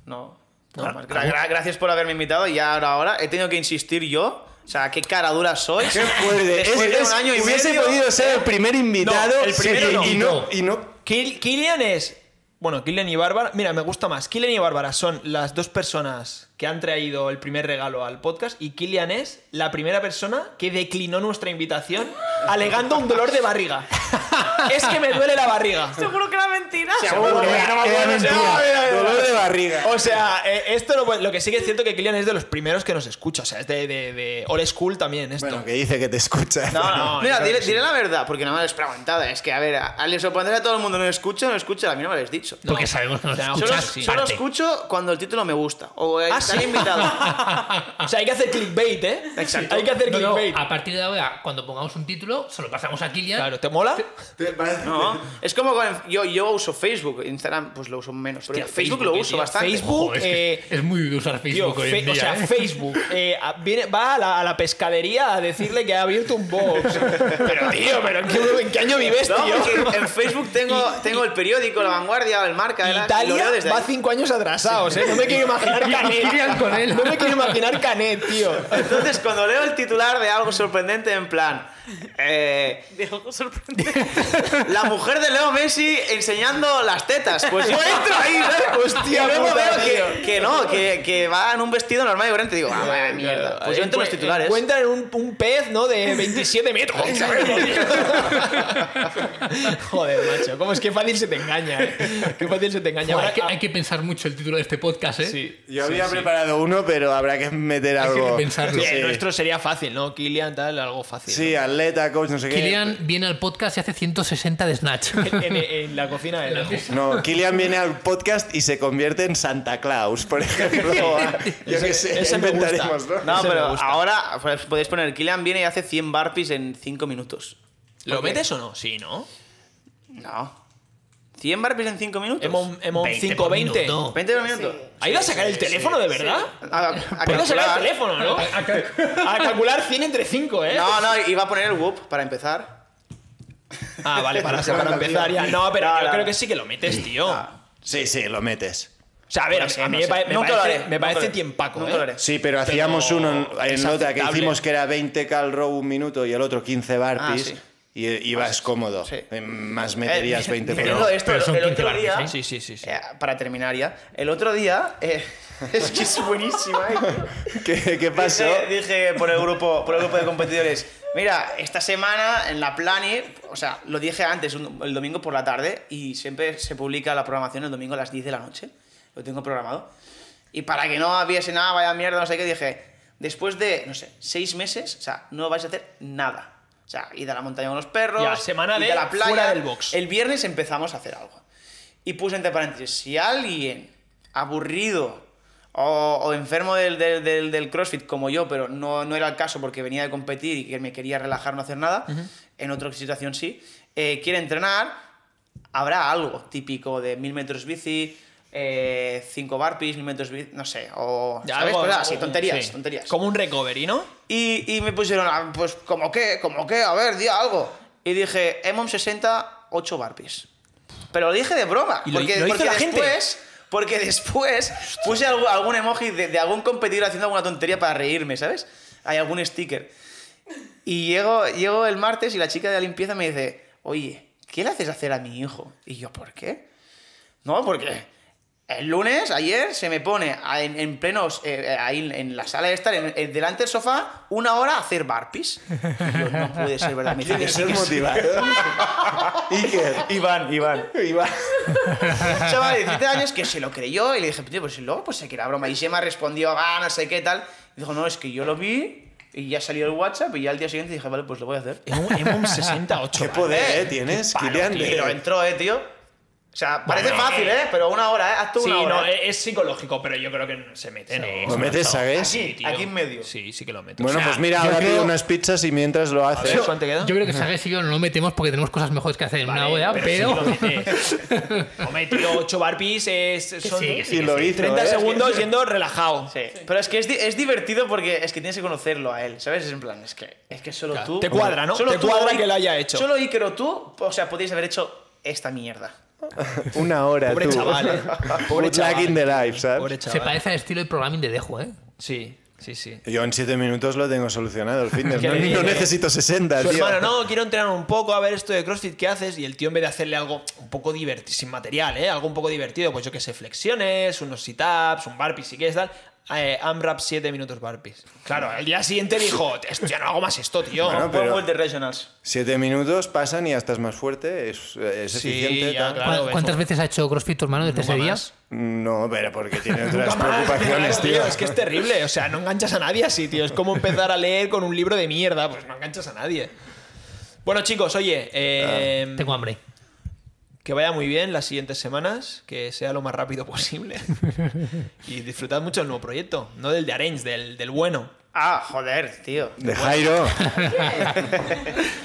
Speaker 5: no. Nada
Speaker 1: Ah,
Speaker 5: más. Gra-
Speaker 3: ¿cómo?
Speaker 5: gra- gracias por haberme invitado. Y ahora, ahora he tenido que insistir yo. O sea, qué cara dura soy.
Speaker 2: Qué fuerte. Es-
Speaker 5: Después de
Speaker 2: es-
Speaker 5: un año y
Speaker 2: hubiese
Speaker 5: medio,
Speaker 2: podido ser el primer invitado
Speaker 1: No, el primero
Speaker 2: y,
Speaker 1: no.
Speaker 2: y no. y no-
Speaker 1: Kil- Kilian es Bueno, Killen y Bárbara. Mira, me gusta más. Killen y Bárbara son las dos personas que han traído el primer regalo al podcast y Killian es la primera persona que declinó nuestra invitación alegando un dolor de barriga.
Speaker 3: (laughs)
Speaker 1: es que me duele la barriga.
Speaker 4: Seguro que era mentira.
Speaker 5: Seguro que
Speaker 3: Era-
Speaker 5: no
Speaker 3: era
Speaker 5: me acuerdo,
Speaker 3: mentira.
Speaker 5: no, mira, mira.
Speaker 2: Dolor de barriga.
Speaker 1: O sea, eh, esto no puede- lo que sí que es cierto que Kilian es de los primeros que nos escucha. O sea, es de, de, de old school también esto.
Speaker 2: Bueno, que dice que te escucha.
Speaker 5: No, (laughs) no,
Speaker 1: No, yo
Speaker 5: mira,
Speaker 1: creo
Speaker 5: diré,
Speaker 1: que sí.
Speaker 5: diré la verdad, porque nada más es preguntada. Es que, a ver, a, a les sorprender a todo el mundo, no escucho, no escucho, a mí no me lo habéis dicho.
Speaker 3: Porque sabemos que nos
Speaker 1: O sea,
Speaker 5: Solo,
Speaker 3: escuchas.
Speaker 1: sí.
Speaker 5: solo
Speaker 3: parte.
Speaker 5: escucho cuando el título me gusta. O
Speaker 1: Ah,
Speaker 5: están
Speaker 1: sí.
Speaker 5: invitado.
Speaker 1: (laughs) O sea, hay que hacer clickbait, ¿eh?
Speaker 5: Exacto.
Speaker 1: Hay que hacer
Speaker 3: No, no,
Speaker 1: clickbait.
Speaker 3: a partir de ahora, cuando pongamos un título, se lo pasamos a Kilian.
Speaker 1: Claro, ¿te mola?
Speaker 5: No, es como con- yo, yo uso Facebook, Instagram pues lo uso menos, pero
Speaker 1: Hostia,
Speaker 5: Facebook, lo
Speaker 1: Facebook,
Speaker 5: uso
Speaker 1: tío,
Speaker 5: bastante.
Speaker 1: Facebook.
Speaker 3: Joder, es, que
Speaker 1: eh,
Speaker 3: es muy duro usar
Speaker 1: Tío,
Speaker 3: Facebook hoy
Speaker 1: fe-
Speaker 3: en día.
Speaker 1: o sea,
Speaker 3: ¿eh?
Speaker 1: Facebook eh, a- viene- va a la, a la pescadería a decirle que ha abierto un box. Pero, tío, pero ¿en qué, en qué año vives,
Speaker 5: No,
Speaker 1: este, tío?
Speaker 5: porque en Facebook
Speaker 1: (laughs)
Speaker 5: tengo, tengo el periódico, la vanguardia, el marca, el As, y lo
Speaker 1: Italia
Speaker 5: leo desde
Speaker 1: va
Speaker 5: ahí.
Speaker 1: cinco años atrasados, ¿eh? No me quiero imaginar Canet.
Speaker 3: con él.
Speaker 1: No me quiero imaginar Canet, tío.
Speaker 5: Entonces, cuando leo el titular de algo sorprendente, en plan, eh,
Speaker 4: De algo sorprendente.
Speaker 5: (laughs) la mujer de Leo Messi enseñando las tetas, pues yo entro ahí, ¿sabes?
Speaker 1: Hostia,
Speaker 5: y luego
Speaker 1: puta,
Speaker 5: veo que,
Speaker 1: tío.
Speaker 5: que no, que, que va en un vestido normal y corriente, digo, ah, vaya mierda. Pues yo entro en los
Speaker 1: Encue-
Speaker 5: titulares.
Speaker 1: Encuentran un, un pez, ¿no? De 27 metros. (laughs) Joder, macho. ¿Cómo es que fácil se te engaña, eh? Qué fácil se te engaña.
Speaker 3: (laughs)
Speaker 1: Ahora-
Speaker 3: Joder, hay, que,
Speaker 1: ah,
Speaker 3: hay que pensar mucho el título de este podcast, ¿eh?
Speaker 1: sí.
Speaker 2: (laughs) Yo había preparado uno, pero habrá que meter
Speaker 3: Hay que
Speaker 2: algo.
Speaker 3: pensarlo.
Speaker 1: Sí,
Speaker 2: Sí.
Speaker 1: el nuestro sería fácil, ¿no? Kilian, tal, algo fácil.
Speaker 2: Sí, atleta, coach, no sé qué.
Speaker 3: Kilian viene al podcast y hace 160
Speaker 1: (laughs)
Speaker 3: de Snatch.
Speaker 1: ¿no? En, en- en la cocina de lejos.
Speaker 2: No, Kilian viene al podcast y se convierte en Santa Claus, por ejemplo. Yo qué sé,
Speaker 1: ese me gusta.
Speaker 2: inventaremos, ¿no?
Speaker 5: No,
Speaker 1: Ese me
Speaker 5: pero
Speaker 1: gusta.
Speaker 5: ahora pues, podéis poner, Kylian viene y hace 100 barpees en 5 minutos.
Speaker 1: ¿Lo
Speaker 5: Ok.
Speaker 1: metes o no? Sí, ¿no?
Speaker 5: No. ¿100 barpees en 5 minutos?
Speaker 1: Hemos hemos
Speaker 3: 20 por
Speaker 1: 520.
Speaker 3: minuto.
Speaker 5: 20 minutos.
Speaker 1: ¿Ha ido a sacar el teléfono de verdad?
Speaker 5: A, a
Speaker 1: ¿Ha ido a sacar
Speaker 5: calcular.
Speaker 1: el teléfono, no? A calcular 100 entre 5, ¿eh?
Speaker 5: No, no, iba a poner el whoop para empezar.
Speaker 1: Ah, vale, para, para empezar ya. No, pero yo creo que sí que lo metes, tío.
Speaker 2: Sí, sí, lo metes.
Speaker 1: O sea, a ver,
Speaker 5: No
Speaker 1: a,
Speaker 5: sé,
Speaker 1: a mí
Speaker 5: no
Speaker 1: me,
Speaker 5: sé.
Speaker 1: pa- me
Speaker 5: Nunca lo haré,
Speaker 1: parece, me
Speaker 5: nunca lo
Speaker 1: parece
Speaker 5: haré.
Speaker 1: tiempaco,
Speaker 5: Nunca lo
Speaker 1: ¿eh?
Speaker 5: haré.
Speaker 2: Sí, pero hacíamos uno en- en
Speaker 1: es
Speaker 2: nota que
Speaker 1: aceptable.
Speaker 2: hicimos que era 20 cal row un minuto y el otro 15 barpis.
Speaker 5: Ah, sí.
Speaker 2: Y y ibas cómodo.
Speaker 5: Sí.
Speaker 2: Eh, Más meterías
Speaker 5: Eh,
Speaker 2: 20 por
Speaker 5: (laughs) pero
Speaker 2: hora.
Speaker 5: esto,
Speaker 3: pero son
Speaker 5: el
Speaker 3: 15
Speaker 5: otro
Speaker 3: barpees,
Speaker 5: día,
Speaker 3: ¿eh?
Speaker 1: Sí, sí, sí. sí.
Speaker 5: eh, para terminar ya, el otro día, eh, (laughs) es que es buenísima. ¿eh?
Speaker 2: ¿Qué, qué pasó?
Speaker 5: Dije, dije por, el grupo, por el grupo de competidores, mira, esta semana en la Plani, o sea, lo dije antes, un- el domingo por la tarde, y siempre se publica la programación el domingo a las 10 de la noche, lo tengo programado. Y para que no hubiese nada, vaya mierda, no sé qué, dije, después de, no sé, seis meses, o sea, no vais a hacer nada. O sea, ir a la montaña con los perros,
Speaker 1: Ya, semana
Speaker 5: id
Speaker 1: de
Speaker 5: a la playa.
Speaker 1: fuera del box.
Speaker 5: El viernes empezamos a hacer algo. Y puse entre paréntesis, si alguien aburrido o, o enfermo del, del- del- del CrossFit como yo, pero no, no era el caso porque venía de competir y que me quería relajar, no hacer nada, en otra situación sí, eh, quiere entrenar, habrá algo típico de mil metros bici, eh, cinco barpees, mil metros bici, no sé, o...
Speaker 1: Ya,
Speaker 5: ¿sabes?
Speaker 1: algo-
Speaker 5: Cosas así,
Speaker 1: algo-
Speaker 5: tonterías,
Speaker 1: sí.
Speaker 5: tonterías.
Speaker 1: Como un ¿eh, recovery, ¿no?
Speaker 5: Y, y me pusieron, ah, pues, ¿como qué? ¿Como qué? A ver, di algo. Y dije, Emom 60, 8 barpees. Pero lo dije de broma.
Speaker 1: ¿Y lo-
Speaker 5: porque
Speaker 1: lo hizo
Speaker 5: porque
Speaker 1: la gente?
Speaker 5: después, Porque después puse algu- algún, emoji de, de algún competidor haciendo alguna tontería para reírme, ¿sabes? Hay algún sticker. Y llego, llego el martes y la chica de la limpieza me dice, oye, ¿qué le haces hacer a mi hijo? Y yo, ¿por qué? No, porque el lunes, ayer, se me pone a- en, en plenos, eh, eh, ahí en, en la sala de estar, en- en- delante del sofá, una hora a hacer barpees. Y yo, no puede ser, ¿verdad? Me dice que
Speaker 2: Tienes
Speaker 5: sí,
Speaker 2: que ser
Speaker 5: que sí.
Speaker 2: motivado. Iker.
Speaker 5: Iván, Iván.
Speaker 2: Iván.
Speaker 5: Un chaval de 17 años que se lo creyó y le dije, tío, pues luego pues sé que era broma. Y se me respondió, ah, no sé qué tal. Y dijo, no, es que yo lo vi y ya salió el WhatsApp y ya al día siguiente dije, vale, pues lo voy a hacer.
Speaker 1: En un, en (laughs) un 68.
Speaker 2: Qué
Speaker 1: ¿vale?
Speaker 2: poder, ¿eh? Tienes,
Speaker 1: palo,
Speaker 2: Kilian.
Speaker 5: Y lo
Speaker 2: de-
Speaker 5: entró, eh, tío. O sea, parece
Speaker 1: Bueno,
Speaker 5: fácil,
Speaker 1: eh.
Speaker 5: eh, pero una hora, eh. Haz tú
Speaker 1: Sí,
Speaker 5: una
Speaker 1: no,
Speaker 5: hora. eh.
Speaker 1: es, es psicológico, pero yo creo que no se mete en eso.
Speaker 2: ¿Lo metes, sabes?
Speaker 5: Aquí,
Speaker 1: tío.
Speaker 5: aquí en medio.
Speaker 1: Sí, sí que lo meto.
Speaker 2: Bueno,
Speaker 1: O sea,
Speaker 2: pues mira,
Speaker 3: yo
Speaker 2: ahora
Speaker 3: creo-
Speaker 2: pide unas pizzas y mientras lo
Speaker 1: a
Speaker 2: hace.
Speaker 1: ver, ¿cuánto queda?
Speaker 3: Yo creo que Sagues y yo no lo metemos porque tenemos cosas mejores que hacer en una
Speaker 1: Vale,
Speaker 3: OEA, pero.
Speaker 1: sí que lo
Speaker 3: (laughs)
Speaker 1: metes. Hombre, tío, 8 barpees es, son
Speaker 3: sí, que sí,
Speaker 2: Y lo hizo.
Speaker 1: 30
Speaker 2: ¿eh?
Speaker 1: segundos yendo relajado.
Speaker 5: Sí. Pero es que es, di- es divertido porque es que tienes que conocerlo a él, ¿sabes? Es en plan, es que, es que solo
Speaker 1: Claro,
Speaker 5: tú.
Speaker 1: te cuadra, ¿no?
Speaker 5: Solo
Speaker 1: Te
Speaker 5: tú,
Speaker 1: cuadra
Speaker 5: Iker-
Speaker 1: que lo haya hecho.
Speaker 5: Solo Iker o tú, o sea, podéis haber hecho esta mierda.
Speaker 2: Una hora,
Speaker 1: Pobre
Speaker 2: tú. (laughs)
Speaker 1: chaval, eh. Pobre
Speaker 2: Good luck
Speaker 1: chaval.
Speaker 2: in the life, ¿sabes?
Speaker 1: Pobre
Speaker 3: (laughs) Se
Speaker 1: chaval.
Speaker 3: parece al estilo de programming de Dejo, ¿eh?
Speaker 1: Sí. Sí, sí.
Speaker 2: Yo en 7 minutos lo tengo solucionado el fitness.
Speaker 1: Que
Speaker 2: No,
Speaker 1: le-
Speaker 2: no necesito 60,
Speaker 1: eh. Su
Speaker 2: tío.
Speaker 1: hermano, no, quiero entrenar un poco, a ver esto de CrossFit que haces. Y el tío, en vez de hacerle algo un poco divertido, sin material, ¿eh? algo un poco divertido, pues yo que sé, flexiones, unos sit-ups, un burpees, si quieres tal. eh, AMRAP 7 minutos burpees. Claro, el día siguiente dijo, ya no hago más esto, tío.
Speaker 2: Bueno,
Speaker 5: No,
Speaker 2: pero-
Speaker 5: World Regionals.
Speaker 2: 7 minutos pasan y ya estás más fuerte, es, es
Speaker 1: Sí,
Speaker 2: eficiente.
Speaker 1: ya,
Speaker 2: tal.
Speaker 1: claro.
Speaker 3: ¿Cuán-
Speaker 1: ves,
Speaker 3: ¿Cuántas
Speaker 1: joder.
Speaker 3: veces ha hecho CrossFit tu hermano desde ese
Speaker 1: Nunca
Speaker 3: día?
Speaker 1: más.
Speaker 2: No, pero porque tiene
Speaker 1: Nunca
Speaker 2: otras
Speaker 1: más,
Speaker 2: preocupaciones,
Speaker 1: claro,
Speaker 2: tío.
Speaker 1: Es que este es terrible, o sea, no enganchas a nadie así, tío. Es como empezar a leer con un libro de mierda, pues no enganchas a nadie. Bueno, chicos,
Speaker 2: Ah.
Speaker 1: oye, eh,
Speaker 3: Tengo hambre.
Speaker 1: que vaya muy bien las siguientes semanas, que sea lo más rápido
Speaker 5: (laughs)
Speaker 1: posible. y disfrutad mucho del nuevo proyecto, no del de Arange, del, del bueno.
Speaker 5: Ah, joder, tío.
Speaker 2: De Jairo.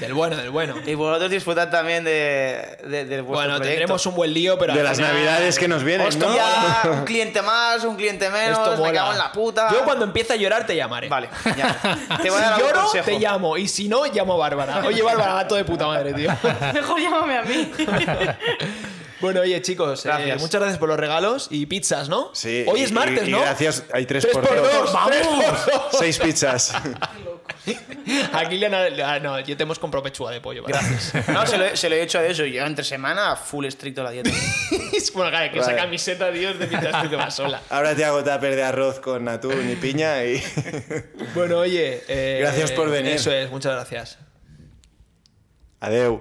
Speaker 1: Del bueno, del
Speaker 5: (laughs)
Speaker 1: bueno.
Speaker 5: Y vosotros disfrutad también de, de, del vuestro
Speaker 1: Bueno,
Speaker 5: proyecto.
Speaker 1: tendremos un buen lío, pero.
Speaker 2: De
Speaker 1: al
Speaker 2: las
Speaker 1: final-
Speaker 2: navidades que nos vienen,
Speaker 5: Hostia,
Speaker 2: ¿no? (laughs)
Speaker 5: un cliente más, un cliente menos,
Speaker 1: Esto
Speaker 5: me
Speaker 1: mola.
Speaker 5: cago en la puta.
Speaker 1: Yo cuando empiece a llorar te llamaré.
Speaker 5: Vale,
Speaker 1: (laughs)
Speaker 5: ya. Te voy a dar
Speaker 1: Si
Speaker 5: algún
Speaker 1: lloro,
Speaker 5: consejo.
Speaker 1: te llamo. Y si no, llamo a
Speaker 5: (laughs)
Speaker 1: Bárbara. Oye, Bárbara, gato de puta madre, tío.
Speaker 4: (laughs) Mejor llámame a mí.
Speaker 1: Bueno, oye, chicos, eh,
Speaker 5: Gracias.
Speaker 1: muchas gracias por los regalos y pizzas, ¿no?
Speaker 2: Sí.
Speaker 1: Hoy
Speaker 2: y-
Speaker 1: es martes,
Speaker 2: y- y
Speaker 1: ¿no?
Speaker 2: gracias, hay 3
Speaker 1: Tres
Speaker 2: por
Speaker 1: por
Speaker 2: 2.
Speaker 1: dos, (laughs) vamos.
Speaker 2: Seis pizzas. (laughs)
Speaker 1: Aquí le han- ah, no, yo te hemos comprado pechuga de pollo. ¿vale? Gracias.
Speaker 5: No, se lo, he- se lo he hecho a eso. Yo entre semana, full estricto la dieta. (laughs)
Speaker 1: bueno, claro, que
Speaker 2: Vale.
Speaker 1: esa camiseta, Dios, de mientras tú te vas sola.
Speaker 2: Ahora te hago tupper de arroz con atún y piña y...
Speaker 1: (laughs)
Speaker 2: (laughs)
Speaker 1: Bueno, oye. eh,
Speaker 2: Gracias por venir.
Speaker 1: Eso es, muchas gracias.
Speaker 2: Adeu.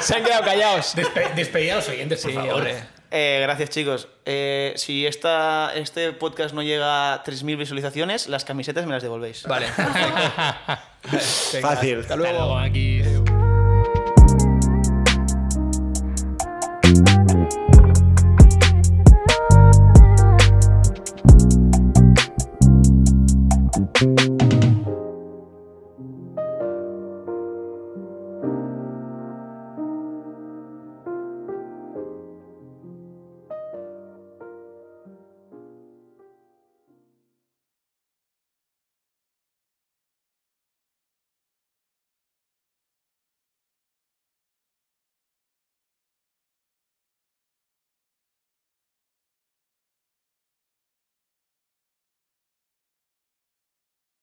Speaker 1: Se han quedado callados.
Speaker 3: Despe- despedid a los oyentes, por
Speaker 1: Sí,
Speaker 3: favor.
Speaker 1: hombre.
Speaker 5: Eh, gracias, chicos. Eh, si esta, este podcast no llega a 3.000
Speaker 1: (laughs)
Speaker 5: visualizaciones, las camisetas me las devolvéis.
Speaker 1: Vale. perfecto.
Speaker 2: Fácil.
Speaker 1: Hasta
Speaker 3: Hasta
Speaker 1: luego.
Speaker 3: luego, aquí.